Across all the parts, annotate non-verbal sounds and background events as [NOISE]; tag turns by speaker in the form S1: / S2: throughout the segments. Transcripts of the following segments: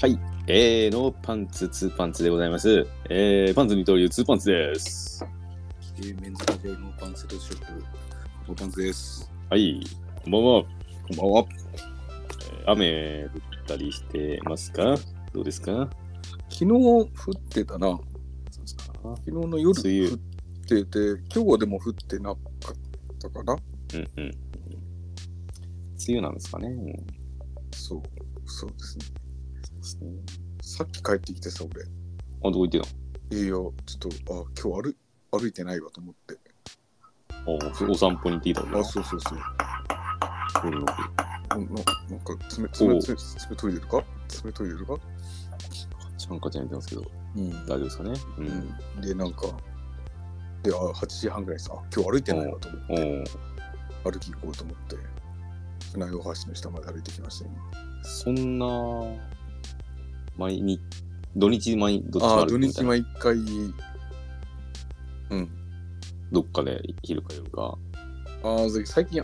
S1: はい。えー、のパンツ、ツーパンツでございます。えー、パンツ二刀流、ツーパンツです。
S2: えー、メンズカジュアルノーパンセットショップ、ノーパンツです。
S1: はい。こんばんは。
S2: こんばんは。
S1: えー雨降ったりしてますかどうですか
S2: 昨日降ってたな。
S1: そうですか
S2: 昨日の夜
S1: 梅雨
S2: 降ってて、今日はでも降ってなかったかな。
S1: うんうん。梅雨なんですかね。もう
S2: そう、そうですね。
S1: そうですね
S2: さっき帰ってきてさ、
S1: あ、
S2: 俺。
S1: どこ行ってた
S2: いやいや、ちょっと、あ、今日歩い歩いてないわと思って。
S1: のあーそうお散歩に行っていたんだ
S2: あ、。そうそうそう。
S1: そうなの
S2: なななんか爪、爪、爪、爪研いでるか爪研いでるか
S1: ちゃんかちゃんやってますけど、
S2: うん。
S1: 大丈夫ですかねう。
S2: うんん、で、なんか、で、あ、8時半ぐらいさ、あ今日歩いてないわと思って
S1: おー
S2: 歩き行こうと思って船大橋の下まで歩いてきました今
S1: そんな、毎日、土日毎、どっち
S2: あ
S1: も
S2: あ
S1: 歩く
S2: 土
S1: みたい
S2: 日
S1: な
S2: 毎回うん
S1: どっかで昼か夜か。
S2: ああ最近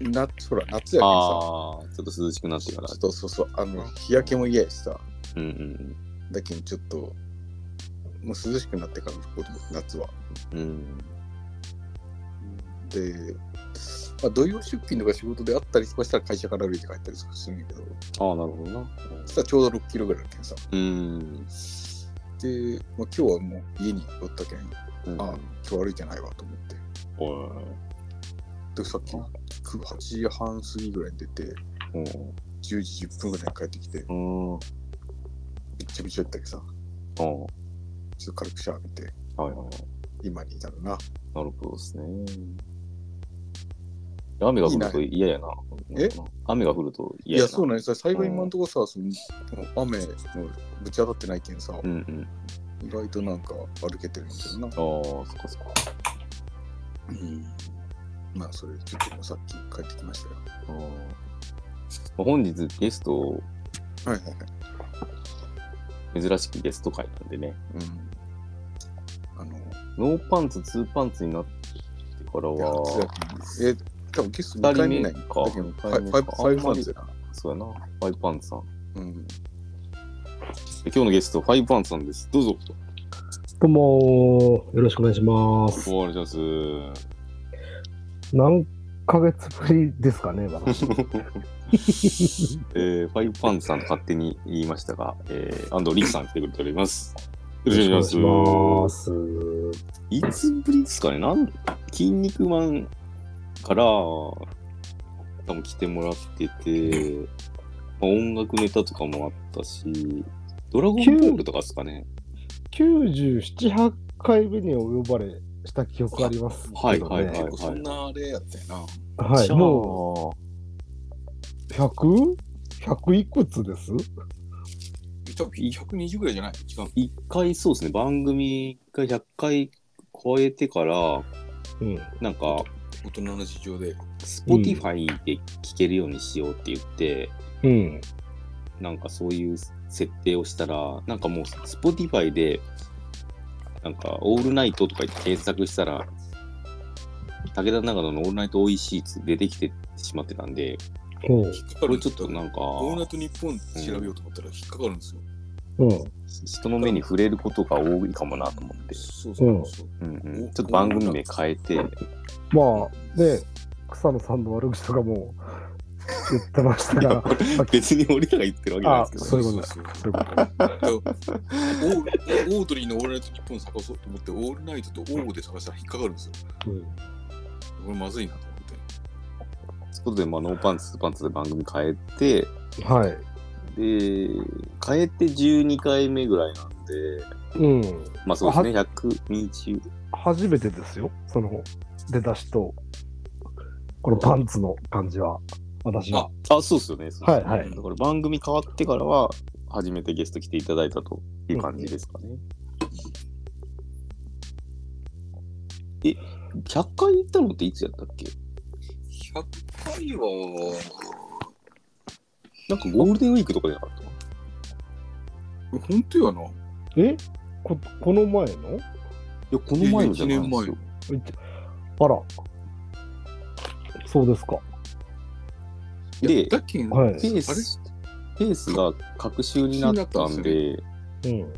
S2: なほら夏やけんさ
S1: ああ、ちょっと涼しくなって
S2: ち
S1: か
S2: ょ
S1: ら。
S2: っとそうそうあの日焼けも嫌やしさ
S1: うんうん
S2: だけどちょっともう涼しくなってからのこと思って夏は
S1: うん。うん。
S2: で、まあ、土曜出勤とか仕事であったりとかしたら会社から歩いて帰ったりとかするんやけど
S1: ああ、なるほどな。
S2: そしたらちょうど6キロぐらいだけんさ
S1: うん。
S2: で、まあ、今日はもう家におったけんあ
S1: うん
S2: あ今日歩いてないわと思って
S1: お
S2: でさっきく8時半過ぎぐらいに出て
S1: い。
S2: 10時10分ぐらいに帰ってきて
S1: うん。うん。
S2: びっちゃびちゃやったけどさ
S1: あ
S2: ちょっと軽くシャワー浴びて
S1: あ、はいはい。
S2: 今に至るな
S1: なるほどですね。雨が降ると嫌やな。
S2: え
S1: 雨が降ると
S2: い
S1: 嫌
S2: や
S1: やな。
S2: そう
S1: う
S2: なんです幸い今んとこさその雨のぶち当たってないけんさ、
S1: んうん。
S2: 意外となんか歩けてるんだけどな
S1: ああ、、そっかそっか。
S2: うん、まあそれちょっともうさっき帰ってきましたよ
S1: あーまあ本日ゲスト、
S2: はいはいはい、
S1: 珍しくゲスト会なんでね、
S2: うん、あの
S1: ノーパンツ、ツーパンツになってから
S2: いやつ
S1: は
S2: や、けんえ多分ゲスト
S1: 二
S2: 2
S1: 人
S2: 回目
S1: 目
S2: ない
S1: か
S2: だけどファイ
S1: 二
S2: ファ
S1: 人目
S2: イ
S1: か
S2: ファイブマンズやな
S1: そうやな、ファイパンツさん。
S2: う
S1: で
S2: ん
S1: 今日のゲスト、ファイパンツさんです。どうぞ。
S3: どうもーよろしくお願いします。
S1: お願いします。
S3: 何ヶ月ぶりですかね、私。
S1: えー、ファイパンツさんと勝手に言いましたが、えー、安藤力さん来てくれております。よろしくお願いします。
S3: す。
S1: いつぶりですかねなん筋肉マンから多分来てもらってて、まあ、音楽ネタとかもあったし、ドラゴンボールとかですかね
S3: 97、8回目にお呼ばれした記憶あります、
S1: はいはいはい
S2: 結構そんなあれやったよな、
S3: はい。
S1: じゃあ
S3: もう 100?100 いくつです
S2: 多分120ぐらいじゃない違う
S1: 一回そうですね、番組一回100回超えてから、
S3: うん。
S1: なんか、
S2: 大人の事情で
S1: Spotify で聴けるようにしようって言って、
S3: うん。
S1: なんかそういう設定をしたら、なんかもう Spotify で、なんかオールナイトとか言って検索したら、武田長野のオールナイトおいしいつ出てきてしまってたんで、
S3: ほう。
S2: 引っかか
S1: こ
S2: る
S1: れちょっとなんか、
S2: オールナイト日本調べようと思ったら引っかかるんですよ。
S3: うん。
S1: 人の目に触れることが多いかもなと思って、
S2: そうそうそう。
S1: うんうん
S2: お
S1: ちょっと番組名変えて、
S3: まあ、ね、草野さんの悪口とかも言ってました
S1: い
S3: が
S1: や、別に俺らが言ってるわけじゃないです
S3: そういうことです
S2: そう
S3: そういうこと
S2: そうそうオー [LAUGHS] ルオードリーのオールナイト日本探そうと思って、オールナイトとオーで探したら引っかかるんですよ。
S3: うん
S2: これまずいなと思って。
S1: けど、ということで、まあ、ノーパンツ、パンツで番組変えて、
S3: はい。
S1: で、変えて12回目ぐらいなんで、
S3: うん。
S1: まあそうですね、120、
S3: 初めてですよ、その出だしと、このパンツの感じは、私は。
S1: あ、そうですよね。そうっすよね
S3: はいはい
S1: だから番組変わってからは、初めてゲスト来ていただいたという感じですかね。え、100回行ったのっていつやったっけ
S2: 100回は、
S1: なんかゴールデンウィークとかじゃなかった
S2: 本当やな。
S3: えここの前の
S1: いや、この前のじゃないん
S2: い
S1: で
S2: や
S1: すよ。
S3: えちあら、そうですか。
S2: いや
S1: で
S2: だけん、
S3: はい
S2: あれ
S1: ペースペースが隔週になったんで、
S4: うん。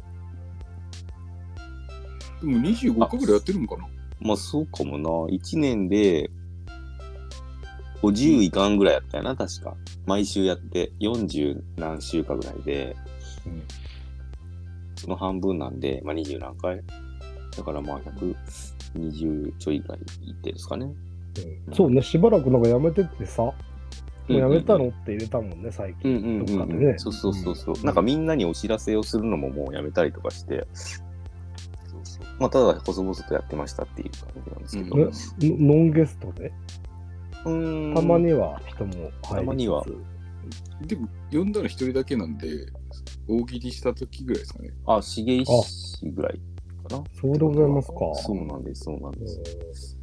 S2: でも25回ぐらいやってるのかな
S1: まあそうかもな、1年で50いかんぐらいやったよな、確か。毎週やって40何週かぐらいで、
S2: うん
S1: その半分なんで、まあ20何回だからまあ120ちょいぐらいいってるんですかね。
S4: そうね、しばらくなんかやめてってさ、もうやめた
S1: うん
S4: のって入れたもんね、最
S1: う
S4: 近。
S1: んうんうん
S4: どっか
S1: う
S4: で
S1: ん、
S4: ね
S1: そうそうそうそう、なんかみんなにお知らせをするのももうやめたりとかして、そうそうまあ、ただ細々とやってましたっていう感じなんですけど、
S4: ねノノンゲストで。
S1: うん
S4: たまには人も入りつつ
S1: たまには
S2: でも呼んだら一人だけなんで大喜利した時ぐらいですかね
S1: あ、重石ぐらいかな。
S4: そうでございますか。
S1: そうなんです、そうなんです。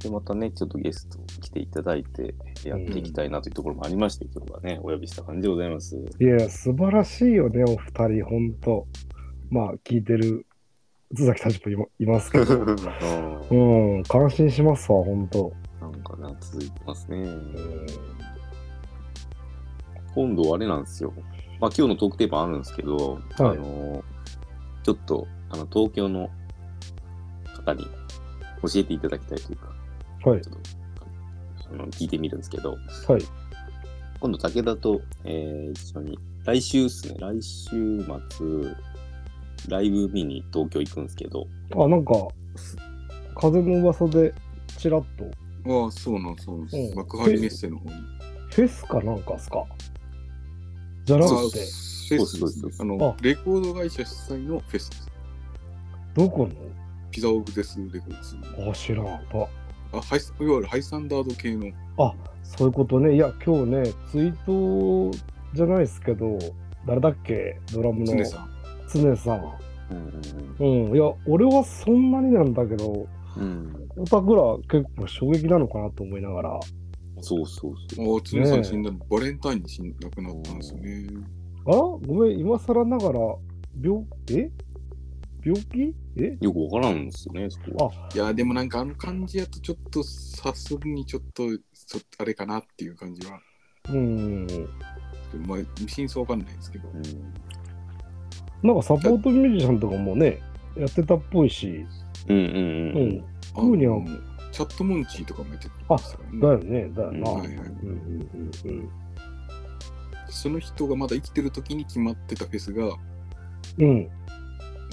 S1: で、またね、ちょっとゲスト来ていただいて、やっていきたいなというところもありまして、今日はね、お呼びした感じでございます。
S4: いや、素晴らしいよね、お二人、ほんと。まあ、聞いてる、津崎たちもいまいますけ
S2: [LAUGHS]
S4: ど。
S1: あ
S4: うん、感心しますわ、ほんと。
S1: ーなんかな、続いてますね。
S4: うん
S1: 今度あれなんですよ。まあ、今日のトークテーマあるんですけど、
S4: はい
S1: あのーちょっと、あの、東京の方に教えていただきたいというか、
S4: はい、
S1: ちょっと、あの、聞いてみるんですけど、
S4: はい。
S1: 今度武田と、えー一緒に来週ですね来週末ライブ見に東京行くんですけど
S4: あ、なんか、す風の噂で、ちらっと、
S2: ああそうなんそうなん
S4: うん
S2: 幕張メッセの方に
S4: フェスかなんかっすかじゃ
S2: あ
S4: な
S2: あ
S4: くて、
S2: フェス
S1: そう
S2: で
S1: です
S2: す
S1: そう
S2: ね
S1: です
S2: あの
S4: あ
S2: レコード会社主催のフェスです
S4: どこ
S2: ピザオブデスレコードズ
S4: のあ、知らんか
S2: あハイスいわゆるハイスタンダード系の
S4: あ、そういうことね。いや、今日ね、ツイートじゃないですけど、誰だっけドラムの
S2: 常さん
S4: 常さん。
S1: うん
S4: うん。いや、俺はそんなになんだけど、
S1: うんうん
S4: オタクら結構衝撃なのかなと思いながら。
S1: そうそう
S2: あ
S1: そう
S2: あ常さん死んだのバレンタインに死ん亡くなったんですよね
S4: あらごめん、今更ながら、病、え病気え
S1: よくわからんですよねそこはい
S2: やでもなんかあの感じやとちょっとさすがにちょっとちょっとあれかなっていう感じは
S4: うん。
S2: まあ真相わかんないですけど
S4: なんかサポートミュージシャンとかもね、やってたっぽいし、
S1: うんうんうん
S4: う
S1: うんん。
S2: あ
S4: 特には
S2: のチャットモンチーとかもやってた
S4: あ
S2: んですよね、
S4: だよね、だよな。
S1: うん
S2: はいはい
S4: うんうんうんうん。
S2: その人がまだ生きてる時に決まってたフェスが
S4: うん、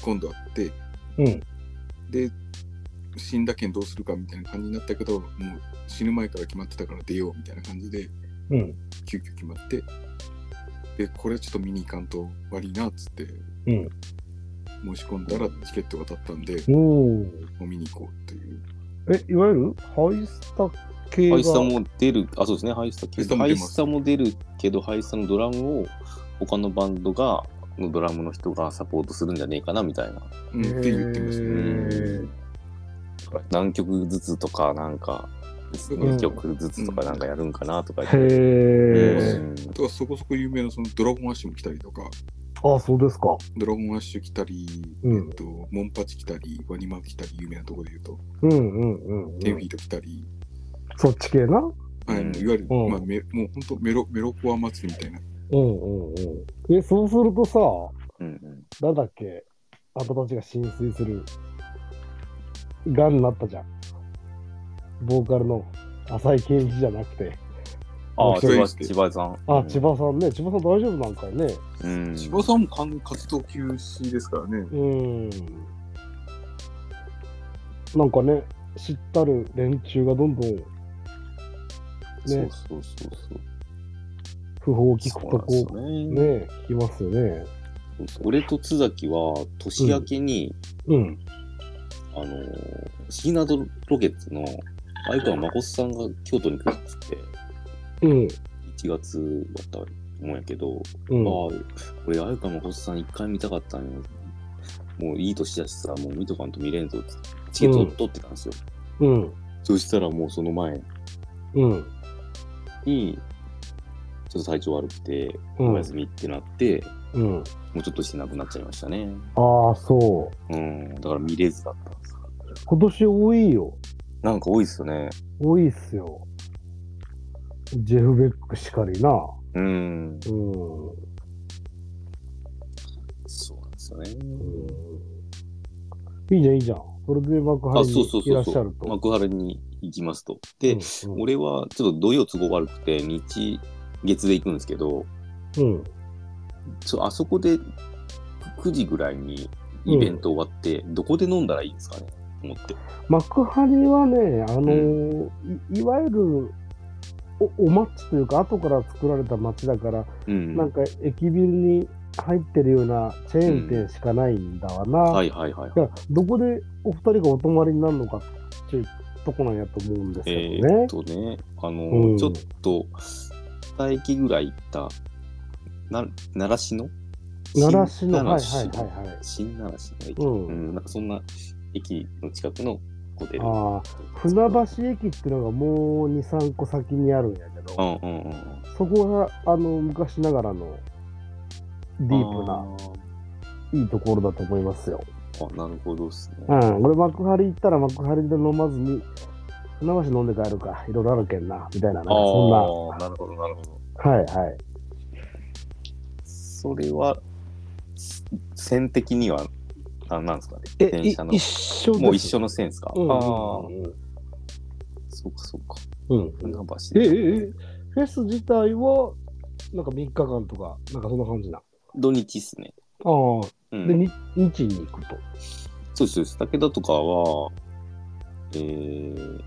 S2: 今度あって
S4: うん。
S2: で死んだけんどうするかみたいな感じになったけどもう死ぬ前から決まってたから出ようみたいな感じで
S4: うん、
S2: 急遽決まってでこれちょっと見に行かんと悪いなっつって
S4: うん。
S2: 申し込んだらチケットが当たったんでも
S4: おお。
S2: う見に行こうという
S4: え、いわゆるハイスタ系が
S1: ハイスタも出るあそうですねハイスタ系ハ
S2: ハ
S1: イ
S2: イ
S1: ス
S2: ス
S1: タ
S2: タ
S1: も出るけどハイスタのドラムを他のバンドがドラムの人がサポートするんじゃねえかなみたいな
S2: うんって言ってました
S4: へ
S2: ね。
S4: ー
S1: 何曲ずつとかなんか
S2: うん
S1: 2曲ずつとかなんかやるんかなとか言って
S4: へえ。
S1: うん
S2: あとはそこそこ有名なそのドラゴンアッシュも来たりとか、
S4: あ、そうですか。
S2: ドラゴンアッシュ来たり、
S4: う
S2: え
S4: ん
S2: っと、モンパチ来たり、ワニマー来たり、有名なところで言うと、
S4: うんうんうん、う
S2: テンフィー
S4: ん。
S2: ト来たり、
S4: そっち系な。
S2: はい、
S1: うん
S2: いわゆる、
S4: うん
S2: まあ、メもう本当メロメロコア祭りみたいな。
S4: うんうんうん。え、そうするとさ、
S1: うん
S4: なんだっけ、あたたちが浸水する。がんになったじゃん。ボーカルの浅井健一じゃなくて。
S1: ああ、
S4: そ
S1: 千
S4: う
S2: で
S1: 葉
S2: す
S1: 千葉さん。
S4: あ、千葉さんね。千葉さん大丈夫なんかいね。
S1: うん。
S2: 千葉さんも完活動休止ですからね。
S4: うん。なんかね、知ったる連中がどんどん
S1: そう
S4: ね
S1: そうそうそう。
S4: 訃報を聞くとこ
S1: そうなんですよね
S4: ね、聞きますよね。
S1: 俺と津崎は年明けに、
S4: うん。
S1: あのー、シーナドロケッツの相川誠さんが京都に来るっつって、
S4: うん。
S1: 1月だったと思うんやけど、
S4: うん。
S1: ああ、俺相川誠さん一回見たかったんよ。もういい年だしさ、もう見とかんと見れんぞっつって、チケットを取ってたんですよ。
S4: うん。
S1: そしたらもうその前
S4: うん。
S1: に、ちょっと体調悪くて、
S4: う
S1: お
S4: ん。
S1: 休みってなって、
S4: うん。
S1: もうちょっとしてなくなっちゃいましたね。
S4: ああ、そう。
S1: うん、だから見れずだったんです。
S4: 今年多いよ。
S1: なんか多いっすよね。
S4: 多いっすよ。ジェフ・ベックしかりな。
S1: うん。
S4: うん。う
S1: そうなんですよね。
S4: ん。いいじゃん、いいじゃん。それで幕
S1: あ、
S4: 張
S1: そうそう
S4: に
S1: そう
S4: いらっし
S1: そ
S4: ゃる
S1: う。
S4: と。
S1: 幕張に行きますと。で、
S4: うん、
S1: 俺はちょっと土曜都合悪くて、日、月で行くんですけど、
S4: うん、うん。
S1: ちょあそこで9時ぐらいにイベント終わって、どこで飲んだらいいんですかねと思って。
S4: 幕張はね、あのーい、いわゆるおおマッチというか、後から作られた街だから、
S1: うん。
S4: なんか駅ビルに入ってるようなチェーン店しかないんだわな。
S1: はいはいはい。
S4: だからどこでお二人がお泊まりになるのかっていうとこなんやと思うんですけど
S1: え
S4: ね。
S1: ーっとね、あの、
S4: うん
S1: ちょっと、2駅ぐらい行った、な奈良市の
S4: 奈良市の、
S1: 新
S4: はい
S1: 市
S4: はいはいはい。
S1: 新奈良市の駅、
S4: う
S1: うん
S4: ん
S1: なんかそんな駅の近くのホテル。
S4: あ船橋駅っていうのがもう2、3個先にあるんやけ
S1: う
S4: ど、
S1: んうんうんうん。
S4: そこがあの昔ながらのディープ
S1: あ
S4: な、いいところだと思いますよ。
S1: ーあなるほどですね。
S4: うん、俺幕張行ったら幕張で飲まずに、船橋飲んで帰るか、いろいろあるけんな、みたいな、なんか
S1: あ
S4: そんな、は
S1: あ、なるほどなるほど。
S4: いはい。
S1: それは、す線的には、あなんですかね。
S4: え、
S1: 電
S4: い
S1: 車の
S4: 一緒です
S1: もう一緒の線ですか、
S4: うん
S1: ああ、
S4: うん
S1: そうかそうか。
S4: うんうん
S1: 船橋
S4: え
S1: で。
S4: えええフェス自体はなんか3日間とかなんかそんな感じなあ
S1: 土日っすね。
S4: あ
S1: う
S4: で、
S1: ん、
S4: に日に行くと
S1: そうですそうです。武田とかは、えー、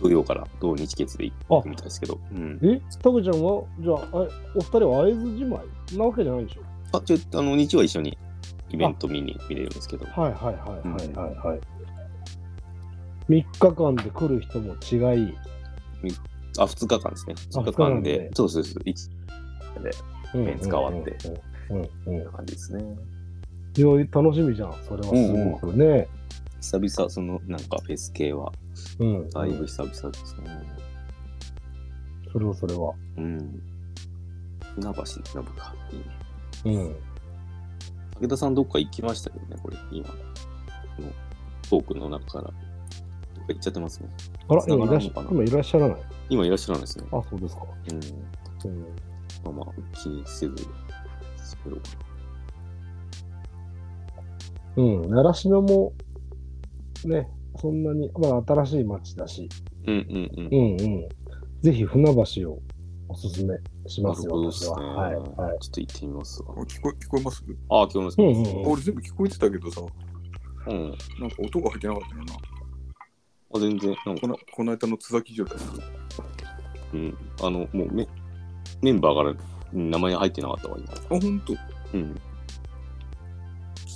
S1: 土曜から土日月で行くみたいですけど。うん、
S4: えタグちゃんはじゃああお二人は会津じまいなわけじゃないでしょ
S1: あ、ちょ、あの、日曜は一緒にイベント見に見れるんですけど。
S4: はいはいはいはいはいはい、3日間で来る人も違い、
S1: あ、2日間ですね。
S4: あ
S1: 2日間
S4: 二日
S1: で。
S4: 間で
S1: そうそうそう。一
S4: うん
S1: メンツ変わって
S4: うんうんうんうん
S1: 感じですね。
S4: いや楽しみじゃんそれはすごくね
S1: 久々、その、なんかフェス系は、
S4: うん、
S1: だいぶ久々ですね。
S4: それはそれは
S1: うん。船橋、船橋か。いいね。
S4: うん
S1: 武田さんどっか行きましたけどね、これ、今。このトークの中から。どっか行っちゃってますね。
S4: あら
S1: 繋
S4: 今
S1: が
S4: い
S1: ら
S4: らっ
S1: んの
S4: し
S1: か
S4: ゃ
S1: な
S4: 今いらっしゃらない
S1: 今いらっしゃらないですね。
S4: あそうですか、
S1: うん。
S4: うん
S1: まあまあ、気にせず。そう
S4: うん、習志野も、ね、そんなに、まあ、新しい町だし、
S1: うんうんうん
S4: う。んうん。ぜひ船橋をおすすめし
S1: な
S4: ま
S1: る
S4: す
S1: ほ
S4: よ、
S1: どで
S4: 私
S1: すね。
S4: は。はい、はい。
S1: ちょっと行ってみますわ。
S2: 聞こえ聞こえます
S1: あ、今日のス
S4: う
S1: ポ
S4: ん
S1: ー
S4: う
S1: ツ
S4: んうん。
S2: 俺全部聞こえてたけどさ、
S1: うん。
S2: なんか音が入ってなかったよな。
S1: あ、全然、なんか
S2: こ、のこの間の津崎城だよ。
S1: うん。あの、もうメ、メンバーからうん名前入ってなかったわ、今。
S2: あ、ほんと。ちょ
S1: うん。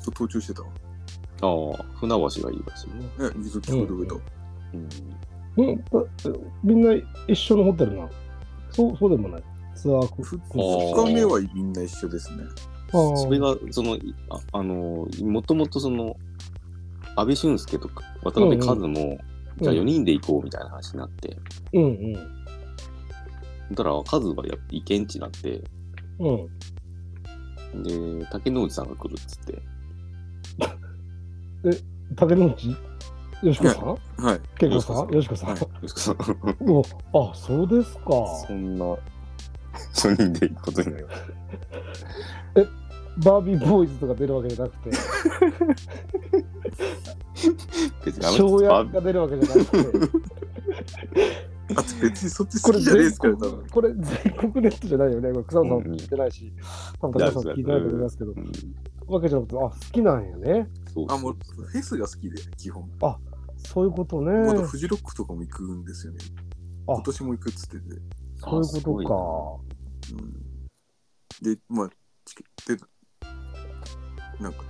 S2: っと盗聴してたわ。
S1: ああ、船橋がいいらしいね。
S2: ね、水聞こえてくれた。
S1: うん。
S4: うん、だみんな一緒のホテルなのそう、そうでもない。ツアーコ
S2: ふ
S1: ー
S2: 二日目はみんな一緒ですね。
S4: ああ
S1: それが、その、いああの、もともとその、安倍俊介とか渡辺和も、じゃあ4人で行こうみたいな話になって、
S4: うんうん。
S1: だから和がやっぱ行けんちになって、で、
S4: うん。
S1: 竹之内さんが来るっつって、
S4: 竹之内よしこさん
S2: はい。
S4: けいこさんよしこさん
S2: はい。
S1: 吉子さん
S4: [LAUGHS] おあ、そうですか。
S1: そんな、4人で行くことになりまし
S4: バービーボーイズとか出るわけじゃなくて、
S1: た。別にあ
S4: [LAUGHS]
S1: の人
S4: 庄屋
S1: バー
S4: が出るわけじゃなくて。
S2: あと別にそっち
S4: こ
S2: 好
S4: れ
S2: きじゃねえで
S4: 全
S2: すから、
S4: 国
S2: 多分。
S4: これ全国ネットじゃないよね。これ草野さん聞いてないし、多分高橋さん聞いてないと思いますけど、
S1: うん
S4: わけじゃなくて、あ、好きなんやね。
S1: そう
S2: あ、もうフェスが好きで、基本。
S4: そういうことね。
S2: またフジロックとかも行くんですよね。
S4: あ
S2: 今年も行くっつってて。
S4: そういうこ
S2: で、まあ、チケット、なんか、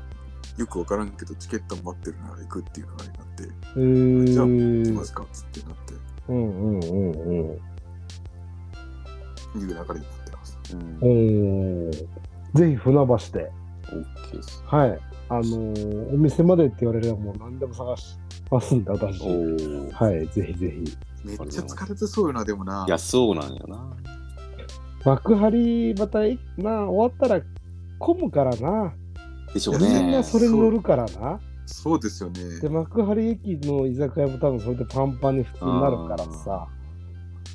S2: よくわからんけど、チケット待ってるなら行くっていう流れになって、
S4: とか。へえ
S2: じゃあ行き
S4: ー
S2: ま。すかっつってなって、
S4: うんうんうんう
S2: い
S4: ん。
S2: う流れになってます。
S1: すごいなうん
S4: おーぜひ船橋で、
S1: オッケーです。
S4: はい。あのーお店までって言われればもう何でも探しますんで、私。
S1: おー
S4: はい、ぜひぜひ。
S2: めっちゃ疲れてそうよな、でもな。
S1: いや、そうなんやな。
S4: 幕張、また、な、終わったら混むからな。
S1: でしょう
S2: いや
S1: ね。
S4: みんなそれに乗るからな。
S2: そうですよね。
S4: で幕張駅の居酒屋も多分それでパンパンに普通になるからさ、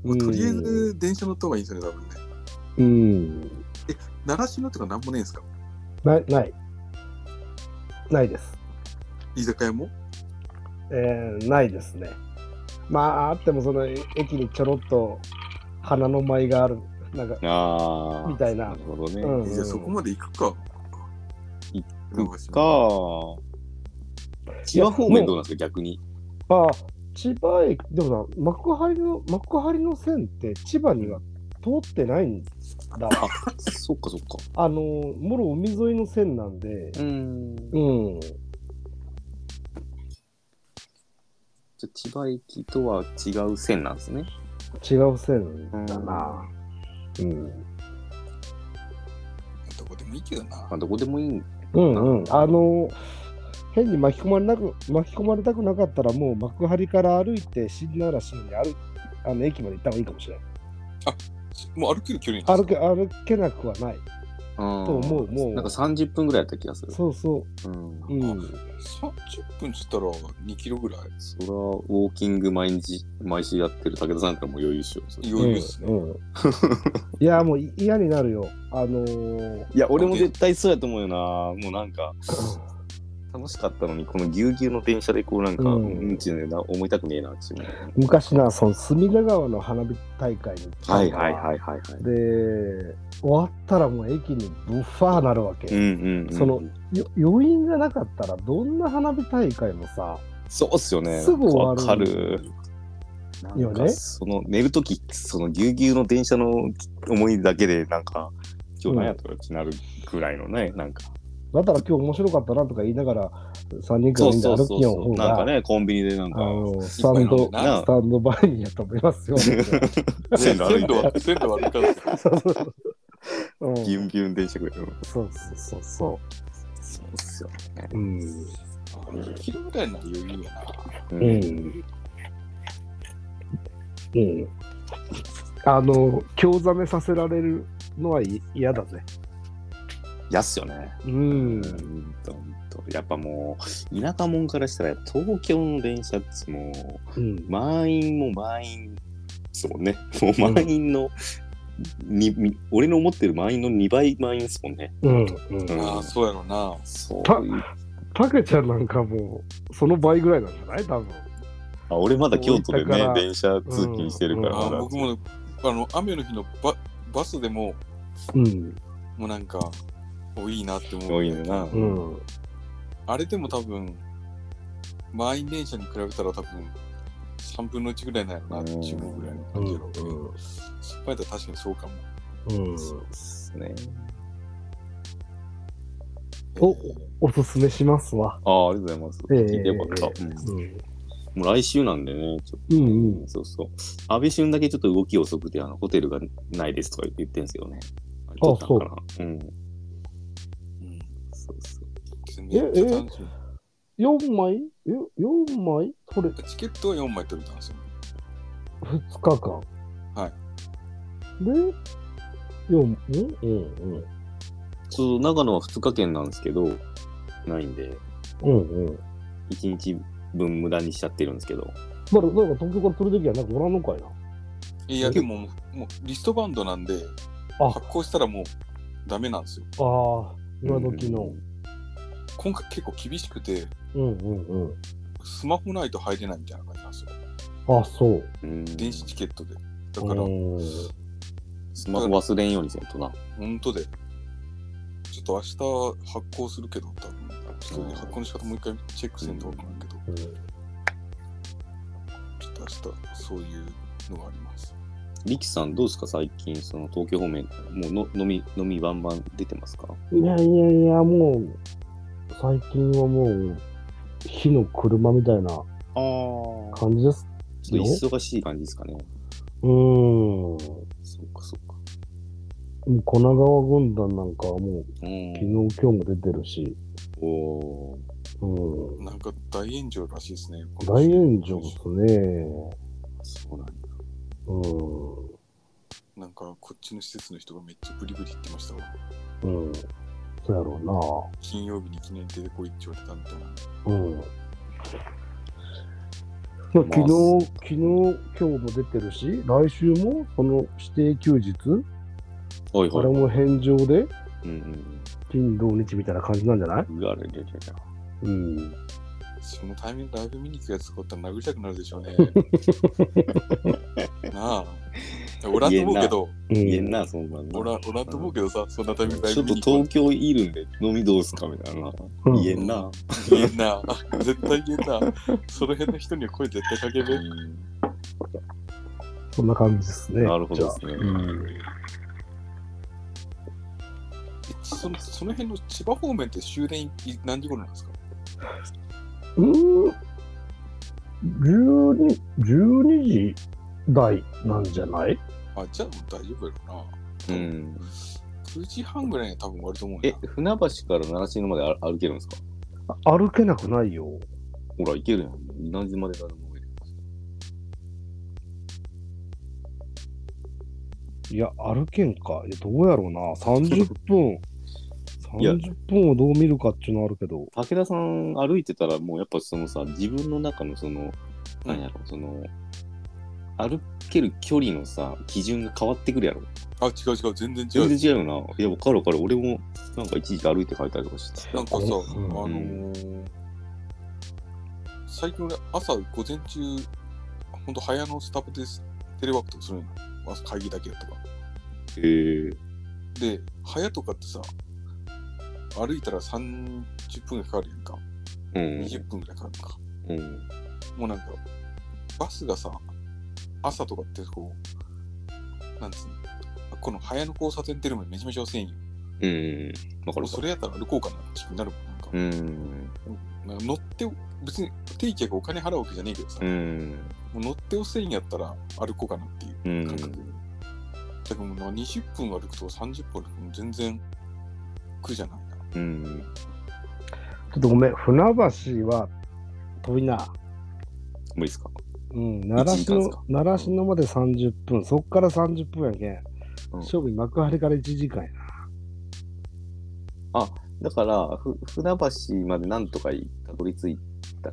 S2: まあとりあえ
S4: うん
S2: ず電車乗った方がいいんですよね、多分ね。
S4: うん。
S2: 習志野とかなんもねえんすか
S4: ない、ない。ないです。
S2: 居酒屋も
S4: えーないですね。まあ、あってもその駅にちょろっと花の舞がある。なんか、
S1: ああ。
S4: みたいな
S1: なるほどね。
S4: うん
S2: えじゃあそこまで行くか。
S1: 行
S2: 長
S1: そっ
S2: 島。
S1: か。千葉方面どうなんですか、逆に。
S4: まあ、千葉駅、でもさ、幕張の、幕張の線って千葉には通ってないんだ。
S1: あ、そっかそっか。
S4: あの、もろ海沿いの線なんで、
S1: うん。
S4: うん。
S1: じゃあ千葉駅とは違う線なんですね。
S4: 違う線だな。うん。
S2: どこでもいいけどな
S1: まあ、。どこでもいいん
S4: うんうん。あの、変に巻き込まれなく、巻き込まれたくなかったら、もう幕張から歩いて、新習志野に歩いあの駅まで行った方がいいかもしれない。
S2: もう歩ける距離なん
S4: 歩
S2: です
S4: け歩けなくはない。
S1: と
S4: と思う、もう。
S1: なんか30分ぐらいやった気がする。。
S4: そうそう
S1: ん。
S4: う。うん。
S2: か ?30 分したら2キロぐらい。
S1: それはウォーキング毎日、毎週やってる武田さんからも余裕っしよう。
S2: 余裕ですね。
S4: うんうんいや、もうい嫌になるよ。あの
S1: [LAUGHS]
S4: ー、
S1: いや、俺も絶対そうやと思うよな。もうなんか、楽しかったのに、このぎゅうぎゅうの電車でこうなんか、う
S4: うん
S1: ん、ちのような思いたくねえな、ちも。
S4: 昔な、その隅田川の花火大会に行った
S1: は
S4: の
S1: い
S4: かな
S1: はいはいはいはい。
S4: で、終わったらもう駅にブッファーなるわ
S1: うん
S4: け。
S1: うん、うん。
S4: その、よ余韻がなかったら、どんな花火大会もさ、
S1: そうっすよね。
S4: すぐ終わる
S1: わかる。なん
S4: よ
S1: か
S4: ね
S1: その寝るとき、そのぎゅうぎゅうの電車の思いだけで、なんか、今日何やったかってなるぐらいのね、なんか。
S4: だったら今日面白かったなとか言いながら、3人くらいみんな歩きよう方
S1: なんか
S4: が、
S1: ね、コンビニでなん
S4: あ
S1: か、 [LAUGHS]
S4: のスタン
S2: い
S4: ド
S2: っ、ぱい
S1: な
S4: スタンドバインやと思いますよ。
S1: 線
S2: 線
S1: 路
S2: 路
S1: 歩いて
S2: は線路は歩かないから。
S4: そうそうそううん
S1: ギュンギュン電車ぐらいの。
S4: そうそうそうそ
S1: そうっすよ。
S4: う。うん。
S2: 2キロぐらいなら余裕やな。
S1: う
S4: うん。うん。あの、興ざめさせられるのはい嫌だぜ。
S1: やっすよね。
S4: うん
S1: うんとほんとやっぱもう、田舎者からしたら、東京の電車ってもう、
S4: うん。
S1: 満員も満員ですもんね。もう満員の、にみ俺の思ってる満員の2倍満員ですもんね。
S4: うん。
S1: うん
S2: ああ、そうやろな。
S1: そういう。
S4: たけちゃんなんかもう、その倍ぐらいなんじゃない多分。
S1: あ俺まだ京都で
S4: 大分か
S1: ね、
S4: ら
S1: 電車通勤してるから
S2: あ
S1: ま
S2: あ
S1: だ。
S2: 僕もあの雨の日のババスでも
S4: うん。
S2: もうなんかおいいなって思う
S1: 多いねんな。
S4: うん。
S2: あれでも多分満員電車に比べたら多分3分の1ぐらいなんやろなっていうぐらいの感じやろうけど、
S4: うん
S2: 失敗だったら確かにそうかも
S4: うん。
S1: そうっすね。
S4: おおすすめしますわ。
S1: ああ、ありがとうございます。
S4: ええ
S1: 聞いてよかった。うん
S4: うん。
S1: もう来週なんでね、ちょっ
S4: うんう
S1: と
S4: ん。
S1: そうそう。安倍俊だけちょっと動き遅くて、あの、ホテルがないですとか言ってんすよね。あれ
S4: あ
S1: 撮ったんかなうん。
S2: うん
S1: そうそう。
S2: めっちゃ楽しみ
S4: 4枚え ?4 枚これ
S2: チケットは4枚取れたんですよ
S4: 2日間。。
S2: はい
S4: で、4、んうんうん。
S1: そう、長野は2日券なんですけど、ないんで。
S4: うんうん。
S1: 一日分無駄にしちゃってるんですけど。
S4: だから、だから東京から取るときはなんかおらんのかいな。
S2: いやでももうもうリストバンドなんで
S4: あ
S2: 発行したらもうダメなんですよ
S4: ああ、今時の。
S2: 今回結構厳しくて
S4: うんうんうん。
S2: スマホないと入れないみたいな感じなんですよ
S4: あそう。
S1: うん。
S2: 電子チケットでだから、
S4: うん
S1: スマホ忘れんようにせんとな。
S2: 本当で。ちょっと明日発行するけど、多分ちょっと発行の仕方もう一回チェックせんとわからんけど、ちょっと明日そういうのがあります。
S1: リキさん、どうですか最近、その東京方面、もうの飲み、飲みバンバン出てますか
S4: いやいやいや、もう、最近はもう、火の車みたいな
S1: ああ。ちょ
S4: 感じです。
S1: っと忙しい感じですかね。
S4: うーん。
S1: そうか、そうか。
S4: 神奈川軍団なんかはもう、
S1: うん。
S4: 昨日、今日も出てるし、
S1: おー
S4: うん。
S2: なんか大炎上らしいですね。
S4: 大炎上ですね。
S1: そうなんだ。
S4: うん。
S2: なんかこっちの施設の人がめっちゃブリブリ言ってましたわ。
S4: うん。そうやろ
S2: 金曜日に記念出てこいって言われたみたいな。
S4: うな。うん。まあ、昨日、昨日、今日も出てるし、来週も、その指定休日、
S1: はい
S4: あ
S1: は
S4: れ
S1: い。
S4: も返上で、
S1: うん
S4: 金、土、日みたいな感じなんじゃない
S1: うん。うわ、あれれれれ
S4: うん。
S2: そのタイミングライブ見に来たやつとかおったら殴りたくなるでしょうね。なあ。おらんと思うけど、
S4: うん
S1: 言えんな、そんなんな。
S2: おらおらんと思うけどさ、そんなタイミングライ
S1: ち
S2: ブ
S1: ょっと
S2: 見に来
S1: 東京いるんで飲みどうすかみたいな。
S4: うん
S1: 言えんな。
S2: た言えんな。絶対言えんな。その辺の人には声絶対かけべ。
S4: そんな感じですね。
S1: なるほど
S4: じゃ
S1: で
S4: あ
S1: すね。
S4: うん
S2: そのその辺の千葉方面って終電い何時頃なんですか
S4: うーん、12, 12時台なんじゃない
S2: あ、じゃあもう大丈夫やろ
S1: う
S2: な。
S1: ん。
S2: 9時半ぐらいには多分終わると思うん
S1: え
S2: や。、
S1: 船橋から習志野まであ歩けるんですか
S4: あ歩けなくないよ。
S1: ほら、行けるやん。何時まで誰もいる。
S4: いや、歩けんか。いやどうやろうな。30分。
S1: [LAUGHS] いや
S4: 30分をどう見るかっていうのはあるけど。
S1: 武田さん歩いてたら、もうやっぱそのさ、自分の中のその、なんやろ、その、歩ける距離のさ、基準が変わってくるやろ。
S2: あ、違う違う、全然違
S1: 全
S2: う。
S1: 然違うよな。いや、わかるわかる。俺も、なんか一時期歩いて帰ったりとかしてた。
S2: なんかさ、
S4: う
S2: あ
S4: ん
S2: のー最近俺朝午前中、ほんと早のスタバでテレワークとかするのよ。朝会議だけやったから。
S1: へえ。
S2: で、早とかってさ、歩いたら30分がかかるやんか。
S1: うん。
S2: 20分ぐらいかかるのか。
S1: うん。
S2: もうなんか、バスがさ、朝とかってこう、なんつうの、この早野交差点出るまでめちゃめちゃ遅いんよ。
S1: うん。わかるわ
S2: そ
S1: かる。
S2: れやったら歩こうかなって気になるもん。なんか
S1: うん。
S2: まあ乗って、別に定期やからお金払うわけじゃねえけどさ、
S1: うん。
S2: もう乗って遅いんやったら歩こうかなっていうう感覚
S1: ん
S2: で。。だけどもうなんか20分歩くとか30分歩くともう全然苦じゃないな。
S1: うん。
S4: ちょっとごめん。船橋は遠いな。
S1: 無理っすか
S4: うん。
S1: 一
S4: 習
S1: 時
S4: 志
S1: 間っす
S4: 野
S1: か
S4: 習志野まで30分。そっから30分やけん。
S1: うん
S4: 勝負幕張から1時間やな。
S1: だから、ふ船橋までなんとか行ったどり着いた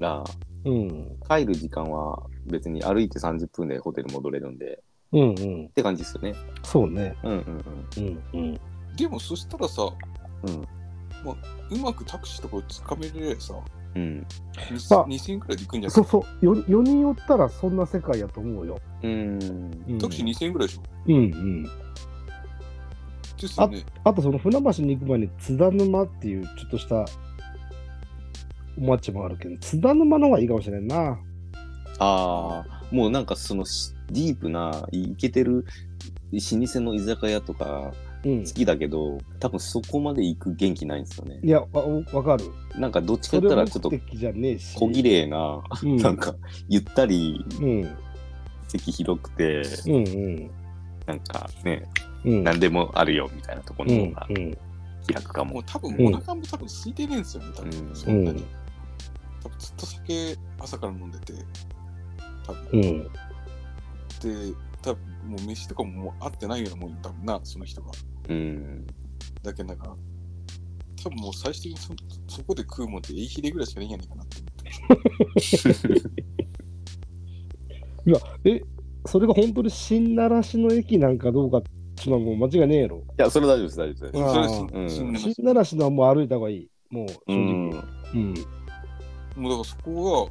S1: ら、
S4: うん。
S1: 帰る時間は別に歩いて30分でホテル戻れるんで、
S4: うんうん
S1: っ。て感じですよね。
S4: そうね。
S1: うんうん
S4: うんうん。
S2: でもそしたらさ、
S1: うん
S2: まあ、うまくタクシーとかをつかめれればさ、
S1: うん。うん。
S4: まあ
S2: 2000円くらいで行くんじゃない
S4: そうそう。よ4人おったらそんな世界やと思うよ。
S1: うん。
S4: うん
S2: タクシー2000円ぐらいでしょ
S4: うんうん。
S2: ですよね。
S4: あとその船橋に行く前に津田沼っていうちょっとした町もあるけど、津田沼の方がいいかもしれんな。
S1: ああ、もうなんかそのしディープな、いけてる老舗の居酒屋とか
S4: うん。
S1: 好
S4: い
S1: きだけど、多分そこまで行く元気ないんですよね。
S4: や、わわかる。
S1: なんかどっちか言
S4: そ
S1: っ
S4: れ
S1: た
S4: は
S1: らちょっ
S4: 目
S1: と
S4: 的じゃねえし。
S1: 小綺麗な、
S4: うん、
S1: なんかゆったり
S4: うん。
S1: 席広くて、
S4: うんうん。
S1: なんかね、
S4: うん。
S1: 何でもあるよみたいなとこ
S4: う
S1: ろの方
S4: ん
S1: が
S4: うん。
S1: 開くか
S2: も
S1: も。
S2: う多
S4: う
S2: 分
S4: ん
S2: お腹も多分空いてねえんですよね、多分、
S1: うん
S2: そんなに
S4: うん。
S2: 多分ずっと酒朝から飲んでて、多
S4: う
S2: 分。
S4: ん。
S2: で、多分もう飯とかももう合ってないようなもんよ多分な、その人が。
S1: [LAUGHS] うん。
S2: だけどなんか、多分もう最終的にそそこで食うもんってえいひれぐらいしかねえんやねんかなって思って。
S4: いや、え、それが本当に新習志野駅なんかどうかちょっともう間違いねえやろ。
S1: いや、それは大丈夫です、大丈夫です大丈夫
S4: あー
S2: それす
S1: うん
S2: すんな
S4: 新習志野はもう歩いた方がいい。もう正
S1: です。うん
S4: 直。。うん。
S2: もうだからそこは、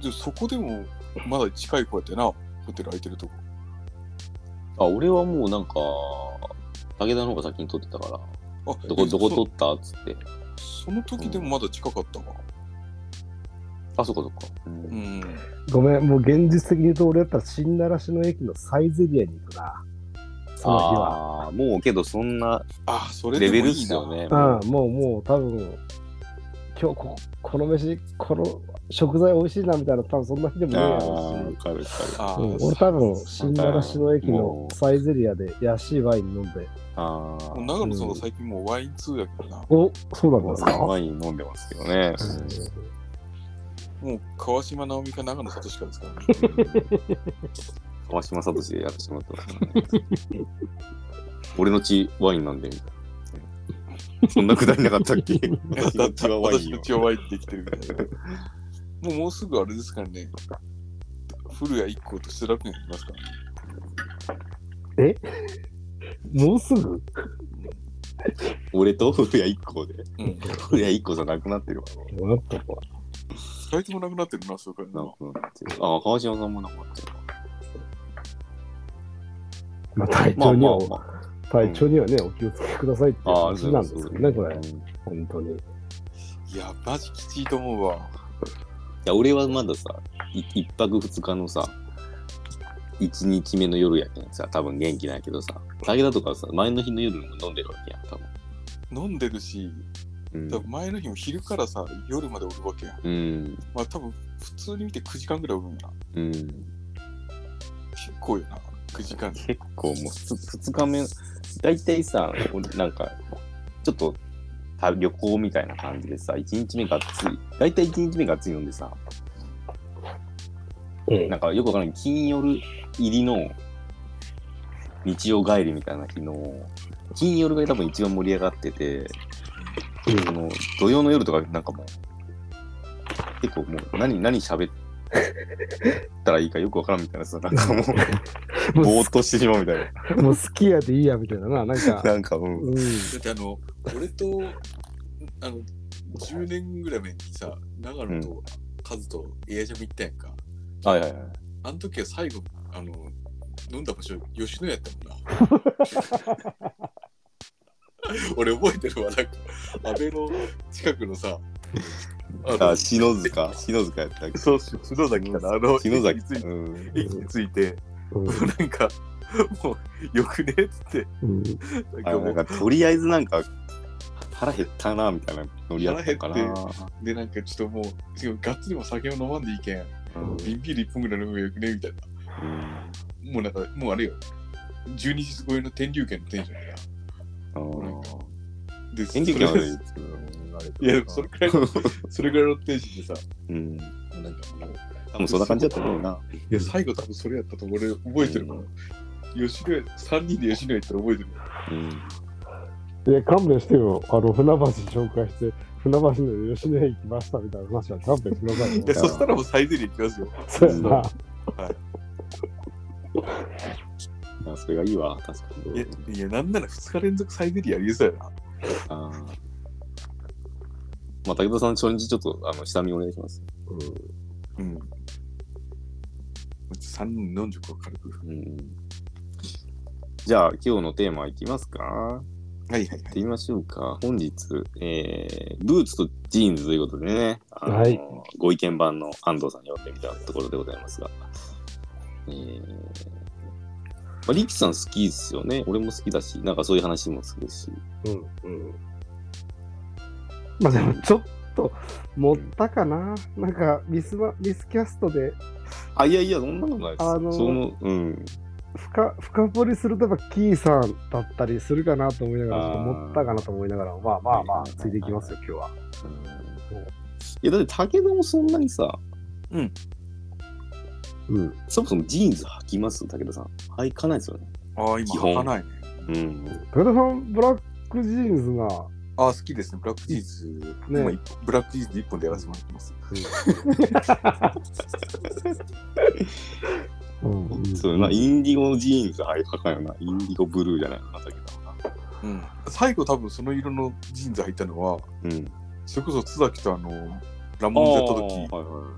S2: そでそこでもまだ近い子やってな、ホテル空いてるとこ。
S1: あ、俺はもうなんか、武田の方が先に撮ってたから、
S2: あ
S1: どこ、
S2: え
S1: どこ
S2: そ
S1: 撮ったっつって。
S2: その時でもまだ近かったわ。
S1: あ、そっかそっか。うん
S2: うん。
S4: ごめん、もう現実的に言うと、俺だったら新習志野駅のサイゼリアに行くな。その日は。
S1: ああ、もうけどそんな
S2: あ、それ
S1: レ
S2: でも
S1: ベ
S2: いい
S1: ル
S2: な
S1: っすよね。
S4: うん、もうもう多分今日ここの飯この食材美味しいなみたいな多分そんな日でも
S1: あ
S4: ねえや
S1: あー、
S4: ろ
S1: わ
S4: うし
S1: かるわかる。
S2: あ
S4: うん
S2: ー
S4: 俺多分新習志野駅の
S1: もう
S4: サイゼリアで安いワイン飲んで
S1: あ
S2: も
S1: あ、
S2: う長野さんが最近もうワイン通やからな。
S4: おそうなんですか、
S1: ワイン飲んでますけどね。
S2: もう川島直美か長野聡かですからね。
S1: 川島聡でやらせてもらってますからね。俺の血ワインなんで、みたいな。そんなくだりなかったっけ私の血はワイ
S2: 私
S1: ン
S2: の
S1: よ。
S2: 血はワインできてるみたいな。もうもうすぐあれですからね。古谷一行とスラクになりますからね。
S4: えもうすぐ
S1: 俺と古谷一行で。
S2: うん。
S1: 古谷一行じゃなくなってるわ。
S4: あったか
S2: 二人ともなくなってるな、そういう
S1: な
S2: 感
S1: くなってる。ああ、川島さんもなくなってる。
S4: まあ体
S1: ま
S4: 調
S1: あ
S4: に
S1: ま
S4: は、
S1: あま
S4: 体調にはね、お気をつけくださいって
S1: あ。ああ、
S4: 話なんですよね、これ
S1: う。んい
S4: 本当に。
S2: じ。いや、マジきついと思うわ。
S1: や、俺はまださ、い一泊二日のさ、一日目の夜やけんさ、多分元気ないけどさ、武田とかはさ、前の日の夜も飲んでるわけやん、多分。
S2: 飲んでるし、
S1: うん
S2: 多分前の日も昼からさ、夜までおるわけやん。
S1: うん。
S2: まあ多分、普通に見て9時間ぐらいおるんやな。
S1: うん。
S2: 結構よな、9時間。
S1: 結構もうふつ二日目、だいたいさ、俺なんか、ちょっとた旅行みたいな感じでさ、一日目がっつり、だいたい一日目がっつり飲んでさ、
S4: うん
S1: なんかよくわからない金夜入りの日曜帰りみたいな日の金夜が多分一番盛り上がってて、その土曜の夜とかなんかもう結構もう何何喋ったらいいかよくわからんみたいなさなんかもう
S4: も
S1: ぼ
S4: う
S1: ーっとしてしまうみたいな
S4: す、もう好きやでいいやみたいなな、なん
S1: [LAUGHS]
S4: か。
S1: なんかうん
S4: うん。
S2: だってあの、俺と、あの、10年ぐらい前にさ、長野とカズとエアジャム行ったやんか。
S1: はいはいはい
S2: あの時は最後、あの、飲んだ場所、吉野家やったもんな。俺覚えてるわ、なんか、安倍の近くのさ、あ
S1: あ篠塚篠塚やったっけ
S2: そうそう、篠崎かな、あの、
S1: 篠
S2: 駅に
S1: 崎
S2: ついて、
S1: うん
S2: 駅について、
S4: うん
S2: なんか、もう、よくねっつって、
S4: うん
S2: なん
S1: あ
S2: かも
S1: な
S2: うん
S1: かとりあえずなんか腹減ったなみたいなノリやったかな
S2: 腹減で、なんかちょっともう、しかもガッツリも酒を飲まんでいいけん、
S1: うん
S2: 瓶ビール一本ぐらい飲むよくねみたいな。
S1: うん
S2: もうなんか、もうあれよ、12時超えの天竜軒のテンションだよ
S1: うん
S2: で、
S1: 天気が悪い
S2: そ
S1: ですけど
S2: [LAUGHS] れいや、でもそれ
S1: [LAUGHS]
S2: くらいの、それくらいのテンションでさ、
S1: うん。
S2: もうなんか、なんか
S1: 多分そんな感じだと思うな。
S2: いや、最後多分それやったと思う俺覚えてるもん。吉野家、3人で吉野家行ったら覚えてるもん。
S1: うん。
S4: いや、勘弁してよ。あの、船橋紹介して、船橋の吉野家行きましたみたいな話は勘弁してください [LAUGHS] よ
S2: いや、。そしたらもうサイゼリ行きますよ。
S4: そうやな。
S1: あそれがいいわ、確か
S2: い
S1: に
S2: や。、いやなんなら2日連続サイゼリア言えそうやな。
S1: あーまあ、武田さん、初日ちょっと、あの、下見お願いします。
S2: うん。3人飲んじゃうか軽く。
S1: うん。じゃあ、今日のテーマいきますか。
S2: はいはい
S1: や
S2: は
S1: っ
S2: い。
S1: てみましょうか。本日、えー、ブーツとジーンズということでね、あの
S4: はい
S1: ご意見番の安藤さんに呼んでみたところでございますが、えー、まあ、リキさん好きですよね。俺も好きだし、なんかそういう話もするし。
S4: うんうん。まあでも、ちょっと、持ったかな。なんか、ミスマ、ミスキャストで
S1: あ、いやいや、そんなことないです。
S4: あのー
S1: その、うん。
S4: 深深掘りするとやっぱキーさんだったりするかなと思いながら、
S1: あー
S4: ちょっと持ったかなと思いながら、まあまあまあ、ついていきますよ、今日は。
S1: いや、だって武田もそんなにさ、
S4: うん。
S1: そもそもジーンズ履きます武田さん。履かないですよね。
S2: ああ、
S1: 基
S2: 今、
S1: 本
S2: 履かないね。
S1: うん。
S4: 武田さん、ブラックジーンズが、
S2: ああ、好きですね。ブラックチーズ。
S4: ね
S2: 今一ブラックチーズ1本でやらせてもらってます。
S4: [LAUGHS] うん
S1: そうな、インディゴのジーンズ履かないよな。インディゴブルーじゃないのな、武田さんは。
S2: うん。最後、多分その色のジーンズ履いたのは、
S1: うん。
S2: それこそ津崎とあの、ラ
S1: あ
S2: モンズやった
S1: あ、
S2: 時
S1: はいは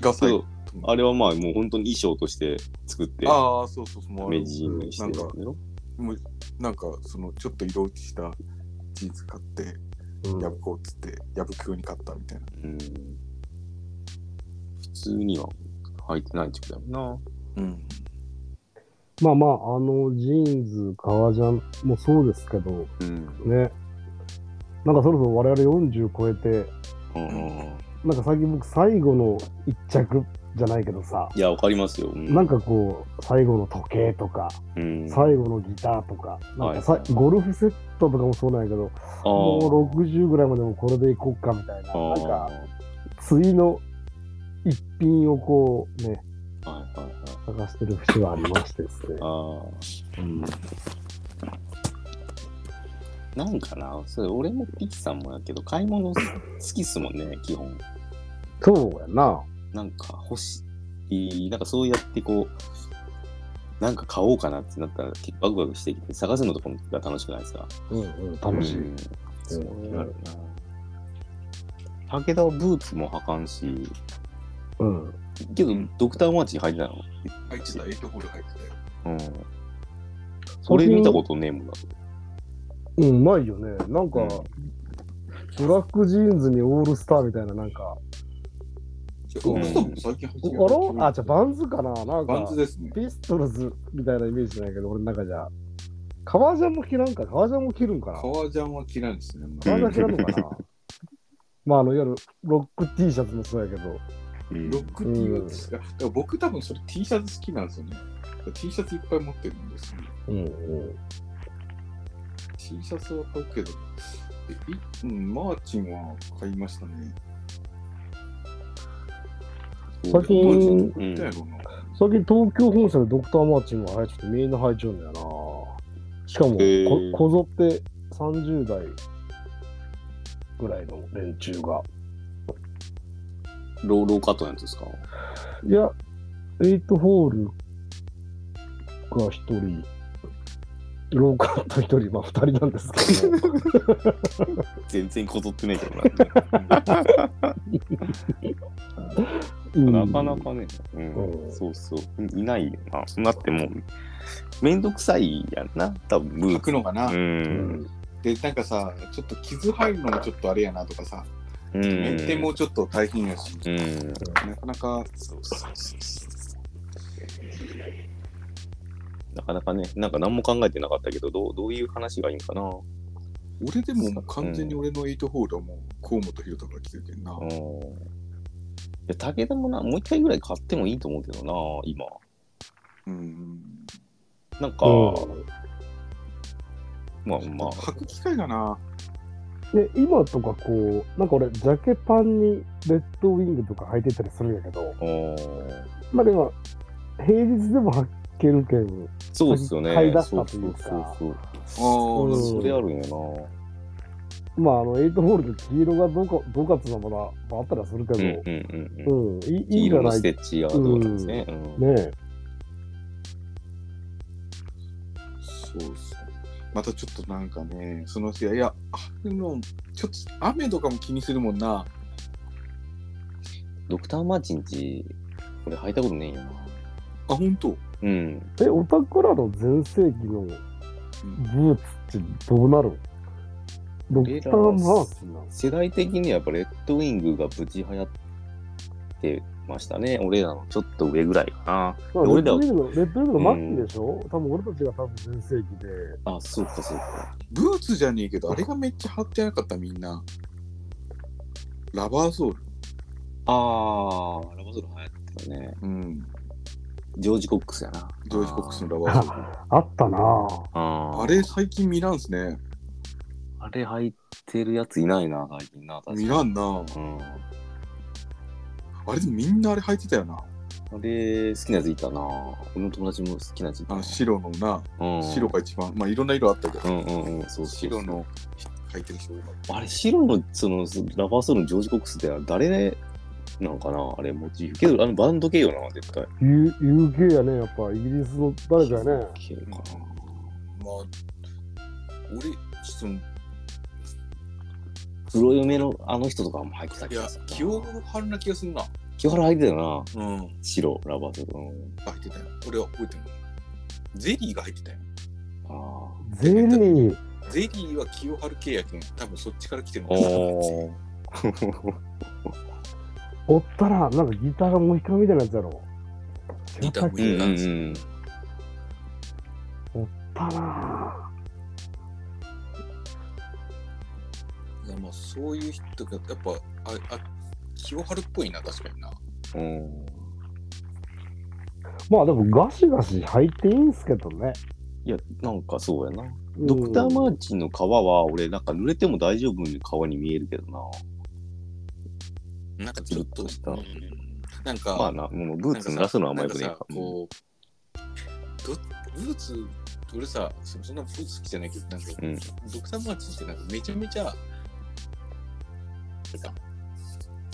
S1: い。
S2: が最
S1: そう。
S2: 後
S1: あれはまあ、もう本当に衣装として作って、
S2: ああ、そうそうそう。もうあの
S1: 目ジーンズにしてるんだよ。
S2: もうなんかそのちょっと色落ちしたジーンズ買って
S4: うん
S2: 破こうっつって破くように買ったみたいな
S1: うん。普通には履いてない時だもん
S2: うん
S4: まあまあ、あの、ジーンズ、革ジャンもそうですけど、
S1: な。うん。
S4: ね。なんかそろそろ我々40超えて、
S1: うん、
S4: なんか最近僕最後の一着じゃないけどさ、
S1: いや、わかりますよ。うん
S4: なんかこう、最後の時計とか、
S1: うん、
S4: 最後のギターとか、なんかさ、
S1: はい
S4: ゴルフセットとかもそうなんやけど、
S1: あー
S4: もう60ぐらいまでもこれでいこうかみたいな、
S1: あ
S4: なん
S1: ー
S4: か、次の一品をこうね、
S1: はいはいはい。
S4: 探してる節はありましてですね。
S1: ああ。うん。なんかな、それ俺もピキさんもやけど、買い物好きっすもんね、基本。
S4: そうやな。
S1: なんか欲しい、なんかそうやってこう、なんか買おうかなってなったら、結構ワクワクしてきて、探すのとかもが楽しくないですか。
S3: うんうん。
S4: 楽しい。
S1: うんそうなるな。武田はブーツも履かんし、
S4: うん。
S1: けど、ドクターマーチン履いてたの。
S2: 入ってた、エイトホール入ってたよ。
S1: うん。それ見たことねえもんだ。
S4: うん、うまいよね。なんか、
S1: うん
S4: ブラックジーンズにオールスターみたいな、なんか、
S2: じゃあ、
S1: うん
S2: 奥さんも最近始め
S4: あらあ、じゃあバ
S2: ン
S4: ンズかなな
S2: バ
S4: んか
S2: ンズ、ですね。
S4: ピストルズみたいなイメージじゃないけど、俺の中じゃ。革ジャンも着らんか、革ジャンも着るんかな。
S2: 革ジャンは嫌いですね。
S4: 革ジャン
S1: ん
S4: 着らんのかなまあ、あの、いわゆるロック T シャツもそうやけど、
S1: うん
S2: ロック T はですか、だから僕多分それ T シャツ好きなんですよね。だから T シャツいっぱい持ってるんですよ、ね。
S3: うんうん。
S2: T シャツは買うけど、えいうん、マーチンは買いましたね。
S4: 最近
S2: マーチンどうやろうな。
S4: 最近東京本社でドクターマーチンが流行っててみんな履いちゃうんだよな。しかもこ、
S1: へー
S4: こぞって30代ぐらいの連中が。
S1: ローローカットのやつですか
S4: いや、エイトホールが一人、ローカット一人、まあ二人なんです
S1: [LAUGHS]
S4: けど、
S1: 全然こぞってないけど
S4: うん
S1: な。なかなかね、うん
S4: うん
S1: そうそう、いいないよな。そうなってもう、めんどくさいやんな、多分ブー
S2: 書
S1: ツ。
S2: くのかな、
S1: うん。
S2: で、なんかさ、ちょっと傷入るのもちょっとあれやなとかさ、
S1: うん。
S2: メンテもちょっと大変やし、
S1: うん。
S2: なかなか、
S1: なかなかね、なんか何も考えてなかったけど、どうどういう話がいいんかな。
S2: 俺でももう完全に俺のエイトホールはもう河本宏太から来てるけんな。
S1: うん。いや武田もな、もう一回ぐらい買ってもいいと思うけどな、今。
S2: うん。
S1: なんか、
S4: う
S1: まあまあ、
S2: 履く機会がな。
S4: んで今とかこう、なんか俺、ジャケパンにレッドウィングとか履いてたりするんやけど、
S1: うん
S4: まあでも、平日でも履けるけん、
S1: そうっすよね。
S4: 買い出したというか
S1: そうそうそう
S2: あー
S4: うん
S1: そう。それあるんよ
S4: まあ、あの、エイトホールで黄色がどうか、どうかつなものはあったりはするけ
S1: な。うん
S4: ど、
S1: うんうんうん。
S4: うん、いいいい
S1: 黄
S4: んじゃ
S1: 色の
S4: ない
S1: ス
S4: ね
S1: テッチがどうなんですね。うん
S4: え。
S2: そうそう。またちょっとなんかね、そのいやいや、あのちょっと雨とかも気にするもんな。
S1: ドクターマーチンチ、これ履いたことねえよな。
S2: あ、本当。
S1: うん。
S4: え、オタクらの全盛期のブーツってどうなるドクターマーチンなの
S1: 世代的にはやっぱレッドウィングがプチ流行ってましたね。俺らのちょっと上ぐらいか
S4: まあ
S1: 俺
S4: レ
S1: ら
S4: ッドウィングのレッドウィングの末期でしょ、多分俺たちが多分全盛期で。
S1: な。あ、そうかそうか。
S2: ブーツじゃねえけど、あれがめっちゃ貼ってなかった、みんな。ラバーソール。
S1: あー、ラバソル流行ってたね。
S2: うん。
S1: ジョージ・コックスやな。
S2: ジョージ・コックスのラバーソール。
S4: ああったなぁ。
S1: あー
S2: あれ最近見らんすね。
S1: あれ履いてるやついないな、最近な。確か
S2: 見
S1: に。
S2: らんな。
S1: うん。
S2: あれでもみんなあれ履いてたよな。
S1: あれ、好きなやついたな。俺の友達も好きなやついた
S2: あ
S1: な。
S2: の白のな、
S1: うん
S2: 白。が一番、まあいろんな色あったけど、
S1: うんうんうん、そうそうそう
S2: 白の履いてる人多かっ
S1: あれ、白の、その、ラバーソールのジョージ・コックスって誰ね、なんかな、あれ、モチーフ。けど、あの、バンド系よな、絶対。
S4: U- UK やね、やっぱイギリスの誰かやね。
S1: 系
S2: た
S1: か
S2: かな
S1: な。。
S2: まあ、俺、その、
S1: 黒夢のあの人とかも入ってた
S2: い
S1: 気
S2: や
S1: がする、な。
S2: 清原貼るな気がするな。
S1: 清原入ってたよ
S2: うん。
S1: な。白、ラバーソールうん。
S2: 入ってたよ。俺は覚えてるの。ゼリーが入ってたよ。
S1: あ
S4: ゼリー。
S2: ゼリーは清春系やけん。多分そっちから来てる
S1: あ。おー。
S4: おったら、なんかギターがモヒカンみたいなやつやろ。
S2: ギターモ
S1: う
S2: ヒ
S1: んうんうん。
S4: あったなぁ。
S2: いや、まあそういう人が、やっぱ、あ、あ、清春っぽいな、確かにな。
S1: うん。
S4: まあでもガシガシ履いていいんすけどね。
S1: いや、なんかそうやな。ドクター・マーチンの皮は、俺、なんか濡れても大丈夫な皮に見えるけどな。
S2: なんかちょっと
S1: プチッとした
S2: うんなんか、
S1: まあな、もうブーツ濡らすのはあんまよくねえ
S2: なん
S1: か
S2: か。さこう、どブーツ、俺さ、そそんなブーツ好きじゃないけど、なんか、
S1: うん
S2: ドクターマーチンってなんかめちゃめちゃ、なんか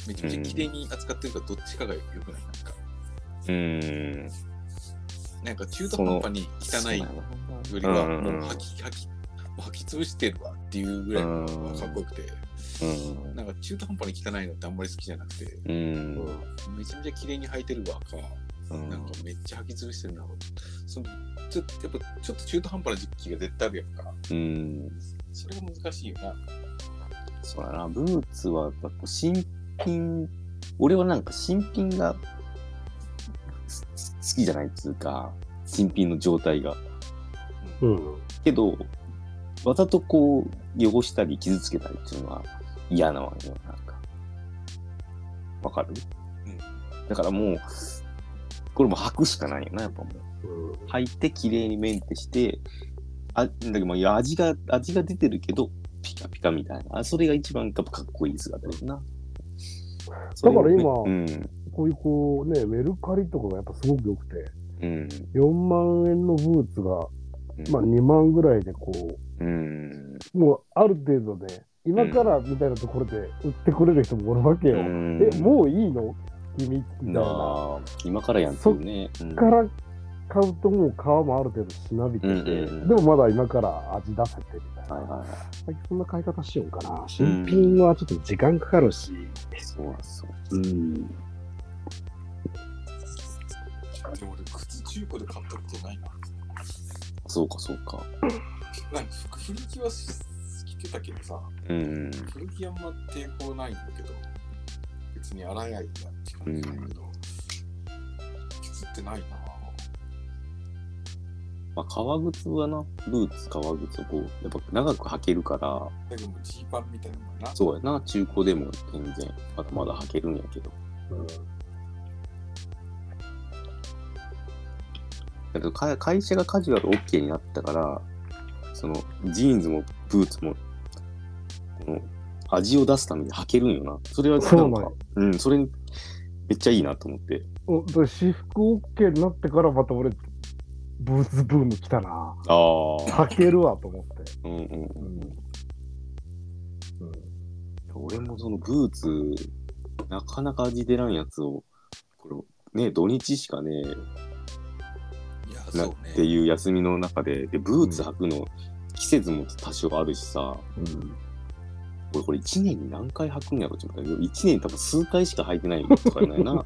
S2: めちゃめちゃ綺麗に扱ってるからどっちかがよくないなんか。
S1: うん。
S5: なんか中途半端に汚いよりは、
S1: うんうん
S5: も
S1: うん
S5: う吐き、吐き、吐き潰してるわっていうぐ
S1: う
S5: らいの
S1: ん
S5: がかっこよくて、なんか中途半端に汚いのってあんまり好きじゃなくて、
S1: うんうん
S5: めちゃめちゃ綺麗に履いてるわか、
S1: うん
S5: なんかめっちゃ履き潰してるな、そのちょやっぱちょっと中途半端な時期が絶対あるやんか。
S1: うん
S5: それが難しいよな。
S1: そうだなブーツはやっぱこう新品俺はなんか新品がす好きじゃないっつうか新品の状態が
S4: うん。
S1: けどわざとこう汚したり傷つけたりっていうのは嫌なわけよなんかわかる、
S5: うん
S1: だからもうこれも履くしかないよなやっぱもう
S4: うん
S1: 履いて綺麗にメンテしてあだけどまあ味が味が出てるけどピカピカみたいなあそれが一番やっぱかっこいい姿だよな
S4: だから今
S1: うん
S4: こういうこうね、メルカリとかがやっぱすごく良くて、
S1: うん
S4: 4万円のブーツが、
S1: うん
S4: まあ2万ぐらいでこ
S1: うん
S4: う、もうある程度ね、今からみたいなところで売ってくれる人もおるわけよ。
S1: うん
S4: え、もういいの君みたい
S1: な
S4: な。
S1: あ今からやんっていうねうん
S4: から買うともう皮もある程度しなびてて、
S1: うんうんうん
S4: でもまだ今から味出せてみたいな。
S1: はいはいは
S4: 最近そんな買い方しようかな。新品はちょっと時間かかるし、
S1: いそうなんですよ
S4: うん。
S5: でも俺、靴中古で買ったことないな。
S1: そうかそうか
S5: なんか服古着は好きてたけどさ、
S1: うん
S5: 古着あんま抵抗ないんだけど、別に洗えないって感じなんだけど、靴ってないな。
S1: まあ革靴はなブーツ革靴をこうやっぱ長く履けるから
S5: だけどもうジーパンみたいなのかな。
S1: そうやな中古でも全然まだまだ履けるんやけどだけどか会社がカジュアル OK になったから、そのジーンズもブーツも、この味を出すために履けるんよな。それはなんか、
S4: そうなんや
S1: うん、それめっちゃいいなと思って。
S4: おだから私服 OK になってからまた俺、ブーツブーム来
S1: [LAUGHS]
S4: たな。
S1: ああ。
S4: 履けるわと思っ
S1: う
S4: て。
S1: んうん。
S4: うん
S1: 俺もそのブーツ、なかなか味出らんやつを、これ、ね、土日しかね、
S5: いや、そ
S1: なっ
S5: う
S1: て
S5: ね。
S1: いう休みの中で、で、ブーツ履くの、季節も多少あるしさ、俺これ1年に何回履くんやろって思ったけど、1年多分数回しか履いてないとかな
S5: [LAUGHS]
S1: いな。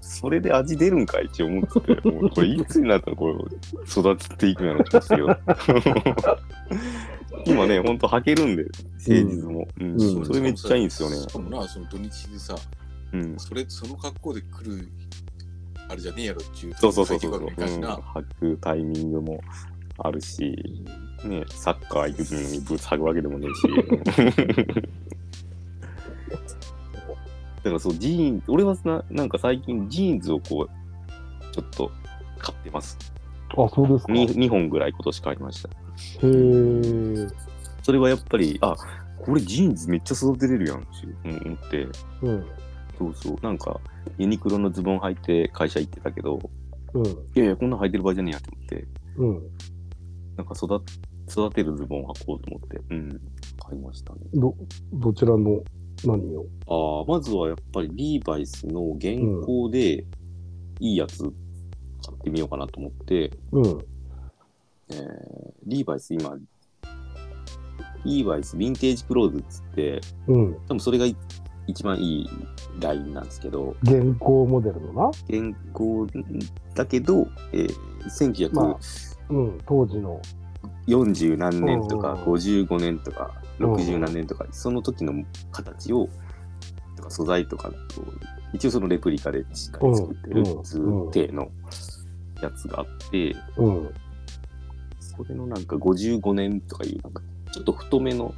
S1: それで味出るんかいって思ってて、もうこれいつになったらこれ育っていくんやろって思
S5: [LAUGHS]
S1: ってたけど。今ね、ほんと履けるんで、平日も。うん
S4: うん
S1: それめっちゃいいんですよね。
S5: しかもな、その土日でさ、
S1: うん、
S5: それその格好で来る、あれじゃねえやろっていう。
S1: そうそうそうそうそう、
S5: 体
S1: うん。
S5: 育館に行かんし
S1: 履くタイミングもあるし、ね、サッカー行くのにブーツ履くわけでもねえし。
S4: [LAUGHS]
S1: だからそう、ジーン、俺はななんか最近ジーンズをこう、ちょっと買ってます。
S4: あ、そうですか。
S1: に2本ぐらい今年買いました。
S4: へえ。
S1: それはやっぱり、あ、これジーンズめっちゃ育てれるやんって思って、
S4: うん。
S1: そうそう、なんかユニクロのズボン履いて会社行ってたけど、
S4: うん。
S1: いやいや、こんなん履いてる場合じゃねえやと思って、
S4: うん。
S1: なんか育育てるズボンを履こうと思って、うん、買いましたね。
S4: ど、どちらの何を
S1: ああ、まずはやっぱりリーバイスの原稿でいいやつ買ってみようかなと思って、
S4: うん。
S1: えーリーバイス今、リーバイスヴィンテージクローズっつって、
S4: うん。
S1: 多分それがい一番いいラインなんですけど、
S4: 現行モデルのな。
S1: 現行だけど、え
S4: ま
S1: ー、
S4: うん。当時の。
S1: 1940何年とか
S4: うん
S1: 55年とか
S4: うん
S1: 60何年とかその時の形をとか素材とかを一応そのレプリカでしっかり作ってる
S4: うん
S1: 図底のやつがあって
S4: うん。
S1: それのなんか55年とかいうなんかちょっと太めの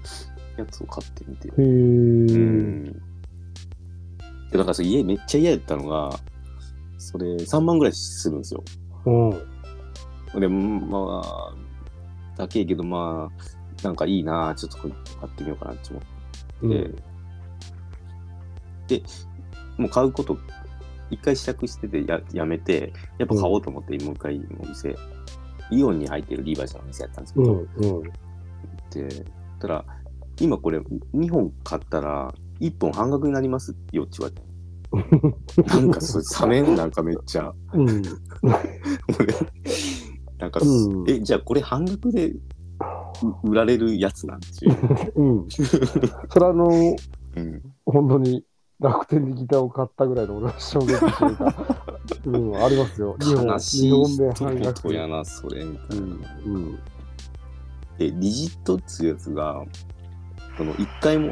S1: やつを買ってみて
S4: へえ。
S1: うん。で、なんかそれ家めっちゃ嫌やったのが、それ3万ぐらいするんですよ。
S4: うん。
S1: で、うんまあ、高いけど、まあ、なんかいいな、ちょっとこれ買ってみようかなって思って。で、もう買うこと、一回試着しててややめて、やっぱ買おうと思って、もう一回お店、イオンに入ってるリーバイスのお店やったんですけ
S4: う
S1: ど、
S4: ん。うん。
S1: って、たら、今これ2本買ったら1本半額になりますよって言われて、
S4: [LAUGHS]
S1: なんかそれ、サメンなんかめっちゃ。
S4: うん。
S1: 俺なんか、
S4: うん
S1: え、じゃあこれ半額でう売られるやつなんて
S4: [LAUGHS]
S1: いう。 [LAUGHS]
S4: うん。それはあの、
S1: うん。
S4: 本当に楽天でギターを買ったぐらいの俺は衝撃というか、うん、ありますよ。日本
S1: 悲しい
S4: 日本で
S1: と
S4: 半
S1: こと
S4: 額。
S1: やな、それみた
S4: う
S1: いな。
S4: ん。うん。
S1: で、リジットっつうやつが、その一回も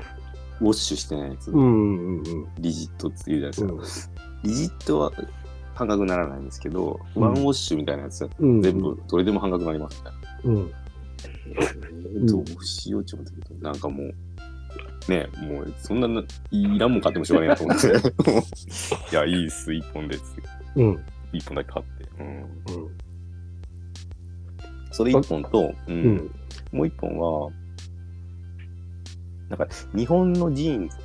S1: ウォッシュしてないやつ、
S4: うん。うん。うん。
S1: リジットっていうやつ、
S4: う
S1: が
S4: ん
S1: リジットは半額にならないんですけど、
S4: うん
S1: ワンウォッシュみたいなやつだと
S4: うん。
S1: 全部どれでも半額になりますみたいな。
S4: うん。ん
S1: どうしようって思ったけど、なんかもう、ねもうそんなないらんもん買ってもしょうがないなと思
S4: [LAUGHS]
S1: って。いや、いいっす、一本です。
S4: うん。
S1: 一本だけ買って。うん。
S4: うん
S1: それ一本と、うん
S4: うん。
S1: もう一本は、なんか、日本のジーンズ、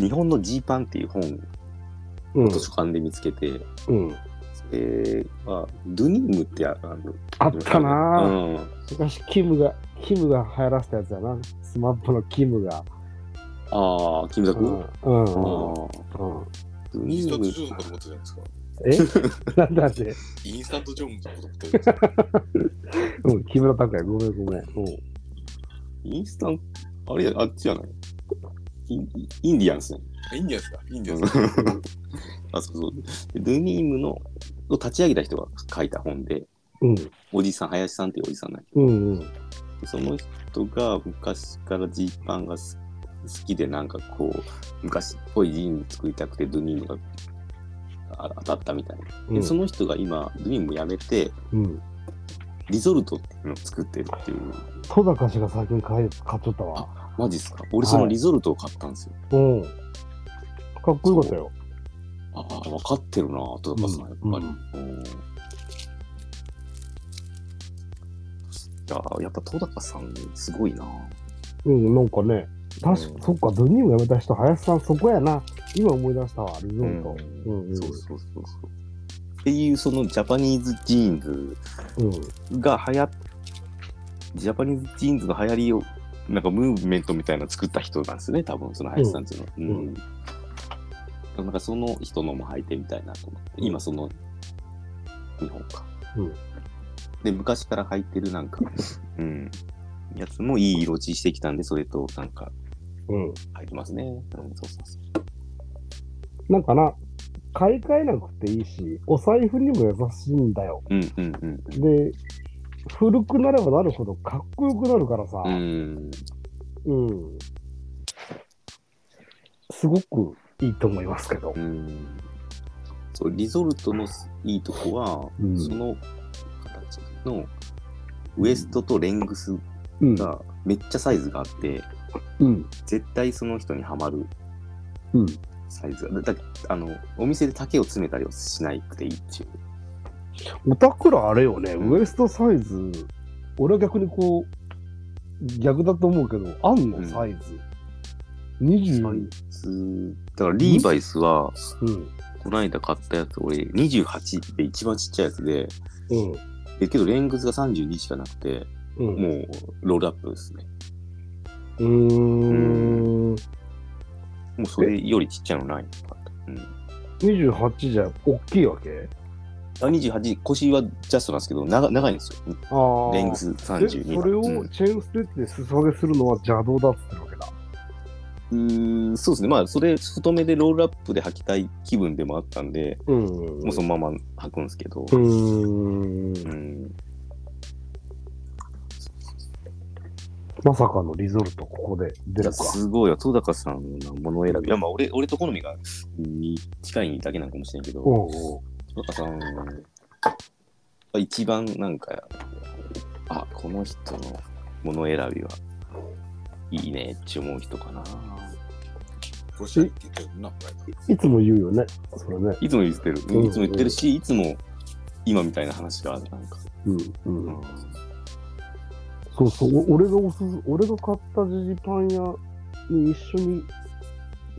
S1: 日本のジーパンっていう本
S4: うん
S1: を図書館で見つけて、
S4: うん。
S1: えー、まあ、ドゥニングってああの、
S4: あったなぁ。
S1: うん。
S4: 昔、キムが、キムが流行らせたやつだな。スマップのキムが。
S1: ああ、金
S4: う
S1: 属、
S4: ん。
S1: あ
S4: うん。
S1: あ
S4: うん。
S1: ー、ド
S5: イ
S1: ゥ
S5: ン
S1: ニ
S5: ス
S1: ン
S5: タン
S1: グ
S5: トジョンのこと思ってるじゃないですか。
S1: [LAUGHS]
S4: えなんだって。
S5: インスタントジョンのこと思ってるじゃないですか。
S4: うん。木村拓哉、ごめんごめん。うん。
S1: インスタント、あれ、あっちじゃないインインディアンスね。
S5: いいんですかいいんですか
S1: [LAUGHS] あ、そうそう。でドゥニングの、を立ち上げた人が書いた本で、
S4: うん。
S1: おじさん、林さんっていうおじさんなんだけど
S4: うん。うん。
S1: その人が昔からジーパンが好き好きでなんかこう昔っぽいジーンズ作りたくてドゥニームがあ当たったみたいな、
S4: う
S1: で
S4: ん
S1: その人が今ドゥニームやめて
S4: うん。
S1: リゾルトっていうのを作ってるっていう
S4: 戸高氏が最近買え買っとったわ。
S1: マジっすか俺そのリゾルトを買ったんですよ、
S4: うん。かっこよかったよ。
S1: ああ分かってるな戸高さんやっぱり、うんいややっぱ戸高さんすごいな
S4: うん、なんかね。確か、
S1: うん
S4: そっか、ドニームやめた人、林さん、そこやな。今思い出したわ、リゾルト。
S1: う
S4: うんんうん
S1: そうそうそうそうっていうそのジャパニーズジーンズ
S4: うん。
S1: が流行っジャパニーズジーンズの流行りをなんかムーブメントみたいなの作った人なんですね多分その林さんっていうのは、うん
S4: ん
S1: なんかその人のも履いてみたいなと思って今その日本か、
S4: うん
S1: で昔から履いてるなんか、うん、やつもいい色落ちしてきたんでそれとなんか
S4: うん。
S1: 履いてますね、うん、そうそうそう
S4: なんかな、買い替えなくていいし、お財布にも優しいんだよ。
S1: うんうんうん
S4: で、古くなればなるほどかっこよくなるからさ、
S1: うん
S4: うん。すごくいいと思いますけど
S1: う。んそうリゾルトのいいとこは、
S4: うん
S1: その形のウエストとレングス
S4: うん
S1: がめっちゃサイズがあって、
S4: うん。
S1: 絶対その人にはまる
S4: うん
S1: サイズが、だだあのお店で丈を詰めたりはしないくていいっていう。
S4: おたくらあれよね、
S1: うん
S4: ウエストサイズ、俺は逆にこう、逆だと思うけど、あん
S1: う
S4: の
S1: ん
S4: サイズ。20、
S1: サイズだからリーバイスは
S4: うん、
S1: この間買ったやつ俺28って一番ちっちゃいやつで
S4: うん、
S1: でけどレングスが32しかなくて
S4: うん。
S1: もうロールアップですね
S4: うーん、
S1: もうそれよりちっちゃいのないうん
S4: 28じゃ大きいわけ
S1: あ28腰はジャストなんですけど長長いんですよ
S4: ああ。
S1: レングス
S4: で
S1: 32
S4: それを
S1: うん
S4: チェーンステッチで裾上げするのは邪道だっつってるわけだ。
S1: うーんそうですねまあそれ太めでロールアップで履きたい気分でもあったんで、
S4: うん。
S1: もうそのまま履くんですけど
S4: うー。
S1: うんん
S4: まさかのリゾルト、ここで
S1: い
S4: 出
S1: や
S4: るか。
S1: すごいよ戸高さんの物選びいやまあ俺俺と好みがに近いだけなのかもしれんけど
S4: おう
S1: 戸高さんは一番なんかあこの人の物選びはいいねって思う人かな
S5: これしたいって言ったよな、この間
S4: いつも言うよね、それね。
S1: いつも言ってる。
S4: うん
S1: いつも言ってるし、いつも今みたいな話がある。なんか。
S4: うん。うんそうそう、お俺がおすす俺が買ったジジパン屋に一緒に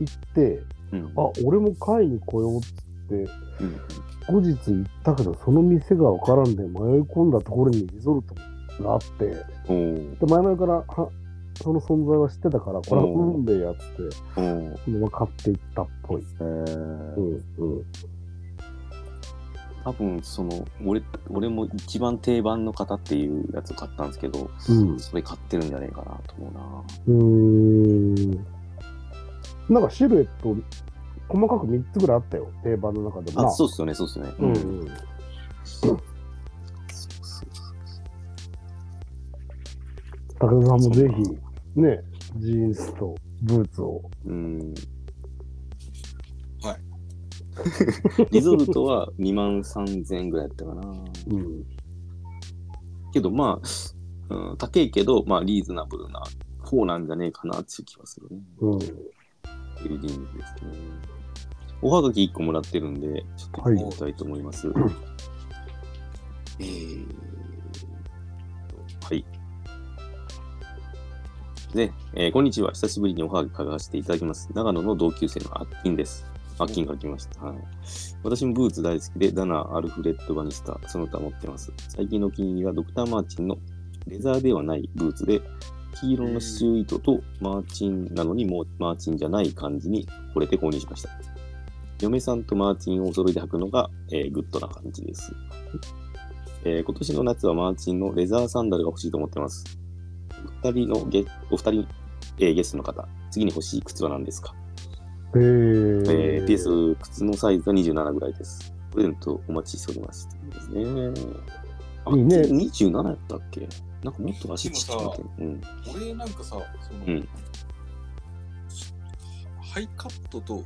S4: 行って、
S1: うん
S4: あ、俺も買いに来ようっつって、
S1: うん
S4: 後日行ったけど、その店がわからんで迷い込んだところにリゾルトがあって、で
S1: おー
S4: 前々からはその存在は知ってたから、これは
S1: うん
S4: 運命やっつって、
S1: うん。
S4: そのまま買っていったっぽい。
S1: えー
S4: うんうん。
S1: 多分その俺俺も一番定番の型っていうやつを買ったんですけど、
S4: うん
S1: それ買ってるんじゃねえかなと思うな
S4: うーんなんかシルエット、細かく3つぐらいあったよ、定番の中でもな。
S1: あそうっすよねそうっすよね
S4: うん、
S1: そう
S4: うん。
S1: そうそう
S4: 武田さんもぜひ、ね、ジーンズとブーツを。
S1: うん
S2: はい
S1: リゾルトは2万3000円ぐらいだったかな
S4: うん。
S1: けどまあ、うん、高いけどまあリーズナブルな方なんじゃねえかなっていう気はするね
S4: うん。
S1: ウェルディングですねおはがき1個もらってるんでちょっと
S4: はい
S1: 行きたいと思います、えーとはいねえーこんにちは。久しぶりにおはがき書かせていただきます。長野の同級生のアッキンです。アッキンが来ました。はい、私もブーツ大好きで、ダナ、アルフレッド・バニスタ、その他持ってます。最近のお気に入りは、ドクター・マーチンのレザーではないブーツで、黄色の刺繍糸とマーチンなのにもうマーチンじゃない感じに惚れて購入しました。嫁さんとマーチンをお揃いで履くのが、えーグッドな感じです。えー今年の夏はマーチンのレザーサンダルが欲しいと思ってます。お二人のゲお二人、えーゲストの方、次に欲しい靴は何ですか
S4: えー、
S1: えー、PS、靴のサイズは27ぐらいです。プレゼントお待ちしております。ですね。あ、
S4: いいね
S1: 27やったっけなんかもっと足ちっちゃかったようん。
S2: 俺なんかさ、その、
S1: うん
S2: ハイカットと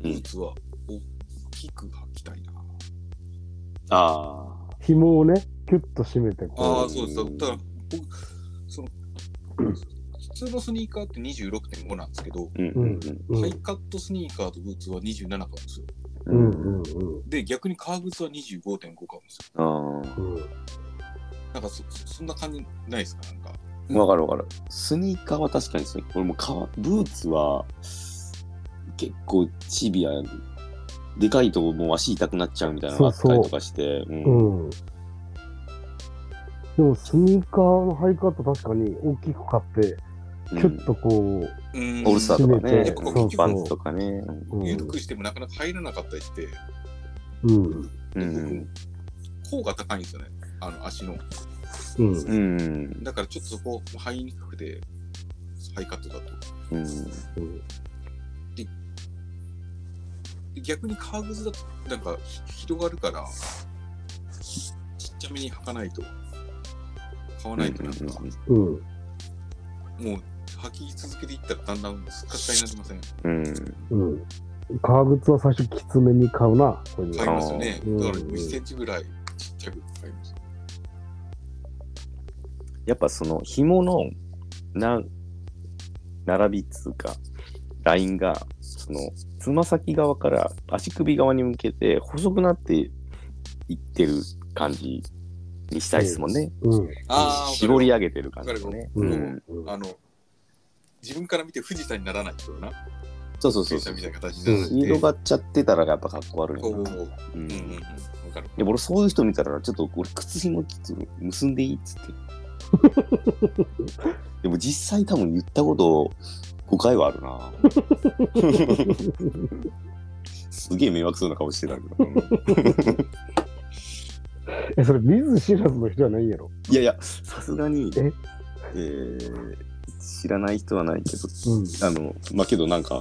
S2: ブーツは大きく履きたいな。
S1: ああ。
S4: 紐をね、キュッと締めて、こ
S2: ああ、そうです。だから僕、その、普通のスニーカーって26.5なんですけど、
S1: うんうんうん。
S4: う。う
S2: ハイ
S4: ん
S2: カットスニーカーとブーツは27かなんですよ。
S4: う
S1: うんん。
S4: うんうん
S2: で、逆に革靴は25.5かもですよ。
S1: ああ。
S2: なんかそそそんな感じないですかなんか。
S1: わかるわかる。スニーカーは確かにですね。俺も革、ブーツは結構シビアやでかいともう足痛くなっちゃうみたいなのがあっ
S4: そう
S1: た
S4: そう
S1: りとかして。うん
S4: うん。うん。でもスニーカーのハイカット確かに大きく買って、
S1: うん
S4: キュッとこ
S2: うーん
S1: オールスターとか
S4: 締
S1: ね
S4: めて、
S2: そうそう
S1: パンツとかね。
S4: う、うん、
S2: 入力してもなかなか入らなかったりして、
S4: うん、
S1: う
S2: 僕
S1: ん。
S2: 甲が高いんですよね。あの足の。
S4: うん、
S1: うん。
S2: だからちょっとそこ入りにくくて、ハイカットだと。
S1: うん。
S2: で逆に革靴だとなんかひ広がるからちっちゃめに履かないと買わないとなんか、
S4: うん。
S2: もう履き続けていったらだんだんすっかすかになってません
S1: うん。
S4: うん。革靴は最初きつめに買うな。これ
S2: 買いますよね
S1: あ
S2: だから
S4: うん
S2: 1センチぐらいちっちゃく買います
S1: やっぱその紐のな並びっつうかラインがそのつま先側から足首側に向けて細くなっていってる感じにしたいですもんね。
S4: うん。
S1: 絞り上げてる感じですね。
S4: う
S1: うんん。
S2: あの自分から見て富士山にならないってことな
S1: そうそうそ
S2: 富
S1: う
S2: 士
S1: そ
S2: 山
S1: う。
S2: み
S1: シ
S2: たいな形にならない
S1: ードがっちゃってたらやっぱかっこ悪い
S2: こう
S1: な。う
S2: うん
S1: ん
S2: うんうんわかる
S1: でも俺そういう人見たらちょっと俺靴紐ちょっと結んでいいっつ
S4: [LAUGHS]
S1: って。でも実際多分言ったこと5回はあるな。すげえ迷惑そうな顔してたけど。
S4: え、それ、見ず知らずの人じゃないんやろ。
S1: いやいや、さすがに、
S4: え
S1: えー知らない人はないけど、
S4: うん
S1: あの、まあけどなんか、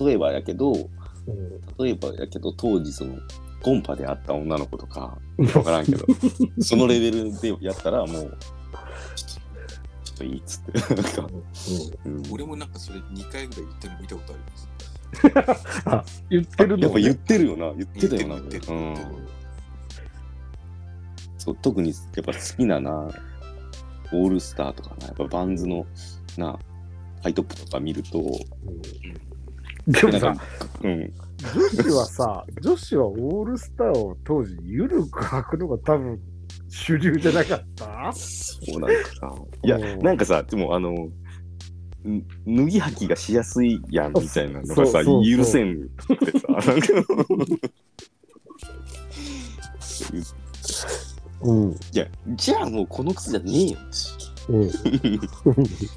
S1: 例えばやけど、
S4: うん。
S1: 例えばやけど当時そのコンパで会った女の子とか分からんけどそのレベルでやったらもうちょっとちょっといいっつってなんか、うん
S2: 俺もなんかそれ2回ぐらい言ってるの見たことあります
S4: [LAUGHS] 言ってる
S1: やっ
S4: の
S1: ぱ
S4: ね
S1: 言ってるよな言ってたよな
S2: 言ってる
S1: う
S2: 言ってる
S1: ん、そう特にやっぱ好きななオールスターとかなやっぱバンズのなハイトップとか見ると
S4: でも
S1: な
S4: さ
S1: ん、うん
S4: 女子はさ、女子はオールスターを当時、ゆるく履くのが多分、主流じゃなかった
S1: そうなんかさいや
S4: うん
S1: なんかさでもあのん脱ぎ履きがしやすいやんみたいなのがさ
S4: そうそうそう
S1: 許せんってさなんか
S4: うん。
S1: いやじゃあもうこの靴じゃねえよ
S4: うん。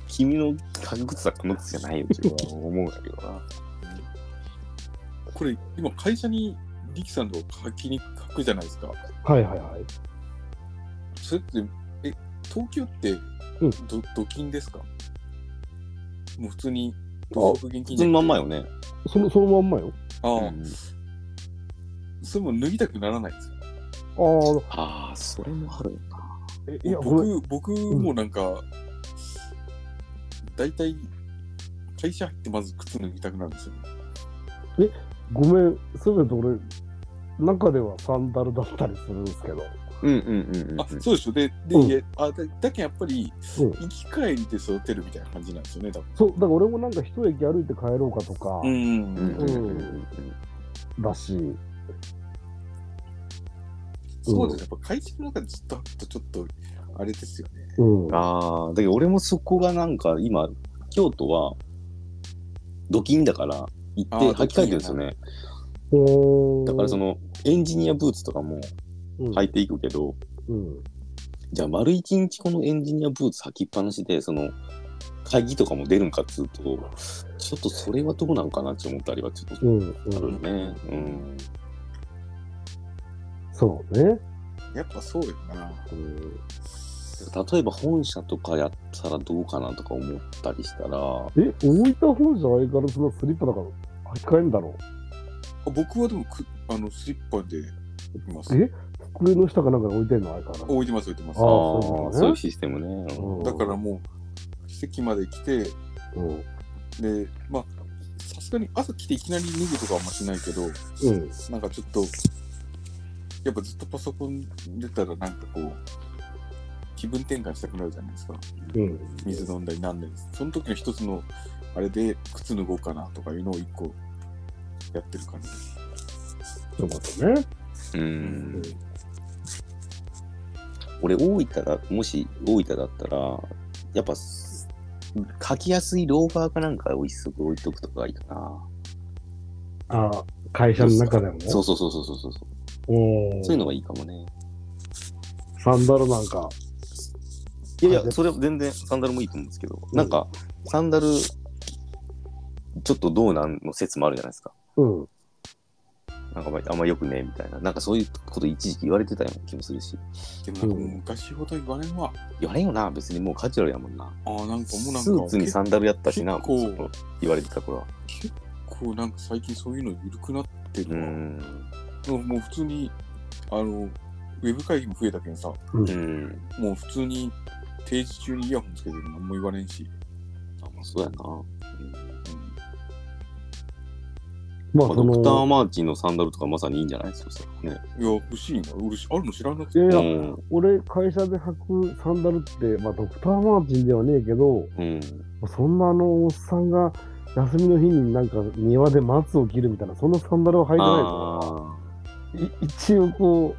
S1: 君の革靴はこの靴じゃないよって俺は思うんだけどな。
S2: [LAUGHS] これ、今、会社に力さんの書きに書くじゃないですか。
S4: はいはいはい。
S2: それって、え、東京って
S4: うん
S2: ど、ド金ですかもう普通に、
S1: あ
S2: 土足現金
S1: 普
S2: じ
S1: 通
S2: ゃ
S1: の
S2: なくて
S1: まんまよね。
S4: その、そのまんまよ。
S2: ああ、
S1: うん
S2: それも脱ぎたくならないんですよ。
S4: あ
S1: ああ、それもあるよな。
S4: あ、いや、ごめん。
S2: 僕、僕もなんか、大体、会社入ってまず靴脱ぎたくなるんですよ。
S4: ごめん。そういうと俺、中ではサンダルだったりするんですけど。
S1: うんうんうんうん。
S2: あ、そうでしょ。で、で、
S4: うん
S2: いやあだだけやっぱり、
S4: うん。
S2: 生き返りで育てるみたいな感じなんですよね、多分。
S4: そう、だから俺もなんか一駅歩いて帰ろうかとか、
S1: うん
S2: ん
S1: うんうんうん
S4: だし、
S2: そうですね。やっぱ会社の中でずっと履くとちょっと、あれですよね。
S4: うん。あ
S1: ああ、だけど俺もそこがなんか今、京都はドキンだから行って
S2: あー
S1: 履き替えてるんですよね。だからそ
S4: の、
S1: のエンジニアブーツとかも
S4: うん
S1: 履いていくけど、
S4: うん。
S1: じゃあ丸一日このエンジニアブーツ履きっぱなしで、その会議とかも出るんかっつうと、ちょっとそれはどうなのかなって思ったりはちょっ
S4: う
S1: と
S4: ん。
S1: あ
S4: う
S1: る
S4: ん。
S1: よね。うん。
S4: そうね。
S2: やっぱそうよな。
S4: うん
S1: 例えば本社とかやったらどうかなとか思ったりしたら、
S4: え、大分本社相変わらずのスリッパだから履き替えんだろ
S2: あ僕はでもく、あの、スリッパで行きます。
S4: え机の下かなんかに置いてんの相変わら
S2: 置いてます、置いてます
S1: ああ
S4: あ。そう
S1: ー、
S4: だね
S1: そういうシステムね。
S4: ず。
S1: うん
S4: うん
S2: だから、もう、席まで来て、
S4: うん。
S2: で、まあ、さすがに朝来ていきなり脱ぐとかはあんましないけど、
S4: うん。
S2: なんかちょっと、やっぱずっとパソコン出たらなんかこう、気分転換したくなるじゃないですか。
S4: うん。
S2: 水飲んだりなんだり。その時の一つの、あれで靴脱ごうかなとかいうのを一個やってる感じ。
S4: そういうことね。
S1: うん俺大分だもし大分だったらやっぱす書きやすいローファーかなんかを一足置いとくとかがいいかな、
S4: ああ、会社の中でもね。
S1: そうそうそうそうそうそうそう
S4: うん
S1: そういうのがいいかもね
S4: サンダルなんか。
S1: いやいやそれは全然サンダルもいいと思うんですけど、なんかサンダルちょっとどうなんの説もあるじゃないですか
S4: うん。
S1: なんかまああんまよくねえみたいななんかそういうこと一時期言われてたような気もするし
S2: でもなんかもう昔ほど言われんわ。
S1: 言われんよな別にもうカジュアルやもんな
S2: ああ、なんかもうなんか。
S1: スーツにサンダルやったしな
S2: 結構
S1: その言われてた頃は
S2: 結構なんか最近そういうの緩くなって
S1: う
S2: るわ。
S1: ん
S2: もうもう普通に、あの、ウェブ会議も増えたけんさ、
S1: うん
S2: もう普通に定時中にイヤホンつけてるのも言われんし。
S1: あまあそうやな
S4: まあ、
S1: まあ
S4: そ
S1: ドクター・
S4: の、
S1: マーチンのサンダルとかまさにいいんじゃないそしたらね。
S2: いや、欲しいな。俺、あるの知らなく
S4: い
S2: て。
S4: やいうや、
S1: ん。
S4: 俺、会社で履くサンダルって、まあ、ドクターマーチンではねえけど、
S1: うん。
S4: そんなあの、おっさんが、休みの日になんか庭で松を切るみたいな、そんなサンダルは履いてない
S1: あ
S4: い一応こ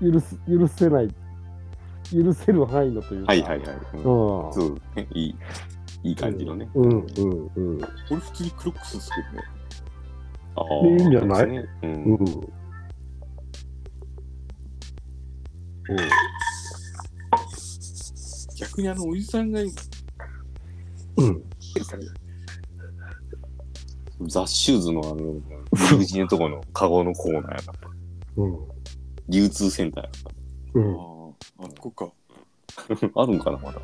S4: う許す許せない許せる範囲のという
S1: ー
S4: か
S1: はいはいはい。う
S4: う
S1: ん
S4: ん
S1: そうね。いい、いい感じのね。
S4: うんうんうん
S2: 俺、普通にクロックスつけるね。
S1: ああ
S4: いいんじゃない
S1: そうですね
S4: う
S1: うんん。
S2: 逆にあの、おじさんが、
S4: うん
S1: ザ・シューズのあの、
S4: [LAUGHS]
S1: 入り口のとこのカゴのコーナーやな。
S4: うん
S1: 流通センターや
S4: うん
S2: ああ、ここか。
S1: な。あるんかな、
S4: [LAUGHS]
S1: まだ。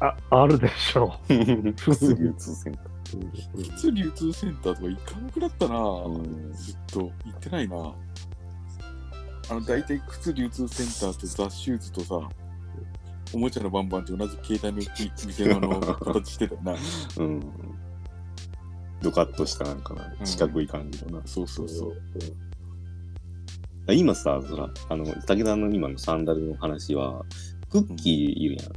S1: [LAUGHS]
S4: ああるでしょ
S1: 普通流通センタ
S4: う、うん
S2: 普通流通センターとか行かなくなったな、
S1: ん
S2: ずっと行ってないなあの大体靴流通センターとザ・シューズとさおもちゃのバンバンと同じ携帯の店のあの形してたよな
S1: ー。うん。ドカッとしたなんかな、
S2: うん
S1: 四角い感じのな。
S2: そうそうそう
S1: 今さ、そら、あの、武田の今のサンダルの話は、クッキーいるやん。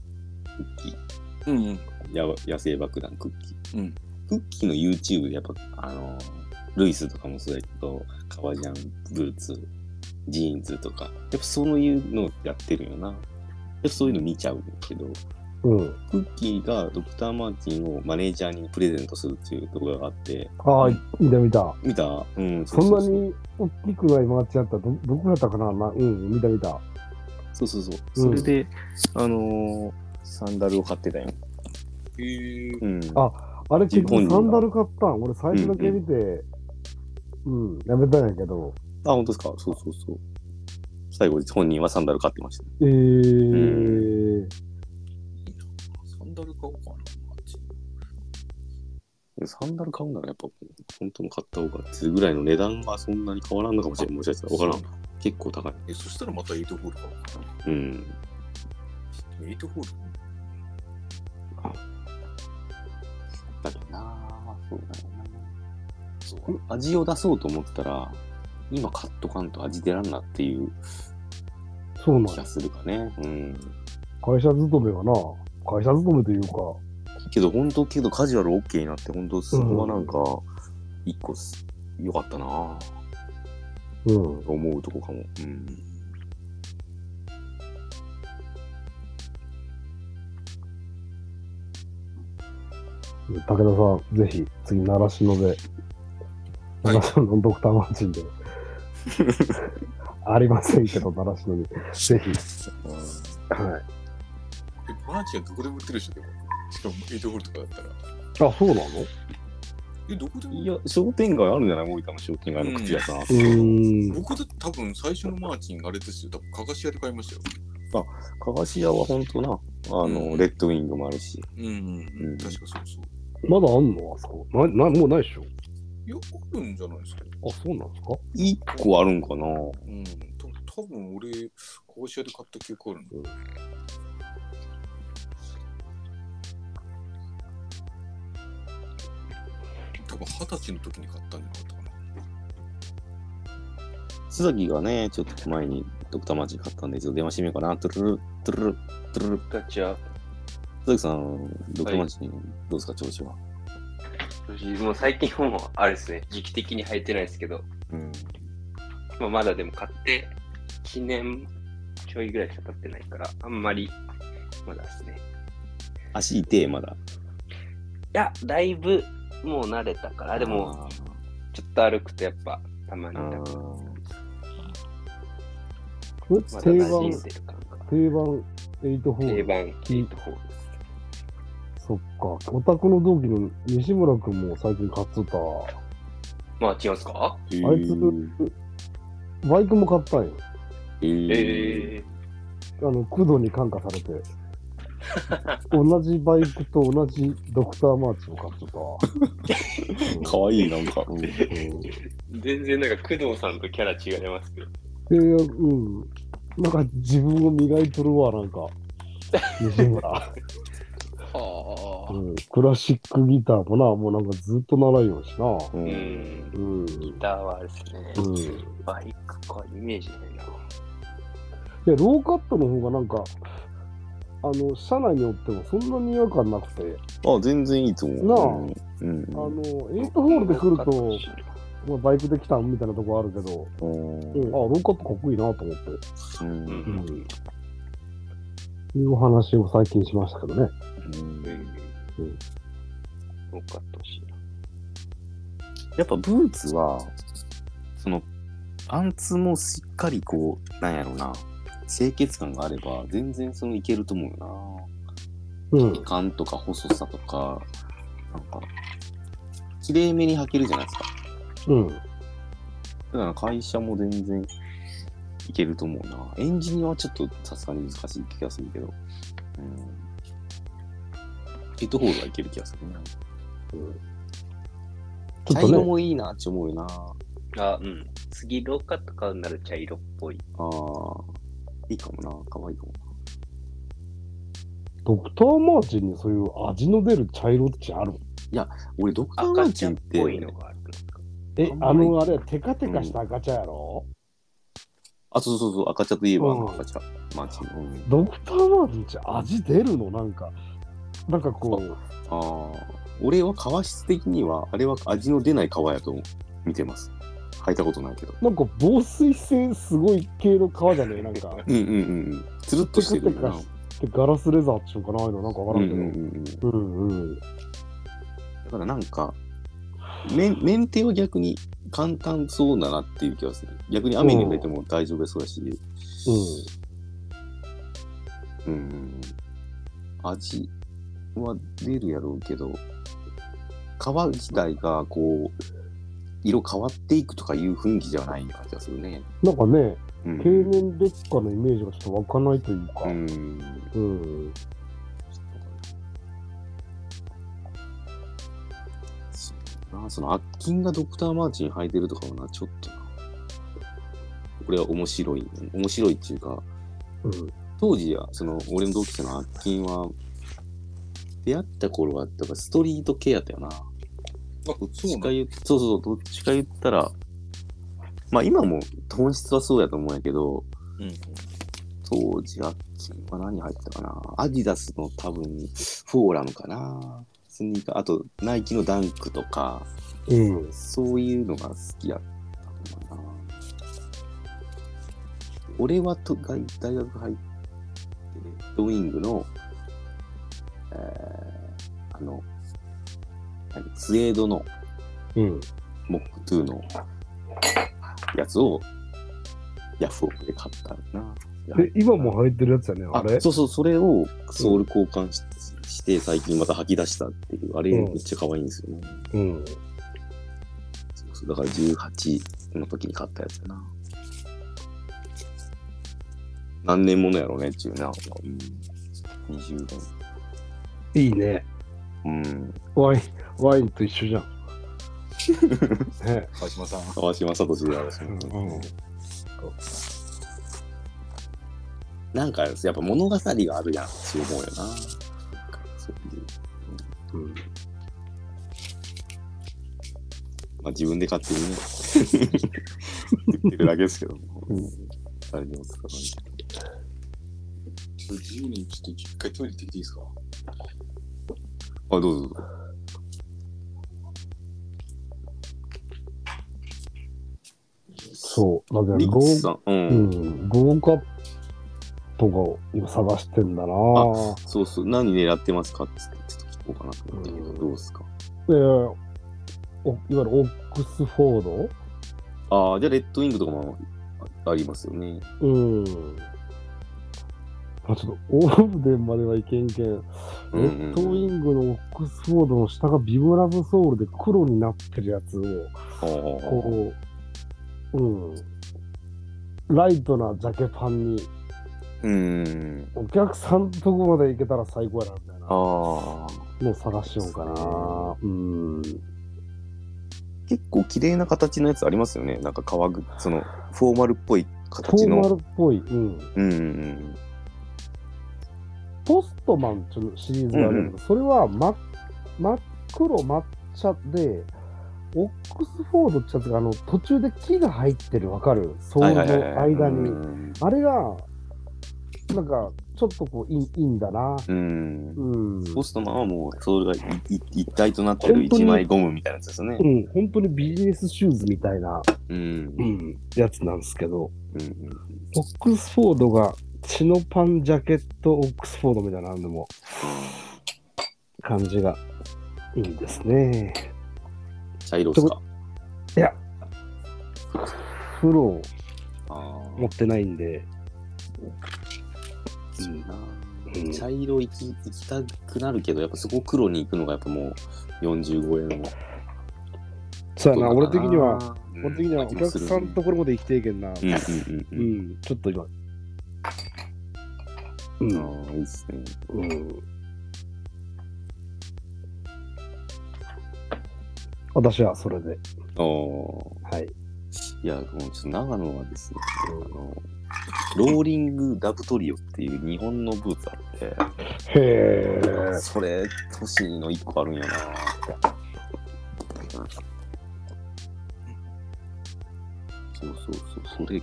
S1: クッキー。
S2: うんうん
S1: やば野生爆弾クッキー、
S2: うん
S1: クッキーの YouTube でやっぱあのルイスとかもそうだけど革ジャンブーツジーンズとかやっぱそういうのやってるよなやっぱそういうの見ちゃうけど
S4: うん、
S1: クッキーがドクター・マーティンをマネージャーにプレゼントするっていうところがあって
S4: ああ見た見た
S1: 見たうん
S4: そんなに大きくないマーチやったらどどこやったかななうん見た見た
S1: そうそうそう
S4: う
S1: そ
S4: ん
S1: れで、あのーサンダルを買ってたよ。
S5: へえ。
S1: うん。
S4: ああれ結
S1: 日本
S4: 局
S1: に
S4: サンダル買ったん俺最初だけ見て、うん、やめたんやけど。
S1: あ、本当ですかそうそうそう。最後、本人はサンダル買ってました。
S4: えー、
S5: サンダル買おうかな。
S1: サンダル買うならやっぱ本当の買った方がっていうぐらいの値段がそんなに変わらんのかもしれん。もしかしたら分からん。
S5: ん。
S1: 結構高い。
S5: え、そしたらまた8ホール買おうかな。
S1: うん。
S5: でも8ホール
S1: だけどなそうだよなそう味を出そうと思ったら、今買っとかんと味出らんなっていう
S4: そうなん
S1: 気
S4: や
S1: がするかね。うん。
S4: 会社勤めがな、会社勤めというか、
S1: けど本当、けどカジュアル OK になって、本当そこはなんか、一個す良かったなぁ
S4: うん。
S1: 思うとこかも。うん。
S4: 武田さん、ぜひ次、習志野で、
S5: はい
S4: 習志野のドクターマー [LAUGHS] チンで、ありませんけど、習志野に、ぜひ、はい。
S5: え、マーチはどこでも売ってるでしょ、でも。しかも8ホールとかだったら。
S4: あ、そうなの
S5: え、どこでも
S1: いや、商店街あるんじゃない森田の商店街の靴屋さん。
S4: うーん。
S5: 僕だって多分最初のマーチンあれですよ。多分かがし屋で買いましたよ。
S1: かがし屋は本当な、あの、
S5: うん
S1: レッドウィングもあるし。
S5: うん、う
S1: うん
S5: ん、確かそうそう。
S4: まだあんのあそこ。ななもうないでしょ
S5: いや、あるんじゃないですか。
S4: あ、そうなんですか
S1: 一個あるんか
S5: う
S1: な
S5: ん、多分多分俺、かがし屋で買った記憶あるの。多分二十歳の時に買ったんじゃなかったかな。
S1: 須崎がね、ちょっと前にドクターマーチン買ったんで、ちょっと電話してみようかな。トゥルル、トゥルル、トゥルル。
S6: ガチャ。
S1: 須崎さん、ドクターマーチン、どうですか、調子は。
S6: もう最近もうあれですね、時期的に入ってないですけど、
S1: うん。
S6: まあ、まだでも買って1年ちょいぐらいしか経ってないから、あんまりまだですね。
S1: 足痛え、まだ。
S6: いや、だいぶもう慣れたから、でも
S1: あー
S6: ちょっと歩くとやっぱたまに
S1: あ
S6: 痛く
S1: ー
S4: え
S6: まだ
S4: 定
S6: 馴
S4: 番
S6: 染ん、でる感が。
S4: 定番、エイトホール。
S6: 定番キート方です。
S4: そっか。オタクの同期の西村君も最近買ってた。
S6: まあ違いますか
S1: へー
S4: あいつバイクも買ったんよ。
S1: へー
S6: え
S4: あの、工藤に感化されて。
S6: [LAUGHS]
S4: 同じバイクと同じドクターマーチを買ってた。
S6: [LAUGHS]
S1: かわいい、なんか。
S6: ー全然なんか工藤さんとキャラ違いますけど。
S4: で、うん。なんか自分を磨いとるわ、なんか。西
S6: [LAUGHS]
S4: 村。
S6: は
S4: うん。クラシックギターもな、もうなんかずっと習いようしな。
S1: う。
S6: うんん。
S4: うん。
S6: ギターはあれですね。
S4: うん
S6: バイクか、イメージないな。
S4: で、ローカットの方がなんか、あの、車内におってもそんなに違和感なくて、
S1: あ、全然いいと
S4: な
S1: 思う。うんうん
S4: あの、エイトホールで来ると、まあ、バイクで来たんみたいなとこあるけど、
S1: うん
S4: うんあ、ローカットかっこいいなと思って、
S1: う
S6: うんん。
S4: いうお話を最近しましたけどね。
S1: うん
S4: うん
S6: 多かったしいな。
S1: やっぱブーツは、その、パンツもしっかりこう、なんやろうな、清潔感があれば、全然そのいけると思うよ
S4: う
S1: な。
S4: ん
S1: 時。間とか細さとか、なんか、きれいめに履けるじゃないですか。
S4: うん。
S1: だから会社も全然いけると思うな。エンジニアはちょっとさすがに難しい気がするけど、うん。ヘッドホールはいける気がするな。
S4: ちょ
S1: 茶
S4: っと
S1: 色
S4: ね、
S1: もいいなって思うよな。
S6: あ、うん。次、ローカット買うなら茶色っぽい。
S1: ああ、いいかもな。かわいいかも。
S4: ドクターマーチンにそういう味の出る茶色ってある
S1: 俺、ドクターマ
S6: 赤
S1: ーチ
S6: 茶
S1: ン
S6: っ
S1: って、
S6: ぽいのがあるのか。
S4: え
S1: あん、ま
S4: あ
S1: り
S4: の、あれ、テカテカした赤茶やろ、
S1: あ、そうそうそう、赤茶といえば、
S4: うん
S1: 赤茶、マーチン。うん
S4: ドクターマーチンって味出るのなんか、なんかこう、
S1: ああ、俺は皮質的には、あれは味の出ない皮やと思う見てます。履いたことないけど。
S4: なんか防水性すごい系の革じゃねえ
S1: [LAUGHS]
S4: なんか。
S1: うんうんうんうん。つるっとしてるよな。
S4: でガラスレザーっていうのかなああいうのなんかわ
S1: う
S4: か
S1: ん
S4: ら
S1: うん
S4: んけ
S1: う
S4: ど。
S1: ん。だ
S4: うんうん。
S1: からなんか、面面定は逆に簡単そうだなっていう気がする。逆に雨に濡れても大丈夫そうだし。うんうんうん。味は出るやろうけど、皮自体がこう、色変わっていくとかいう雰囲気じゃない感じがするね。
S4: なんかね、
S1: う
S4: 経
S1: ん。
S4: 年劣化のイメージがちょっと湧かないというか。
S1: うん。
S4: うん。
S1: そうなその、悪菌がドクターマーチン履いてるとかもな、ちょっとな。これは面白い、ね。面白いっていうか、
S4: うん。
S1: 当時は、その、俺の同期生のアッキンは、出会った頃は、だからストリート系やったよな。どっちか言うそうそうそう、どっちか言ったら、まあ今も本質はそうやと思うんやけど、
S5: うん
S1: 当時アッキンは何入ってたかな。アディダスの多分、フォーラムかな。スニーカー、あと、ナイキのダンクとか、
S4: うん。
S1: そういうのが好きやったのかな。俺はと大大学入って、レッドウィングの、えー、あの、何スウェードの
S4: うん。
S1: モックトゥーのやつをヤフオクで買ったな。
S4: え、今もう履いてるやつやね、あれ。
S1: そうそう、それをソール交換し,、して、最近また吐き出したっていう、あれめっちゃ可愛いんですよね。
S4: うん。
S1: そうそうだから18の時に買ったやつやな。何年ものやろうねっていうな。うん、20年。
S4: いいね。
S1: うん。
S4: ワイン、ワインと
S1: [LAUGHS]
S4: 一緒じゃん。ね。
S5: 川島さん。
S1: 川島聡で私も
S4: うん。
S1: なんか、やっぱ物語があるやんって思うよな。なんかそういう
S4: う
S1: ま
S4: ん。
S1: あ自分で買ってるね。言ってるだけですけども。誰にも使わない。
S5: ちょっと自由にちょっと一回トイレ行ってきていいですか
S1: あ、どうぞ。
S4: そう。だ
S1: リ
S4: けど、ロ
S1: ッ
S4: ー
S1: チさん。う。
S4: うんん、ローカップが今探してんだなぁ。
S1: そうそう。何狙ってますかってちょっと聞こうかなと思ったけど、
S4: うん
S1: どうですか
S4: で、おいわゆるオックスフォー
S1: ああ、じゃあレッドウィングとかもあありますよね。
S4: ドうん。あちょっと、オーブデンまではいけんけん、レ
S1: うんうん
S4: ッドウィングのオックスフォードの下がビブラブソールで黒になってるやつを、
S1: ああ。
S4: こう、うん、ライトなジャケパンに、
S1: うん。
S4: お客さんのとこまで行けたら最高やな、みたいな
S1: ああ。
S4: のを探しようかなぁ。うん。
S1: 結構綺麗な形のやつありますよね。なんか革ぐ、その、フォーマルっぽい
S4: フ
S1: 形
S4: ォー
S1: の。
S4: マルっぽい。うん。
S1: うんうん
S4: ポストマンっていうシリーズがあるんだけど、それは真真っ黒抹茶で、オックスフォードってやつがあの途中で木が入ってる、わかるソ
S1: うん。
S4: ー
S1: は
S4: ル
S1: いはいはい
S4: の
S1: はい。
S4: 間
S1: う
S4: に。
S1: ん
S4: あれが、なんか、ちょっとこういい、いいんだな。
S1: うん。
S4: うん。
S1: ポストマンはもうソールがいい一体となってる
S4: 本当に
S1: 一枚ゴムみたいなやつですよね
S4: う。ん、本当にビジネスシューズみたいな、
S1: うん。うん
S4: うん、やつなんですけど、
S1: うん
S4: オックスフォードがチノパンジャケットオックスフォードみたいなのでも感じがいいですね。
S1: 茶色ですか。
S4: いや、フロ
S1: あ
S4: ー持ってないんで、
S1: ーそうな
S4: うん
S1: 茶色行き行きたくなるけど、やっぱそこ黒に行くのがやっぱもう45円の。
S4: そうやな、俺的には、
S1: うん、
S4: 俺的にはお客さんところまで行きていけんな。
S1: うんうん
S4: う
S1: うんうん。
S4: ん、ちょっと今。う、
S1: うんん、ああ、いいっすね。
S4: うん。私はそれで、
S1: ああ、
S4: はい。
S1: いや、もうちょっと長野はですね、あの、ローリングダブトリオっていう日本のブーツあって、
S4: へえ。
S1: それ、欲しいの一個あるんよな。そうそうそう、それ。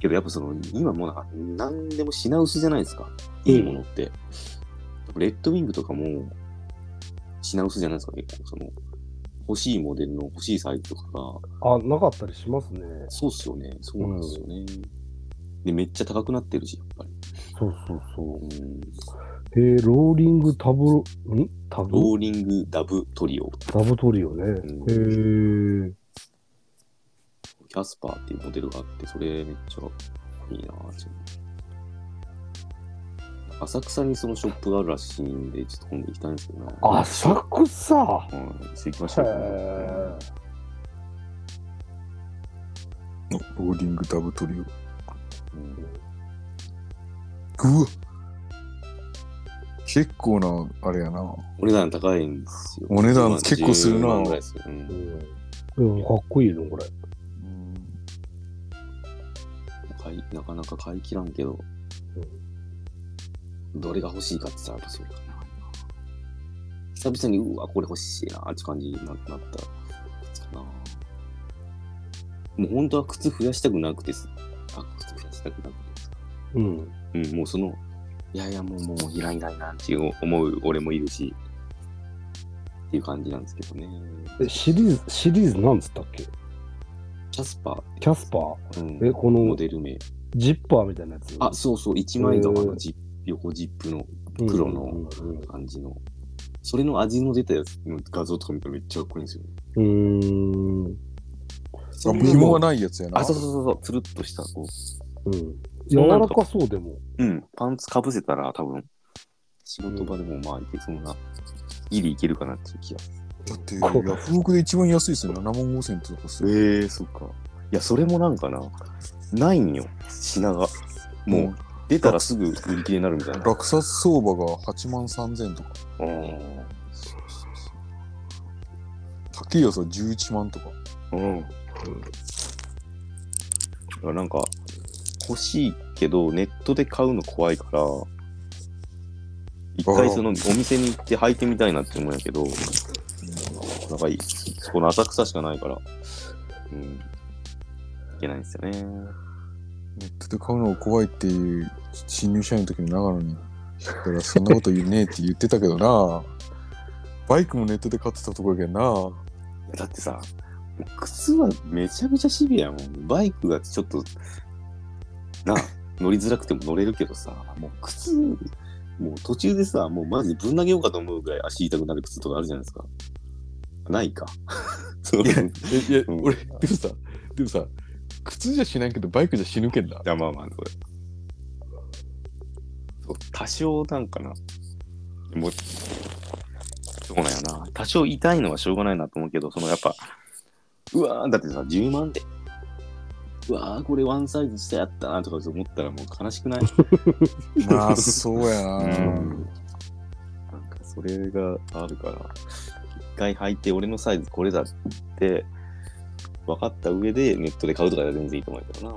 S1: けどやっぱその、今もうなんか、なんでも品薄じゃないですか。いいものって。レッドウィングとかも、品薄じゃないですか、結構。その、欲しいモデルの欲しいサイズとかが、
S4: あ、なかったりしますね。
S1: そうっすよね。そうなんですよね。で、めっちゃ高くなってるし、やっぱり。
S4: そうそうそう
S1: うん、
S4: へえ、ローリングタブロ、んタ
S1: ロ
S4: ブ
S1: ーリングダブトリオ。
S4: ダブトリオね。
S1: う
S4: へえ。
S1: キャスパーっていうモデルがあって、それめっちゃいいなぁ、ちょっと。浅草にそのショップがあるらしいんで、ちょっと今度行きたいんですけどね。
S4: 浅草
S1: うん、行きまし
S4: へ
S1: ょう。
S4: え。
S2: ボーリングダブトリオ。う
S1: うん
S2: わ結構な、あれやな。
S1: お値段高いんですよ。
S2: お値段結構するな
S1: 10万ぐらいですようん
S4: うん、かっこいいの、これ。
S1: 買いなかなか買い切らんけど、どれが欲しいかって言ったらやっぱそれかな。久々に、うわ、これ欲しいなって感じにななった靴かな。もう本当は靴増やしたくなくてす、あ、靴増やしたくなく
S4: うん。
S1: てす。うん、もうその、いやいや、もう、もう、いらんいらんいらんっていう思う俺もいるし、っていう感じなんですけどね。
S4: えシリーズ、シリーズなんつったっけ
S1: キャスパー。
S4: キャスパー
S1: うん、
S4: え、こ
S1: モ
S4: の
S1: デル名。
S4: ジッパーみたいなやつ。
S1: あ、そうそう、一枚革
S4: へー
S1: のジップ、横ジップの
S4: うん、
S1: 黒の
S4: うん
S1: 感じの。それの味の出たやつの画像とか見たらめっちゃかっこいいんですよね。
S4: うん。う
S2: あ、紐がないやつやな。
S1: あ、そうそうそうそう、つるっとした、こ
S4: ーん。うん。柔らかそう、でも。
S1: う。うん。パンツかぶせたら多分、仕事場でもまあいけそうな、ギリいけるかなっていう気がす
S2: だって、ヤフオクで一番安いっすよ。7万5千とかする。
S1: る。ええそっか。いや、それもなんかな、ないんよ、品が。もう、出たらすぐ売り切れになるみたいな。
S2: 落札相場が8万3千とか。
S1: うん。
S2: 高いやつは11万とか。
S1: うん。だからなんか、欲しいけど、ネットで買うの怖いから、一回そのお店に行って履いてみたいなって思うんやけど、なんかいい、そこの浅草しかないから、うん、いけないんですよね。
S2: ネットで買うのが怖いっていう新入社員の時に長野にだからそんなこと言うねえって言ってたけどな [LAUGHS] バイクもネットで買ってたとこやけんな
S1: だってさ、靴はめちゃめちゃシビアやもん。バイクがちょっと、なあ、乗りづらくても乗れるけどさ、もう靴、もう途中でさ、もうマジぶん投げようかと思うぐらい足痛くなる靴とかあるじゃないですか。ないか。そう。い
S2: いやいや、
S1: うん
S2: 俺でもさでもさ靴じゃ死ないけどバイクじゃ死ぬけんな
S1: や、 [LAUGHS] まあまあ、それ。そう多少なんかな。もう、そうなんやな。多少痛いのはしょうがないなと思うけど、そのやっぱ、うわー、だってさ、10万で。うわー、これワンサイズ下やったなとか思ったらもう悲しくない
S2: まあそうやな、
S1: うんなんかそれがあるから、一回履いて、俺のサイズこれだって、分かった上でネットで買うとかでは全然いいと思うけどな。や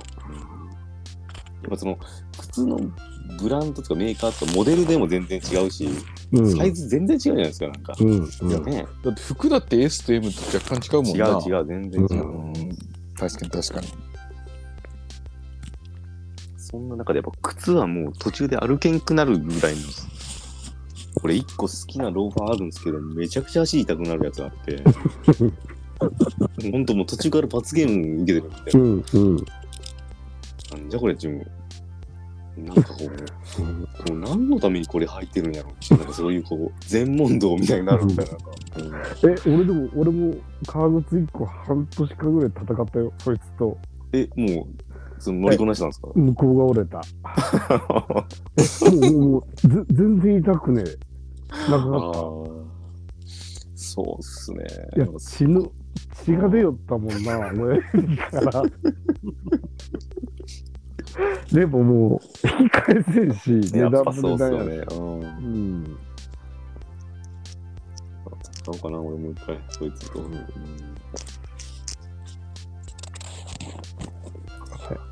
S1: っぱその、靴のブランドとかメーカーとかモデルでも全然違うし、
S4: うん。
S1: サイズ全然違うじゃないですか、なんか。
S4: うん。うん。
S1: いやね、
S2: だって服だって S と M と若干違うもん
S1: 違
S2: な
S1: う違う、全然違う。
S2: うん確かに確かに
S1: そんな中でやっぱ靴はもう途中で歩けんくなるぐらいの。これ一個好きなローファーあるんですけど、めちゃくちゃ足痛くなるやつあ
S4: [LAUGHS]
S1: って。ほんともう途中から罰ゲーム受けてるみたい
S4: うん。うん。
S1: な。なんじゃこれ、ジム。なんかこう、こう何のためにこれ履いてるんやろうっていう、なんかそういうこう、全問答みたいになるみたいな。
S4: え、俺でも、俺も、革靴一個半年間ぐらい戦ったよ、そいつと。
S1: え、もう、その乗りこなしたんですか
S4: 向こうが折れた。
S1: [LAUGHS]
S4: もう、もう、ぜ全然痛くね
S1: あ
S4: え。なくな
S1: あ
S4: っ
S1: ー。そうっすね。
S4: た。いや、死ぬ。血が出よったも
S1: [LAUGHS]
S4: んな、俺から。でももう、引き返せんし、
S1: やっ
S4: 値段
S1: ぱ
S4: も
S1: そう
S4: 値
S1: っす
S4: 段
S1: よ
S4: やし
S1: ね。うん
S4: うん。
S1: 使おうかな、俺もう一回、そいつと。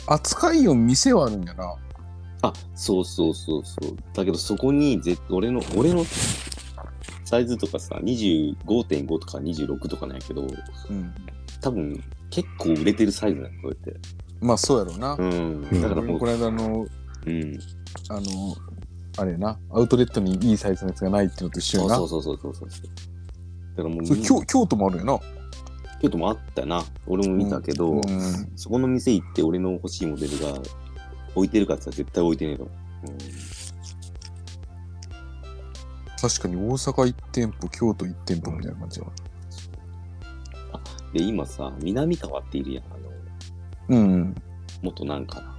S2: 扱いを店はあるんやな
S1: あ、そうそうそうそう。だけど、そこにぜ、俺の、俺のサイズとかさ、25.5とか26とかなんやけど、
S2: うん
S1: 多分、結構売れてるサイズなんや、こうやって。
S2: まあそうやろうな、
S1: うん。だから
S2: 俺
S1: も
S2: も
S1: う
S2: こ、の間あの
S1: うん。
S2: あの、あれやな、アウトレットにいいサイズのやつがないってのと一緒
S1: そう
S2: やな。
S1: そうそうそうそうそう。だからもう、
S2: それ京京都もあるよな。
S1: 京都もあったな。俺も見たけど、
S2: うん
S1: そこの店行って俺の欲しいモデルが置いてるかって言ったら絶対置いてねえと思う。うん
S2: 確かに大阪1店舗、京都1店舗みたいな感じやわ。
S1: で、今さ、南川っているやん。あの、
S2: うん。
S1: 元なんかな。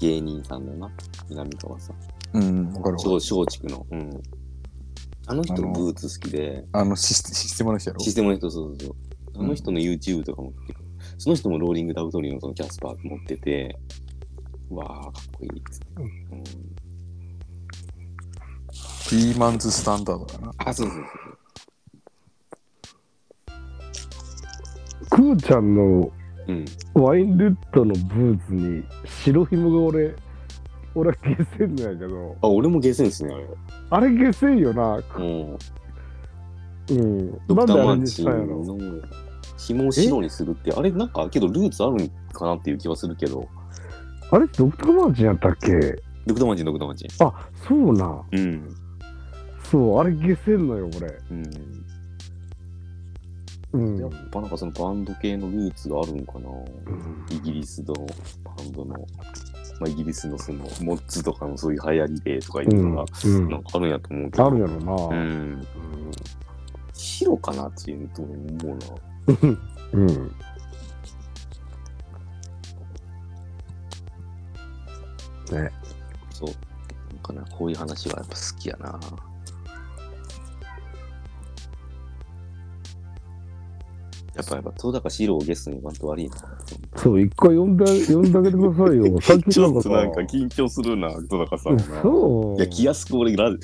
S1: 芸人さんのな、南川さん。
S2: うん、わかるわ。
S1: 松松竹の。うん。あの人
S2: あの
S1: ブーツ好きで、
S2: あのシステ、システマの人やろ
S1: システムの人、そうそうそう。あの人の YouTube とかも見てる、その人もローリングダウトリーのそのキャスパー持ってて、うわあ、かっこいいっつって。うん、
S2: ピーマンズスタンダードだな。
S1: あ、そうそうそう。
S4: クーちゃんの
S1: うん。
S4: ワインレッドのブーツに白ひもが俺、俺は下船なんやけど、
S1: あ、俺もゲーセンですね、あれ。
S4: あれ下船よな。
S1: うん。
S4: うん。
S1: ド
S4: な
S1: ク
S4: ん
S1: タ
S4: で
S1: ー
S4: あ
S1: マ
S4: れ
S1: ン
S4: にし
S1: チ
S4: たんや
S1: ン
S4: ろ。
S1: の紐を白にするって、あれなんか、けどルーツあるんかなっていう気はするけど、
S4: あれドクターマーチンやったっけ
S1: ドクターマンチン、ドクターマンチン。
S4: あ、そうな。
S1: うん。
S4: そう、あれ下船のよ、俺。
S1: うん。
S4: うん。。
S1: やっぱなんかそのバンド系のルーツがあるんかな、イギリスのバンドの、まあ、イギリスのそのモッツとかのそういう流行りでとかいううんのが、
S4: うん
S1: なんかあるんやと思うけど。
S4: あるやろ
S1: う
S4: な。
S1: ん。白かなっていうと思うな。
S4: うん。うん。
S1: そう。なんかな、こういう話はやっぱ好きやな。やっぱやっぱ、戸高白をゲストに言わんと悪いな。
S4: そう、一回呼んで、呼んであげてください
S1: [LAUGHS]
S4: よ。さっきなんかさ。
S1: 緊張するな、戸高さ
S4: そう。
S1: いや、気安く俺、ラジ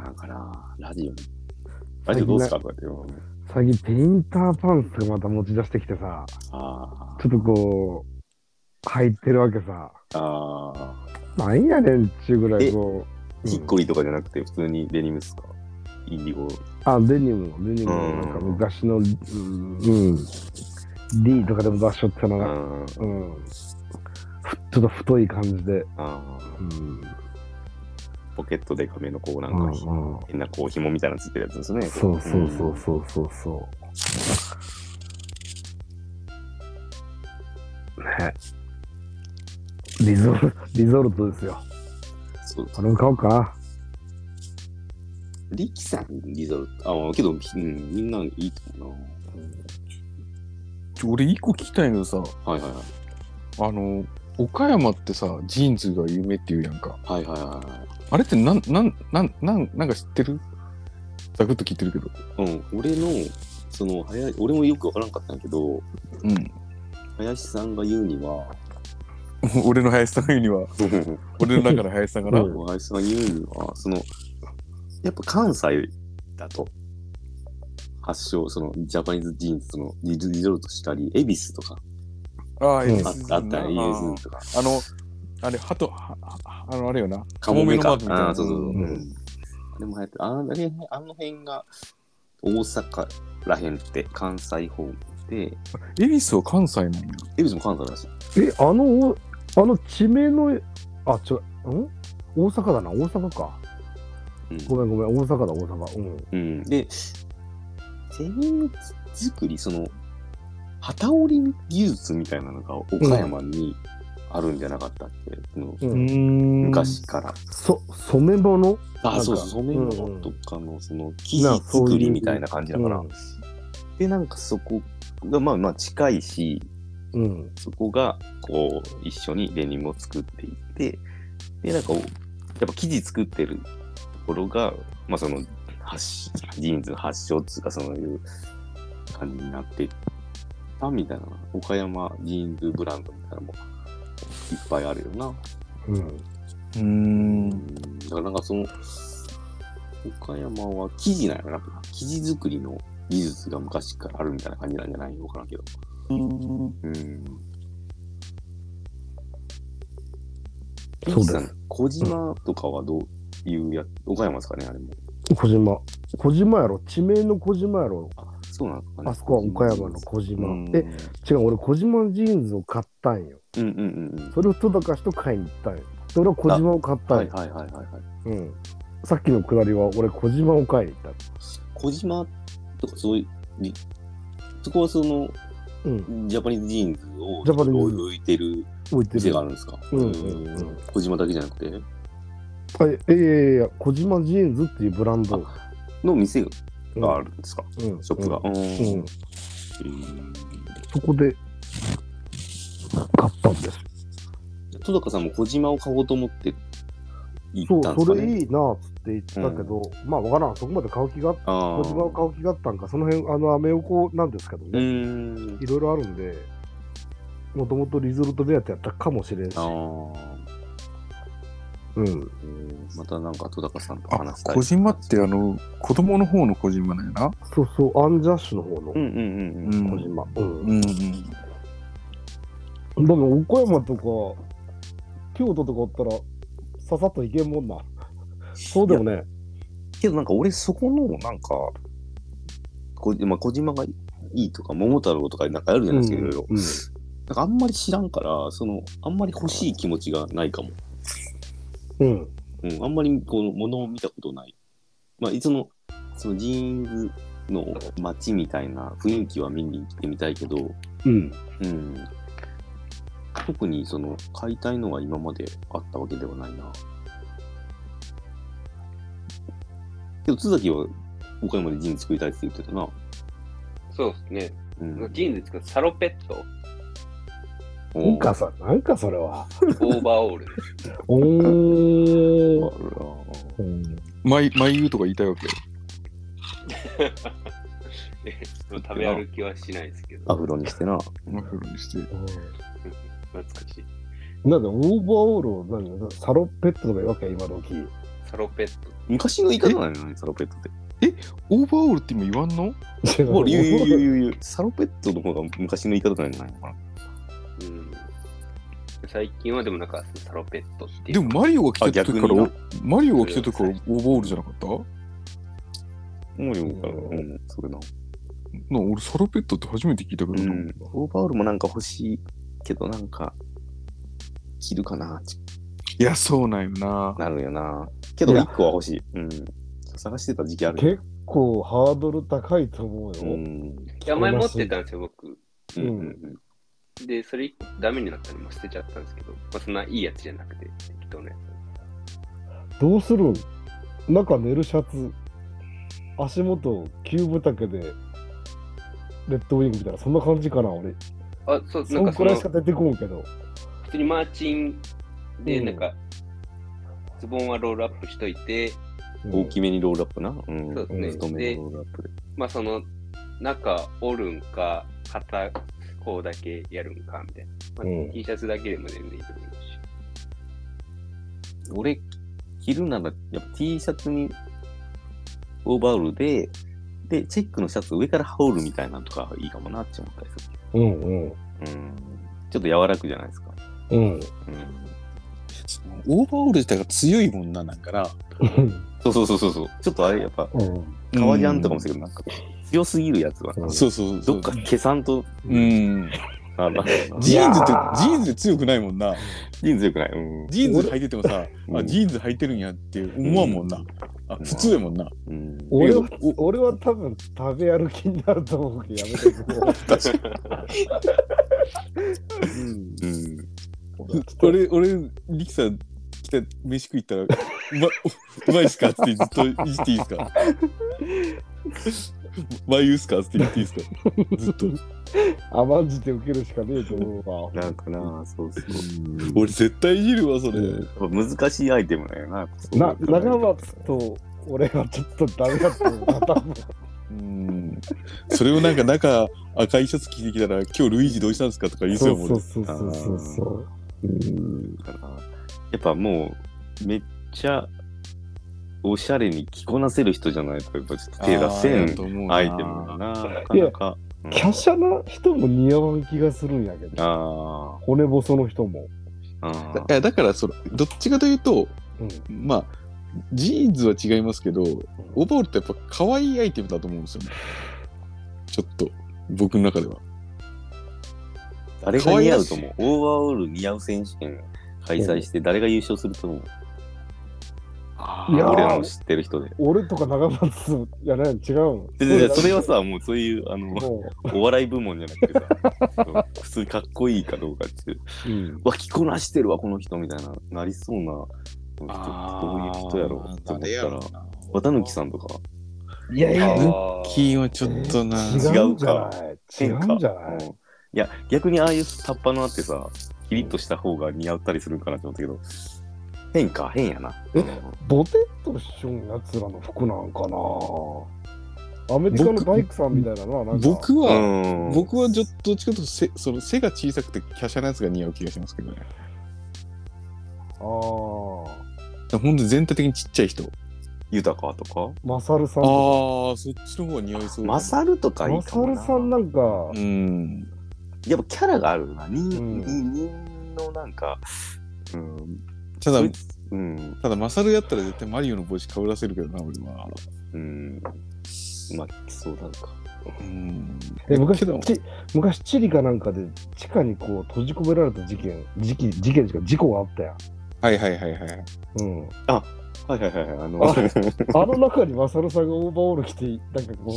S1: オ、なんかな、ラジオ。ラジオどうすかとかって言うの。
S4: 最近ペインターパンツがまた持ち出してきてさ、
S1: あ
S4: ちょっとこう、入ってるわけさ。
S1: あ、あ
S4: なんやねんっちゅうぐらい
S1: え
S4: こう。
S1: あ、ヒッコリとかじゃなくて、普通にデニムっすかインディゴ。
S4: うんあ、デニムの、デニムの、なんか昔の、うん、D とかでも出しちゃったの
S1: う
S4: が、
S1: ん。
S4: うん。ふちょっと太い感じで、
S1: ああ、
S4: うん。
S1: ポケットでカメのこう、な
S4: うん
S1: か、
S4: ん
S1: 変なこう、紐みたいなのつってるやつですね。
S4: そうそうそうそうそうそう。ね。リゾル、リゾルトですよ。
S1: そう
S4: これも買おうかな。
S1: リキさん、リゾルト。ああ、けど、うん、みんないいと思う
S2: ちょ俺一個聞きたいのさ、
S1: な。はいはいはい。
S2: あの、岡山ってさ、ジーンズが有名っていうやんか。
S1: はいはいは
S2: あれってなん、なん、なん、なん、なんか知ってるザクッと聞いてるけど。
S1: いはい。うん、俺の、その、はや俺もよくわからんかったんやけど、
S2: うん。
S1: 林さんが言うには、
S2: [LAUGHS] 俺の林さんが言うには、俺の中の林さんがな。
S1: うん、林さんが言うには、その、やっぱ関西だと、発祥、その、ジャパニーズジーンズのリリゾルトしたり、恵比寿とか、
S2: ああ、
S4: うん
S2: エビ
S1: あ
S2: ス
S1: あったり、恵比寿とか、
S2: あの、あれ、ハト、ははあの、あれよな。
S1: カモメか。
S2: カモメのマークみたいな
S1: あーそうそうそう。
S4: うん
S1: うんあれも流行ってるあの辺、あの辺が、大阪らへんって、関西方面で、
S2: エビスは関西なんや。
S1: 恵比寿も関西らしい。
S4: え、あの、あの地名の、あ、違う、ん大阪だな、大阪か。ごめんごめん、大阪だ、大阪。う
S1: う
S4: ん。
S1: ん。うん、で、セミン作り、その、旗織り技術みたいなのが岡山にあるんじゃなかったっけ、その
S4: うん
S2: ん
S1: 昔から。
S4: そ、染め物
S1: あ、そう
S4: な
S1: そ
S4: ん
S1: う、染
S4: か
S1: め物とかの、その、生地作りみたいな感じだから。で、なんかそこが、まあまあ近いし、
S4: うん。
S1: そこが、こう、一緒にデニムを作っていって、で、なんか、やっぱ生地作ってるところが、まあその、発しジーンズの発祥っつうか、そういう感じになってたみたいな、岡山ジーンズブランドみたいなのもいっぱいあるよな。
S4: うん。
S2: う
S1: うん
S2: ん。
S1: だからなんかその、岡山は生地なんやろな。生地作りの技術が昔からあるみたいな感じなんじゃないのかなけど。うん。
S4: そうです
S1: エイジさん小島とかはどういうや、岡山ですかね、あれも。
S4: 小島。小島やろ。地名の小島やろ。
S1: あ、そうなんですかね。
S4: あそこは岡山の小
S1: う
S4: 島。
S1: ん。
S4: え、違う、俺、小島ジーンズを買ったんよ。
S1: うんうんうん
S4: それを戸高氏と買いに行ったんよ。で俺は小島を買っ
S1: うん。
S4: た
S1: は
S4: ん
S1: い
S4: よ。
S1: はいはいはいはい。
S4: うん。さっきのくだりは、俺、小島を買いに行っ
S1: 小島とかそういう、りそこはその、
S4: た。うん。
S1: ジャパニーズジーンズを
S4: ジャパニーズ
S1: 置いてる
S4: 置いて
S1: 店
S4: る
S1: があ。るんですか。
S4: うんうんうん
S1: 小島だけじゃなくて
S4: あいやいやいや、小島ジーンズっていうブランド
S1: の店
S4: うん
S1: があるんですか、
S4: うん
S1: ショップが。うん。
S4: うん
S1: う
S4: うん
S1: ん
S4: そこで買ったんです。
S1: 戸高さんも小島を買おうと思って行
S4: そ
S1: ったんで
S4: う、
S1: す
S4: そ
S1: か
S4: れ
S1: ね。
S4: いいなっつって言ってたけど、まあわからん、そこまで買う気が、
S1: ああ
S4: 小島を買う気があったんか、その辺、あの、アメ横なんですけど
S1: う
S4: ね、
S1: ーん。
S4: いろいろあるんで、もともとリゾルト目当てやったかもしれんし
S1: あ、あ。
S4: うん、
S1: えーまたなんか戸高さんと
S2: あ
S1: 話したい。
S2: 小島ってあの子供の方の小島なんやな
S4: そうそう、アンジャッシュの方
S1: うんう
S4: の
S1: んうんうん。
S2: うん
S4: 小島。うん
S2: うんうん
S3: でも岡山とか京都とかおったらささっといけんもんな。
S4: そうだよね。
S1: けどなんか俺そこのなんか、こまあ、小島がいいとか桃太郎とかなんかあるじゃないですか、いろいろ。
S4: うん
S1: なんかあんまり知らんから、その、あんまり欲しい気持ちがないかも。
S4: うん。
S1: うん、あんまりこのものを見たことない。まあ、いつも、そのジーンズの街みたいな雰囲気は見に行ってみたいけど、
S4: うん。
S1: うん。特にその、買いたいのが今まであったわけではないな。けど、津崎は岡山でジーンズ作りたいって言ってたな。
S6: そうですね。
S1: うん。
S6: ジーンズ作るサロペット、
S4: なんかさ、なんかそれは。
S6: オーバーオールです。
S4: お
S1: お
S4: ー。
S1: ー
S2: 眉眉とか言いたいわけ
S6: え食べ歩きはしないですけど、
S1: アフロにしてな。
S2: マフロにして
S6: 懐かしい。
S3: なんでオーバーオールをなんだサロペットとか言うわけ今時。
S6: サロペット。
S1: 昔の言い方なのね、サロペット [LAUGHS] って。
S2: オーバーオールって今言わんの
S1: もう、言う言う言う
S4: [LAUGHS]
S1: 言う言う。サロペットの方が昔の言い方なんじゃないのかな。
S6: うん、最近はでもなんかサロペットっていう。
S2: でもマリオが来てた時から
S1: あ逆にな
S2: マリオが来てた時からオーバーオールじゃなかった
S1: もうよくあるうん、それな。
S2: な俺サロペットって初めて聞いたけど、
S1: うん、オーバーオールもなんか欲しいけど、なんか、着るかな、ち
S2: いやそうなんよな
S1: なるよな。けど、
S3: いや
S1: 一個は欲しい。うん。探してた時期ある。
S3: 結構ハードル高いと思う
S1: う
S3: よ。
S1: ん。
S6: 山持ってたんですよ、僕。
S1: うんうん
S6: で、それダメになったんで、もう捨てちゃったんですけど、まあ、そんないいやつじゃなくて、適当なや
S3: どうするん中寝るシャツ、足元、急分丈で、レッドウィングみたいな、そんな感じかな、俺。
S6: つ。あ、そう、
S3: そ
S6: なん
S3: ん
S6: かそ
S3: くら
S6: の、
S3: いしか
S6: 普
S3: 出てこんけど。
S6: 通にマーチンで、
S3: うん
S6: なんか、ズボンはロールアップしといて、
S3: う
S1: うんん大きめにロールアップな。うん。
S6: そうですね
S1: 太めのロールアップで。
S6: まあその、中折るんか、片方だけやるんか、みたいな。
S3: う
S6: まあ
S3: ん
S6: T シャツだけでも全然いいと思うし。
S1: 俺、着るなら、やっぱ T シャツにオーバーオールで、で、チェックのシャツ上から羽織るみたいなのとかいいかもなって思ったりす
S3: うんうん。
S1: る。うん。ちょっと柔らくじゃないですか。
S3: うん。
S1: うん。
S2: オーバーオール自体が強いもんななんかな
S1: そうそうそうそうそう。ちょっとあれ、やっぱ、
S3: うん
S1: 革ジャンとかもするけど、なんか強すぎるやつは、
S3: うん
S2: そうそうそ
S1: ど
S2: う
S1: っか消さんと、
S2: うん
S1: あなんだろうな
S2: ジーンズってジーンズ強くないもんな
S1: ジーンズよくない。うん
S2: ジーンズ履いててもさ、
S1: うん
S2: あジーンズ履いてるんやって思わんもんな、あ普通やもんな、
S1: うん
S3: 俺は
S2: お、
S3: 俺は多分食べ歩きになると思うけど、やめてくれ。うん
S1: うん
S2: 俺俺リキさん来た飯食い行ったら「うまうまいっすか?」ってずっと言っていいですか「まゆっすか?」って言っていいですかずっと
S3: 甘んじて受けるしかねえと思うわ。
S1: なんかな、そうそう。
S2: 俺絶対いじるわそれ、
S1: 難しいアイテムだよな。
S3: な、長松と俺はちょっとダメだと思うな。多分
S2: うんそれをなんか中赤いシャツ着てきたら「今日ルイージどうしたんですか?」とか言いそう
S3: そう
S2: やもん
S3: そうそうそうそうそう。
S1: うんだからやっぱもう、めっちゃ、おしゃれに着こなせる人じゃないと、やっぱちょっと手出せ
S2: あーやと
S1: ん
S2: 思うな
S1: アイテムだな。なかなか。うん
S3: 華奢な人も似合わん気がするんやけど、
S1: あ
S3: 骨細の人も。
S1: ーあ
S2: だ
S1: ー。
S2: だからそれどっちかというと
S3: うん
S2: まあジーンズは違いますけどオーバーオールってやっぱ可愛いアイテムだと思うんですよねちょっと僕の中では
S1: 誰が似合うと思う。オーバーオール似合う選手権開催して、誰が優勝すると思う。
S3: いやー
S1: 俺らの知ってる人で。
S3: 俺とか長松やね違うん。
S1: でででそれはさ、もうそういう、あの、
S3: も
S1: お笑い部門じゃなくてさ [LAUGHS] そう、普通にかっこいいかどうかっていう、
S3: う、うん、
S1: わ、着こなしてるわ、この人みたいな、なりそうな、この人、どういう人やろうと思ったら、綿貫さんとか、
S3: いやいや、違
S6: あー
S2: 金はちょっとな
S1: 違
S3: う
S1: うか
S3: んじゃない違
S1: 変か
S3: うんじゃな
S1: うん
S3: い
S1: いや、逆にああいうタッパのあってさ、キリッとした方が似合ったりするんかなと思ったけど、変か、変やな。
S3: ボテッとしょんやつらの服なんかなアメリカのバイクさんみたいなななんか
S2: 僕
S1: う
S2: は、
S1: ん。
S2: 僕はちょっとどっちかというと背その背が小さくて華奢なやつが似合う気がしますけどね。
S3: ああ
S2: ほんと全体的にちっちゃい人。
S1: 豊かとか
S3: マサルさん
S2: ああ
S3: と
S2: ー、そっちの方が似合いそう。
S1: マサルとか
S3: か
S1: い
S3: マ
S1: いか
S3: サ
S1: も
S3: ル
S1: な。
S3: さんなんか、
S2: うん。
S1: やっぱキャラがあるな。人、
S3: うん
S1: 人人のなんか、うん。
S2: ただ
S1: そい、うん。
S2: ただ、マサルやったら絶対マリオの帽子被らせるけどな、俺は。
S1: うん。まあ、そうなのか。
S2: うん。
S3: え昔
S2: けど
S3: ち昔チリかなんかで地下にこう閉じ込められた事件事件事件しか事故があったやん、
S2: はいはいはいはい。
S1: [LAUGHS]
S3: うん、
S1: はいはいはいはい。あ [LAUGHS] の、
S3: あの中にマサルさんがオーバーオール着てなんかこう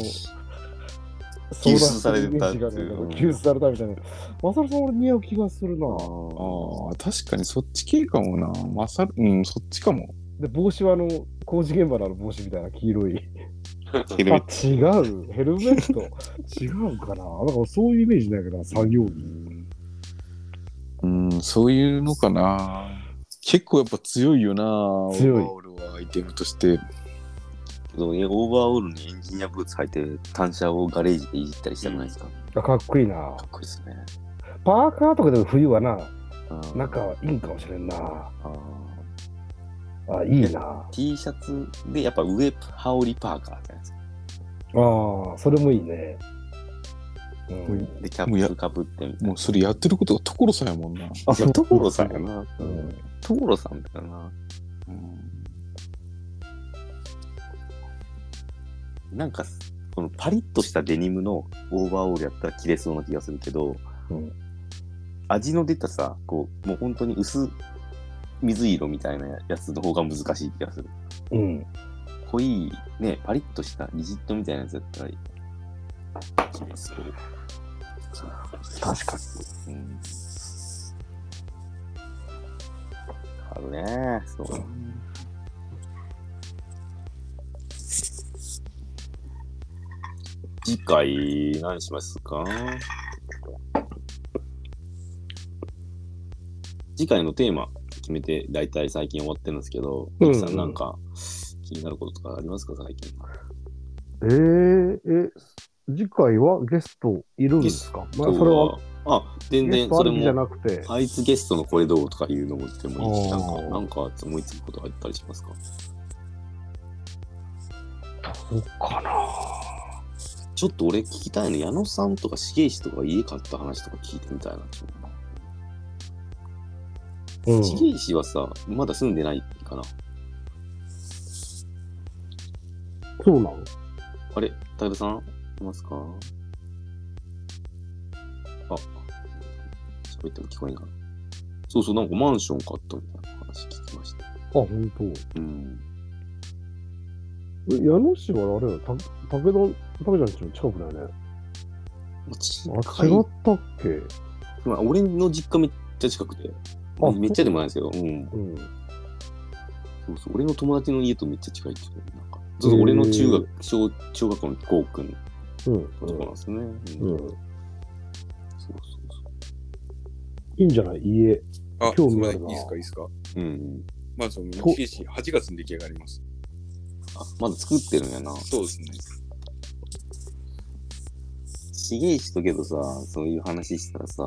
S1: 救出されたってい
S3: 相談するイメージがあるん
S1: う
S3: だけど救出されたみたいなマサルさん俺似合う気がするな
S2: ああ、確かにそっち系かもな。マサル、うん、そっちかも。
S3: で帽子はあの工事現場のあの帽子みたいな黄色い
S1: ヘル
S3: あ違
S1: メット
S3: うヘルメット違うかななんかそういうイメージだけど作業着
S2: うん、そういうのかな。結構やっぱ強いよな。
S3: 強い
S2: オーバーオールはアイテムとして。
S1: そういやオーバーオールにエンジニアブーツ履いて、単車をガレージでいじったりしたくないですか、か
S3: あかっこいいな
S1: っこいいですね。
S3: パーカーとかでも冬はな
S1: うん
S3: 中はいいんかもしれんな
S1: あ
S3: あいいな
S1: ー T シャツで、やっぱ上、羽織パーカーじゃないですか。
S3: ああ、それもいいね。う。
S2: もうん
S1: で、キャップかぶってみたいな。
S2: もうそれやってることが所さんやもんな。
S1: あ、そう、所さんやな。
S3: うん
S1: 所さんだよな。
S2: うん
S1: なんか、このパリッとしたデニムのオーバーオールやったら着れそうな気がするけど、
S3: うん
S1: 味の出たさ、こう、もう本当に薄水色みたいなやつの方が難しい気がする。
S3: うん。
S1: 濃い、ね、パリッとしたリジットみたいなやつだったらいい。着れそう。
S3: 確か
S1: うん。あるね。そう。次回、何しますか次回のテーマ決めて、大体最近終わってるんですけど、
S3: うん
S1: ミキさんなんか気になることとかありますか最近。
S4: えー、え、次回はゲストいるんですかまあ、それは、
S1: あ、全
S4: ゲス
S1: 然
S4: トあ
S1: それ
S4: るんじゃ
S1: も、
S4: なくて、
S1: あいつゲストのこれどうとかいうのもでもいいし、
S4: あ
S1: なん
S4: ー
S1: か、なんか思いつくことあったりしますか
S4: そうかな。
S1: ちょっと俺聞きたいの、矢野さんとか重石とか家買った話とか聞いてみたいな。ちょっと
S3: に。うん。
S1: 重石はさ、まだ住んでないかな。
S4: そうなの
S1: あれ、武田さん、いますかあ、喋っても聞こえないかな。そうそう、なんかマンション買ったみたいな話聞きました。
S4: あ、本当。
S1: うん。
S4: え矢野市はあれだよ、た武田、武田ちの近くだよね。あ、
S1: 近い
S4: 違ったっけ
S1: まあ、俺の実家めっちゃ近くて。
S4: あ
S1: めっちゃでもないですけど、うん。
S4: うん。
S1: そうそう、俺の友達の家とめっちゃ近いっていう。なんか、そうそう俺の中学、小小学校の高君のとこなんですね。
S4: う。
S1: うんん
S4: うん。
S1: そうそうそ
S4: いいんじゃない家。
S5: あ
S4: 興味あ
S5: い
S4: るない
S5: ですか、いいですか。
S1: う。うん。
S5: マンションの西市、8月に出来上がります。
S1: あ、まだ作ってるんやな。
S5: そうですね。
S1: すげえ人けどさ、そういう話したらさ、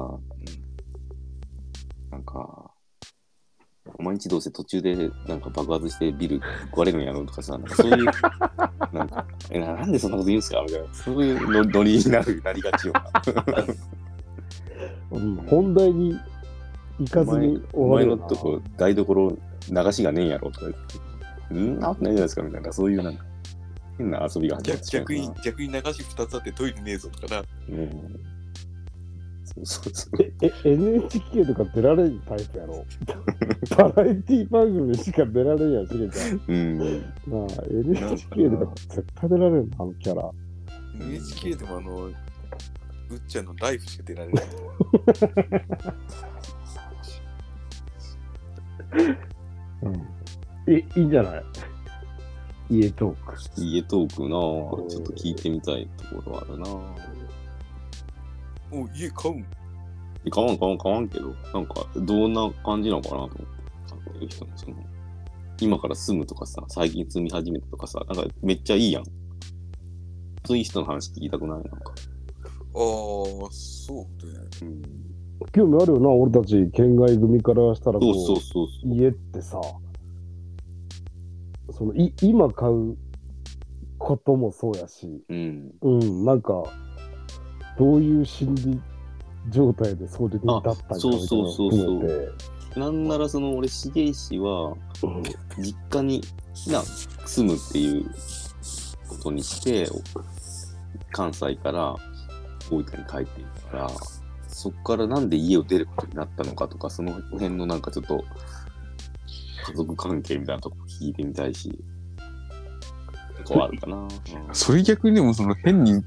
S1: なんか、お前んちどうせ途中でなんか爆発してビル壊れるんやろとかさ、なんかそういう、なんか、えななんでそんなこと言うんすかみたいな、そういうのノリになる、なりがちよな。
S4: うん、本題に行かずに
S1: お前
S4: 終
S1: の
S4: わるよな
S1: とこ台所流しがねえんやろとか言って、うんなわけないじゃないですかみたいな、そういうなんか、変な遊びが始まっ
S5: 逆
S1: ちゃうな
S5: 逆に、逆に流し2つあってトイレねえぞとかな。
S1: うんそうそうそう。
S4: ええ NHK とか出られんタイプやろバラエティ番組しか出られんやんしげち [LAUGHS] ゃん
S1: うん
S4: なあ NHK とか絶対出られんのあのキャラ
S5: NHK でもあの、ぶっちゃんのライフしか出られない。
S4: えいいんじゃない家トーク
S1: 家トークなぁちょっと聞いてみたいところあるなぁ
S5: お、家買うん
S1: え買わん買わん買わんけど、なんか、どんな感じなのかなと思って、買ってる人の、その、今から住むとかさ、最近住み始めたとかさ、なんかめっちゃいいやん。そういう人の話聞きたくないなんか。
S5: ああ、そうね。
S1: うん、
S4: 興味あるよな、俺たち県外組からしたらこ
S1: そううそうそうそう。
S4: 家ってさ、そのい今買うこともそうやし、
S1: うん。
S4: うん、なんか、どういう心理状態でそれに至ったんかみたいなのを含めて
S1: なんならその俺、重石は、実家にな住むっていうことにして、関西から大分に帰っていくから、そこからなんで家を出ることになったのかとか、その辺のなんかちょっと、家族関係みたいなとこ聞いてみたいし、こうあるかな。うん
S2: それ逆にでもその変に家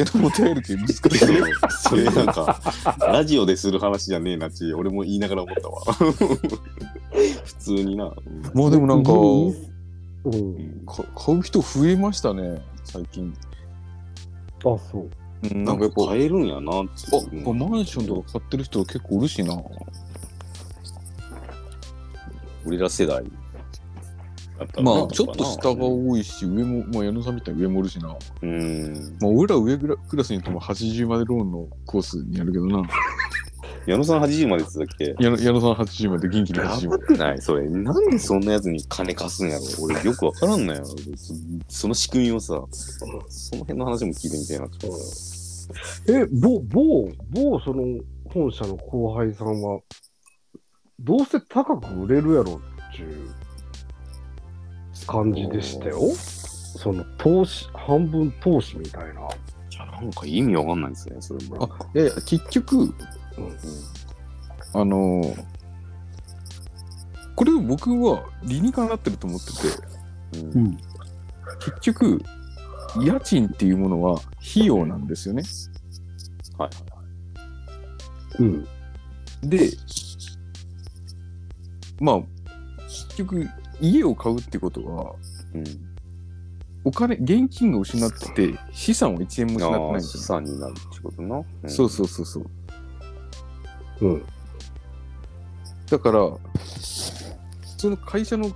S2: 庭のモテるって難し [LAUGHS] いよね。
S1: それなんか、ラジオでする話じゃねえなって、俺も言いながら思ったわ。 [LAUGHS] 普通にな。うん
S2: まあでもなんか、
S4: うん、
S2: か買う人増えましたね、最近。
S4: あ、そう。
S2: うん
S1: な
S2: なん
S1: かや
S2: んかや
S1: っ
S2: っ
S1: ぱ
S2: ぱ、
S1: 買えるんやなって
S2: あやっぱマンションとか買ってる人結構おるしな。
S1: 俺ら世代だったら
S2: ま
S1: な
S2: あちょっと下が
S1: う
S2: 多いし、上も、まあ矢野さんみたいに上もおるし
S1: ん
S2: な。まあ俺ら上ぐらクラスにとも80までローンのコースにやるけどな。
S1: 矢野さん80まで続け
S2: 矢野矢野さん80まで元気で
S1: や
S2: 80
S1: ば
S2: まで。
S1: くないそれなんでそんなやつに金貸すんやろ俺よくわからんのやそその仕組みをさその辺の話も聞いてみたいなと
S4: え、某、某、某その本社の後輩さんは、どうせ高く売れるやろっていう感じでしたよ。その投資、半分投資みたいな。
S1: いやなんか意味わかんないですねそれも
S2: いやいや、結局、あのーこれを僕は理にかなってると思ってて、
S1: うん
S2: 結局、家賃っていうものは費用なんですよね。
S1: はい
S4: うん。
S2: で、まあ、結局、家を買うってことは、
S1: うん
S2: お金、現金が失ってて、資産は1円も失ってないん
S1: ああ
S2: です
S1: 資
S2: よ。
S1: 産になるってことな、ん
S2: そうそうそうそう。
S4: うん。
S2: だから、その会社の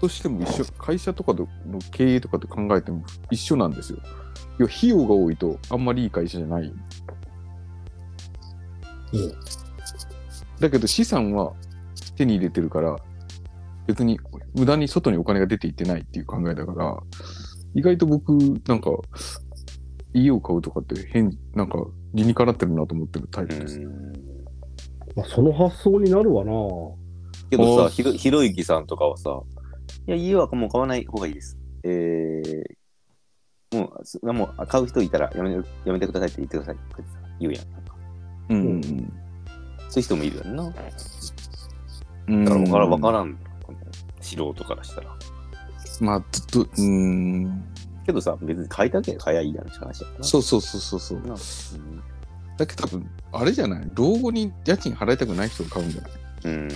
S2: としても一緒、会社とかの経営とかと考えても一緒なんですよ。要は費用が多いとあんまりいい会社じゃない。だけど資産は手に入れてるから、別に無駄に外にお金が出ていってないっていう考えだから、意外と僕、なんか、家を買うとかって変、なんか理にかなってるなと思ってるタイプ
S1: う
S2: です。
S1: ん
S4: まあ、その発想になるわな。
S1: けどさ
S2: あー
S1: ひろ、ひろゆきさんとかはさ、いや、家はもう買わない方がいいです。えー、もうす、もうあ買う人いたらやめやめてくださいって言ってくださいって言うやん。なんか
S2: うんうん
S1: そういう人もいるやんな。だか
S2: うん。
S1: ら分からん、分からん。素人からしたら。
S2: まあ、ずっと、うーん。
S1: けどさ、別に買いたけ買いゃいいやんって話やんな。
S2: そうそうそうそうそう。
S1: な
S2: だけど多分、あれじゃない老後に家賃払いたくない人が買うんじゃない
S1: うん。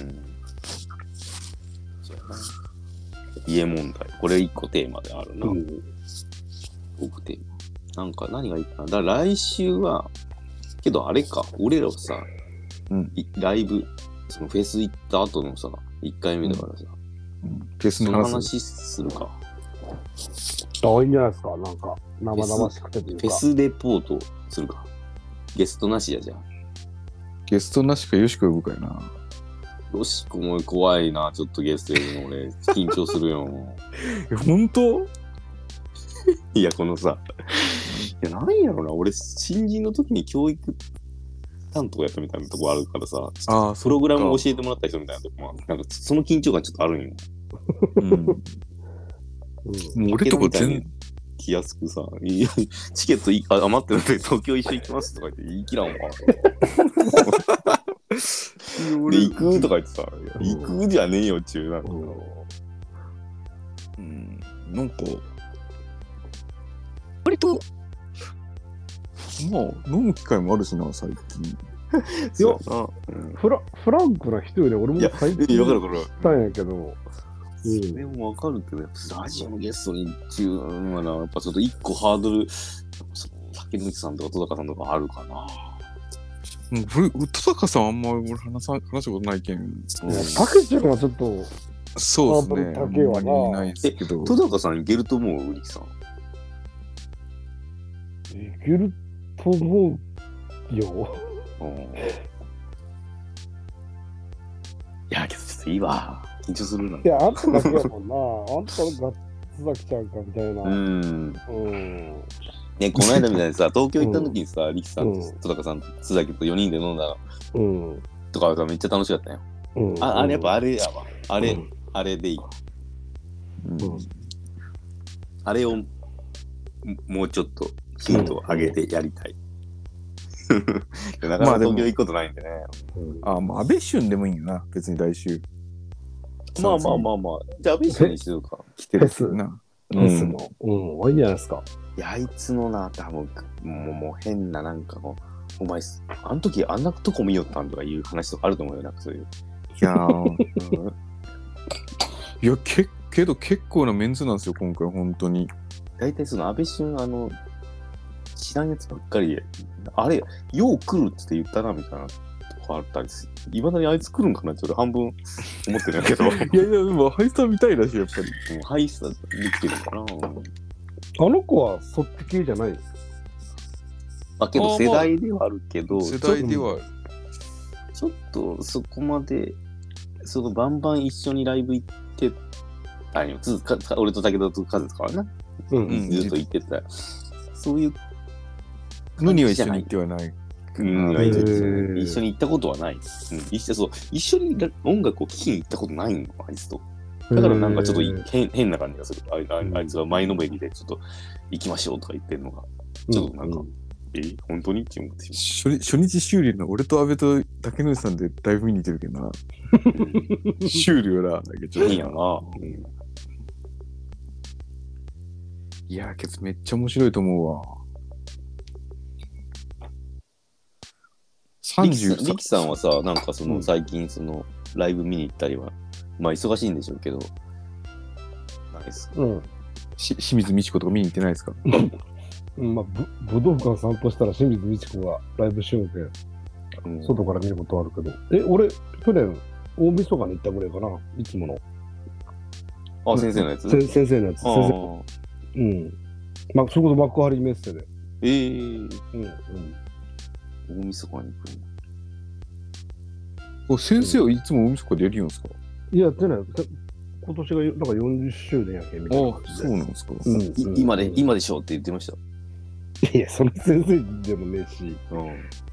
S1: そうやな家問題。これ一個テーマであるな。僕テーマ。なんか何がいいかな。だから来週は、けどあれか、俺らはさ、
S2: うん
S1: いライブ、そのフェス行った後のさ、1回目だからさ、
S2: うん。フェス
S1: そ
S2: の
S1: の
S2: 話。
S1: 話するか。
S4: あ、いいんじゃないですか。なんか、生々しくてという
S1: フェ
S4: か。
S1: スレポートするか。ゲストなしやじゃん。
S2: ゲストなしかよしか呼ぶかよな。
S1: よしこも怖いな、ちょっとゲストやるの俺、緊張するよ。
S2: え、本当
S1: [LAUGHS] いや、このさ、いや、なんやろな、俺、新人の時に教育担当やったみたいなとこあるからさ、
S2: ああ、
S1: プログラムを
S2: い。
S1: 教えてもらった人みたいなとこもある、なんか、その緊張感ちょっとあるんよ。
S2: うん、もう俺とか全
S1: 気安くさ、いやチケットいあ余ってるんで東京一緒行きますとか言って言い切らんわ。で、行くとか言ってさ、いや行くじゃねえよっちゅうなんか。
S2: うん、なんか、割と、まあ、飲む機会もあるしな、最近。
S1: そうやなうん
S4: フラフランクな人より俺も最近
S1: いや、わかるわか
S4: 知
S1: る。
S4: ったんやけど、うん
S1: でもわかるけど、やっぱラジオのゲストにっていうのはな、やっぱちょっと一個ハードル、その竹野内さんとか戸高さんとかあるかな。
S2: もう古い、戸坂さんあんま俺話さ話したことないけん。
S1: うん
S4: たけちゃんはちょっと、
S2: そうですね。
S4: あ
S2: あ
S4: ん
S2: ん
S4: まり
S2: まりないですけど。
S1: 戸高さんいけると思う、ウリキさん。
S4: いけると思うよ。
S1: うんいや、けどちょっといいわ。緊張するな。
S4: いや、あんただけや [LAUGHS] もんな。あんたが津崎ちゃんかみたいな。
S1: うん。
S4: うん。
S1: ね、この間みたいに [LAUGHS] さ、東京行った時にさ、力さん
S4: う
S1: と
S4: ん
S1: 戸高さんと津崎と4人で飲んだ
S4: うん。
S1: とかがめっちゃ楽しかったよ。
S4: うん。
S1: ああれ、やっぱあれやわ。あ
S4: あ
S1: れ、あれでいい。
S2: うん
S1: あれをももうちょっと頻度を上げてやりたい。 [LAUGHS] なかな
S2: ま
S1: か
S2: あでも
S1: 東京行くことないんでね。
S2: あ、まあ、安倍俊でもいいよな。別に来週
S1: まあまあまあまあ。じゃあ、安倍氏にしようか。
S2: 来てるしな。
S4: う
S1: うん
S4: ん。うん。いいんじゃないですか。
S1: [LAUGHS] いや、あいつのな、多分もう、もう変な、なんかこう、お前、あの時あんなとこ見よったんとかいう話とかあると思うよ、なんかそういう。
S2: いやーいや、け、けど結構なメンズなんですよ、今回、本当
S1: [LAUGHS]
S2: に。
S1: 大体その、安倍晋あの、知らんやつばっかりで、あれ、よう来るって言ったな、みたいなとこあったりすいまだにあいつ来るんかなって俺半分思ってるんやけ
S2: [LAUGHS]
S1: ど、もう
S2: いやいや、でも、ハイさんみたいだし、やっぱり。
S1: ハイスターできてるのかな。
S4: あの子はそっち系じゃないです。
S1: まあけ
S2: あ
S1: ど
S2: ー
S1: 世
S2: まあ
S1: 代ではあるけど、
S2: 世代では。
S1: ちょっとそこまで、そのバンバン一緒にライブ行ってたんよ。つかか俺と武田とカズとかはな、
S4: う。
S2: うんん
S1: ずっと行ってた。そういう、
S2: のには一緒に行ってはない。
S1: うん
S2: へ
S4: ー
S1: 一緒に行ったことはない。うん、一緒そう一緒にラ音楽を聴きに行ったことないの、あいつと。だからなんかちょっとい変変な感じがする。あいあいあいつは前のめりでちょっと行きましょうとか言ってるのが、ちょっとなんか、え、本当にって思ってし
S2: 初日初日修理の俺と安倍と竹野内さんでだいぶ似てるけどな。
S1: まう。うん [LAUGHS]
S2: 修理はな、だけどちょっ
S1: 変
S2: と
S1: やな。うん
S2: いや、けどめっちゃ面白いと思うわ。
S1: リキさん
S2: 30
S1: リキさんはさ、なんかそうの
S4: ん
S1: 最近そのライブ見に行ったりは、まあ忙しいんでしょうけど、ないです
S4: うん。
S2: し清水美智子とか見に行ってないですか
S4: うんまあ、ぶ武道館散歩したら清水美智子がライブしようで、
S1: うん
S4: 外から見ることはあるけど。え、俺、去年、大晦日に行ったぐらいかな、いつもの。
S1: あ、先生のやつ
S4: せ先生のやつ。
S1: あ
S4: 先生。
S1: ー
S4: うん。まあ、それこそ幕張メッセで。
S1: えー、
S4: うん。うん。
S1: 大晦日に来る
S2: お先生はいつも大晦日でやるんですか
S4: いや、ってない。て今年がよなんか40周年やけんみ
S2: あ
S4: たいな感
S2: あ、
S4: じ
S2: そうなんですか。
S4: うん
S1: い
S4: うん
S1: 今で
S4: う、ん
S1: 今でしょうって言ってました。
S4: いや、その先生でもねえし、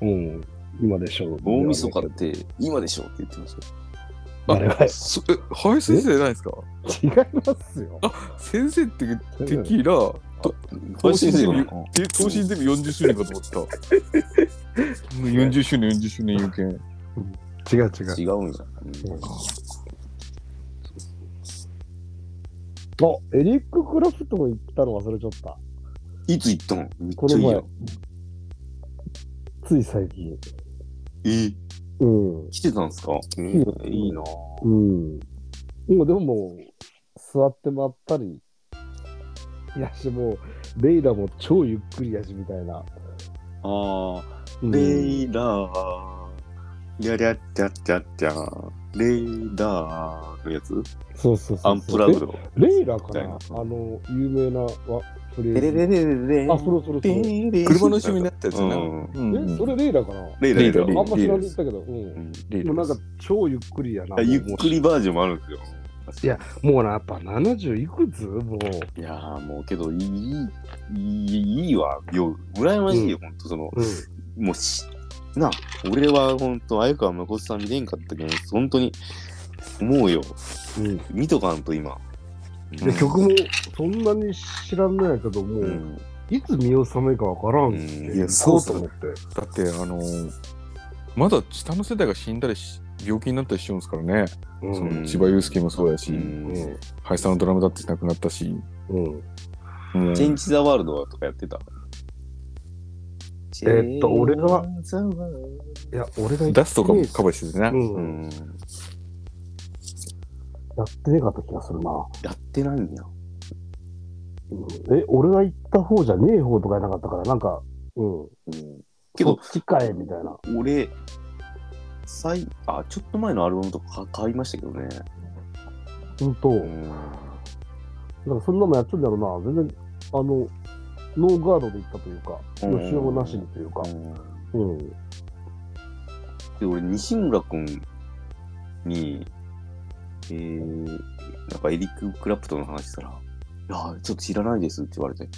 S1: うん、
S4: うん。今でしょう。
S1: 大晦日って、今でしょうって言ってました。
S4: あれは
S2: そえ、林先生じゃないですか
S4: 違いますよ。
S2: 先生ってテキーラ、と
S1: こ先生の
S2: うんで等身デビュー40周年かと思った。 [LAUGHS] うん40周年、40周年有権。
S4: 違う違う。
S1: 違うんや。うん
S4: あ、エリック・クラフトも行ったの忘れちゃった。
S1: いつ行ったのめっ
S4: こ
S1: ちゃ
S4: の
S1: いいや
S4: 前
S1: ん。
S4: つい最近。
S1: えー、
S4: うん。
S1: 来てたんですか、うん
S4: いいよ
S1: いいなぁ
S4: うん。今でももう、座ってまったり、やし、もう、レイラも超ゆっくりやし、みたいな。
S1: あー。
S4: うん
S1: レイダー、りゃりゃっちゃっちゃっちゃ、レイダーのやつ
S4: そうそうそうそう。
S1: アンプラグド。
S4: えレイラか
S1: みたい
S4: な
S1: な
S4: あの、有名なわフレーズ。
S1: レレレレレレ
S4: あ、それそれそれ。え、
S2: 車の趣味になったやつ
S1: う
S2: な。
S1: ん
S4: それレイラかな
S1: レイダーレイダ
S2: レイ
S4: あん
S1: ー。
S4: ま知らんでったけど、うん。でもなんか超ゆっくりやな。
S1: ゆっくりバージョンもあるんですよ。
S4: いや、もうな、やっぱ70いくつもう。
S1: いやーもうけどいい、いい、いいわ。よ、羨ましいよ、ほんと。その、
S4: うん。
S1: もうし、な、俺はほんと、鮎川誠さん見れんかったけど、ほんとに、思うよ。
S4: うん
S1: 見とかんと今。
S4: で曲もそんなに知らんのやけども、
S1: うん。
S4: いつ見納めかわからんっつって、
S1: うんいや
S4: 行こ
S2: そうそう
S4: と思って。
S2: だって、あのー、まだ下の世代が死んだりし病気になったりしてるんですからね。
S4: うん
S2: その千葉雄介もそうだし、
S1: うん。
S2: ハイサーのドラムだって亡くなったし。
S4: うんうん
S2: うん
S1: チェンジ・ザ・ワールドとかやってた。
S4: えーっと俺が
S1: チェンジザワール
S4: いや、俺が
S2: ダストかもカバーしててな。
S4: うん
S1: ド、うん。
S4: やってねえかった気がするな、
S1: やってないんや。
S4: うんえ、俺が行った方じゃねえ方とかやなかったから、なんか、うん。
S1: うんけど
S4: そっちかえみたいな。
S1: 俺、最、あ、ちょっと前のアルバムとか買買いましたけどね。
S4: うんと、
S1: うん。
S4: だからそんなもんやってんだろうな。全然、あの、ノーガードでいったというか、
S1: うん
S4: 予習もなしにというか。うん。
S1: で、俺、西村くんに、えー、なんかエリック・クラプトンの話したら、いやー、ちょっと知らないですって言われて、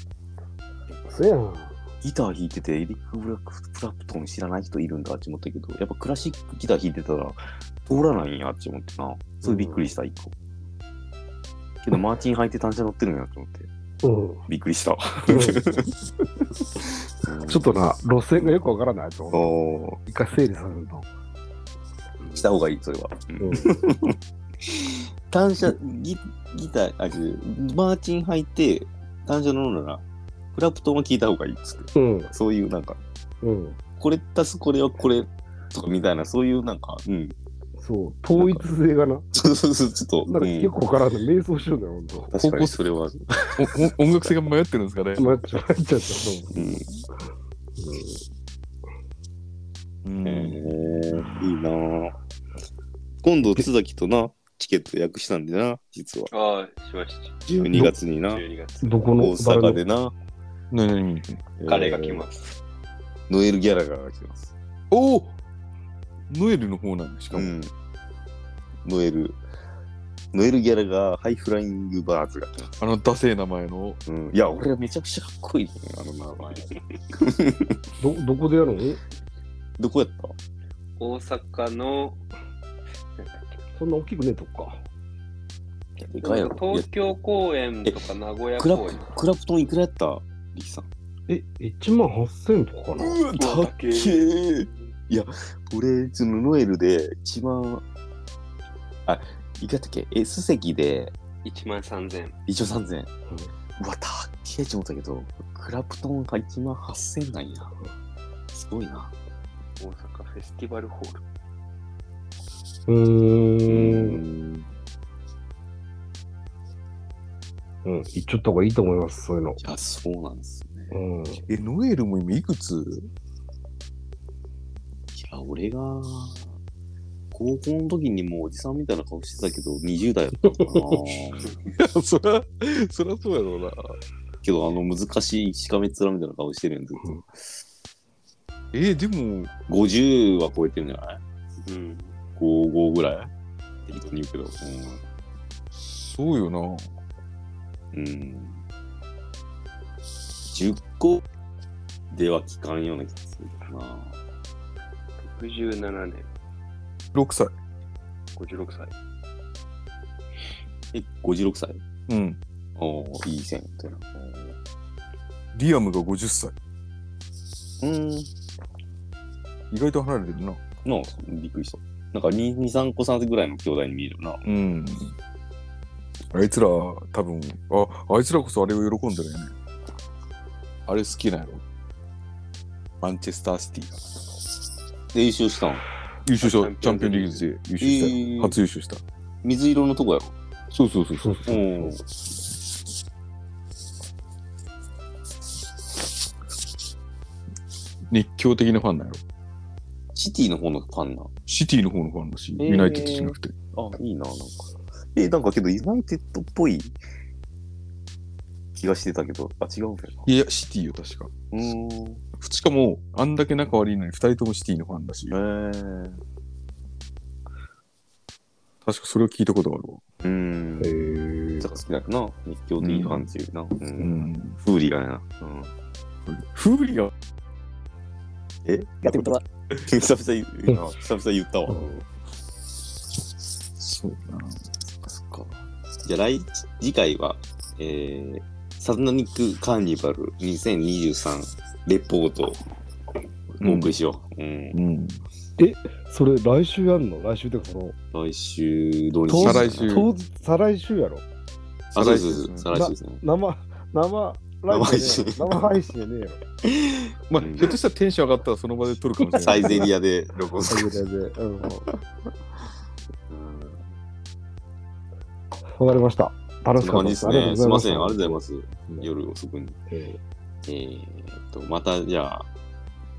S4: そうやん。
S1: ギター弾いててエリック・ブラッククラプトン知らない人いるんだって思ったけど、やっぱクラシックギター弾いてたら通らないんやって思ってな、それびっくりした、一個。けど、マーチン履いて単車乗ってるんやと思って、
S4: うん。
S1: びっくりした。
S4: ちょっとな、路線がよくわからないと。
S1: お
S4: 一回整理されると。
S1: ーした方がいい、それは。うん
S4: うん。
S1: 単車ギギターあ違うマーチン履いて単車乗るならクラプトンは聞いた方がいいっつって
S4: うん。
S1: そういうなんか
S4: うん。
S1: これ足すこれはこれとかみたいなそういうなんかうん [LAUGHS]
S4: そう。統一性がな。
S1: そうそうそうちょっと
S4: なんか
S1: うん
S4: 結構わからない。瞑想しようだよ、ほんと。
S1: 確かにそれは、
S2: おお音楽性が迷ってるんですかね。
S4: まっちゃう、まっちゃった。
S1: うん、へ
S2: うん
S1: えいいなぁ今度津崎となチケット訳したんでな実は
S6: ああ、しました。
S1: 12月にな
S6: 12月。
S4: どこ
S1: 大
S4: の
S1: 阪でな
S2: 何何
S6: 彼が来ますす。
S1: ノエル・ギャラガーが来ます
S2: おおノエルの方なんでしか
S1: う
S2: も。
S1: んノエルノエル・ギャラガーハイフライング・バーズが来ます
S2: あのダセえ名前の。
S1: うん、いや、俺はめちゃくちゃかっこいいね、あの名前。
S4: ど、どこでやるの
S1: どこやった
S6: 大阪の、なんだっけ
S4: そんな大きくねえとこか。
S1: いやでかいやろ。いや
S6: 東京公演とか名古屋
S1: クラ
S6: 公
S1: プ
S6: 演。
S1: クラプトンいくらやったリキさん。
S4: え、1万8000とかかな。
S1: うわ、
S6: 高
S1: だっけーいや、俺、そのノエルで一番、あ、いくらやったっけ ?S 席で
S6: 1万3000円。
S1: 一応3000円。うわ、たっけーって思ったけど、クラプトンが1万8000なんや。すごいな。
S6: 大阪フェスティバルホール。
S4: うーん。
S1: ん。
S4: うん。行っちゃった方がいいと思います、そういうの
S1: い。や、そうなんですね。
S4: うん。
S2: え、ノエルも今いくつ
S1: いや、俺が、高校の時にもうおじさんみたいな顔してたけど、20代だったのか
S2: [LAUGHS]
S1: な。
S2: そら、そらそうやろうな。
S1: けど、あの、難しいしかめっ面みたいな顔してるやん、ずっと。
S2: えーでも、
S1: 50は超えてるんじゃない
S6: うん。
S1: ?55 ぐらい適当に言うけど。
S2: そうよな。
S1: うん。うん、10個では聞かんような気がするかな。
S6: 67年、
S2: 6歳。
S6: 56歳。
S1: え、56歳
S2: うん。
S1: おーいい線ってな。
S2: リアムが50歳。
S1: うん。
S2: 意外と離れてるな。
S1: なあ、びっくりした。なんか2、2 3個3ぐらいの兄弟に見えるな。
S2: うん。あいつら、多分あ、あいつらこそあれを喜んでるよね。あれ好きなんやろ。マンチェスターシティが。
S1: で優勝したん
S2: 優勝した、チ
S6: チ
S2: ャ
S6: ャ
S2: ンピ
S6: ンピ
S2: オン
S6: オン
S2: リ
S6: リ
S2: ー
S6: ー
S2: グ
S6: グ
S2: で優勝
S1: え
S2: したよ。
S1: ー
S2: 初優勝した。
S1: 水色のとこやろ。
S2: そうそうそうそう。
S1: うん。
S2: 熱狂的なファンなんやろ。
S1: シティの方のファンな。
S2: シティの方のファンだし、
S1: えー
S2: ユナイテッドじゃなくて。
S1: あ、いいな、なんか。え、なんかけど、ユナイテッドっぽい気がしてたけど、あ、違うんだよな。
S2: いや、シティよ、確か。
S1: うーん。
S2: しかも、あんだけ仲悪いのに二人ともシティのファンだし、
S1: え
S2: 確かそれを聞いたことがあるわ。
S1: ー、うーん。
S4: え
S1: だか
S4: ー
S1: ら好きだよな。熱狂的ファンっていうな。う。
S2: うんん。
S1: フーリガンやな。うん。
S2: フーリが、
S1: えやってみたら [LAUGHS] 久々言うな。久々言ったわ。
S2: そうだな。
S1: そっか。じゃあ来、次回は、えー、サタニックカーニバル2023レポートをお送りしよう。うん。
S2: うん。
S4: それ、来週やんの来週ってか、その、
S1: 来週、どうに
S4: 当
S1: かな
S2: 再来週。
S4: 当日、再来週やろ。
S1: あ、そうですそうです。再
S2: 再
S1: 来
S4: 来
S1: 週で
S4: 週です
S1: ね。
S4: 生、生、ライブじゃねえよ生配
S1: [LAUGHS]
S4: 信やねえよ。
S2: まあ、
S1: うん
S2: ひょっとしたらテンション上がったらその場で撮るかもしれない。
S1: サイゼリアで録音す
S4: 最
S1: る
S4: 後。でやで。うん。わか
S1: うん
S4: りました。楽
S1: そ
S4: し
S1: んな
S4: かった
S1: 感じですね。すいません。ありがとうござい
S4: ま
S1: ます。夜遅くに。
S4: す。え
S1: えーっと、またじゃあ、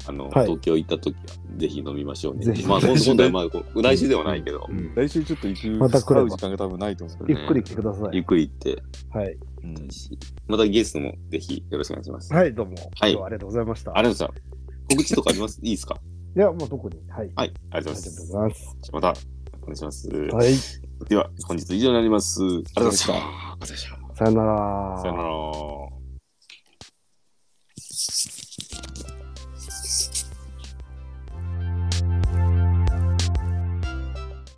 S1: あの、
S4: はい
S1: 東京行った時はぜひ飲みましょうね
S4: ぜひ
S1: まあ
S5: 来週
S1: 今度はまあこう来週ではないけど、
S5: うん
S2: [LAUGHS] 来週ちょっと行く、
S4: また来れば
S2: 会う時間が多分ないと思う。
S4: ゆっくり来てくださ
S1: ゆっ
S4: い。
S1: くり行って
S4: はい。
S2: うん
S1: しまたゲストもぜひよろしくお願いします、
S4: はい、どうも。
S1: はい
S4: 今日はありがとうございました。
S1: ありがとうございました告知とかありますいいですか
S4: いや、もうどこに。はい。
S1: はいありがとう
S4: あ
S1: ご
S4: り
S1: ざ
S4: が
S1: いま
S4: と
S1: す
S4: うございます。
S1: またお願いします、
S4: はい。
S1: では本日以上になりますありがとうございました
S4: さよなら
S1: さよなら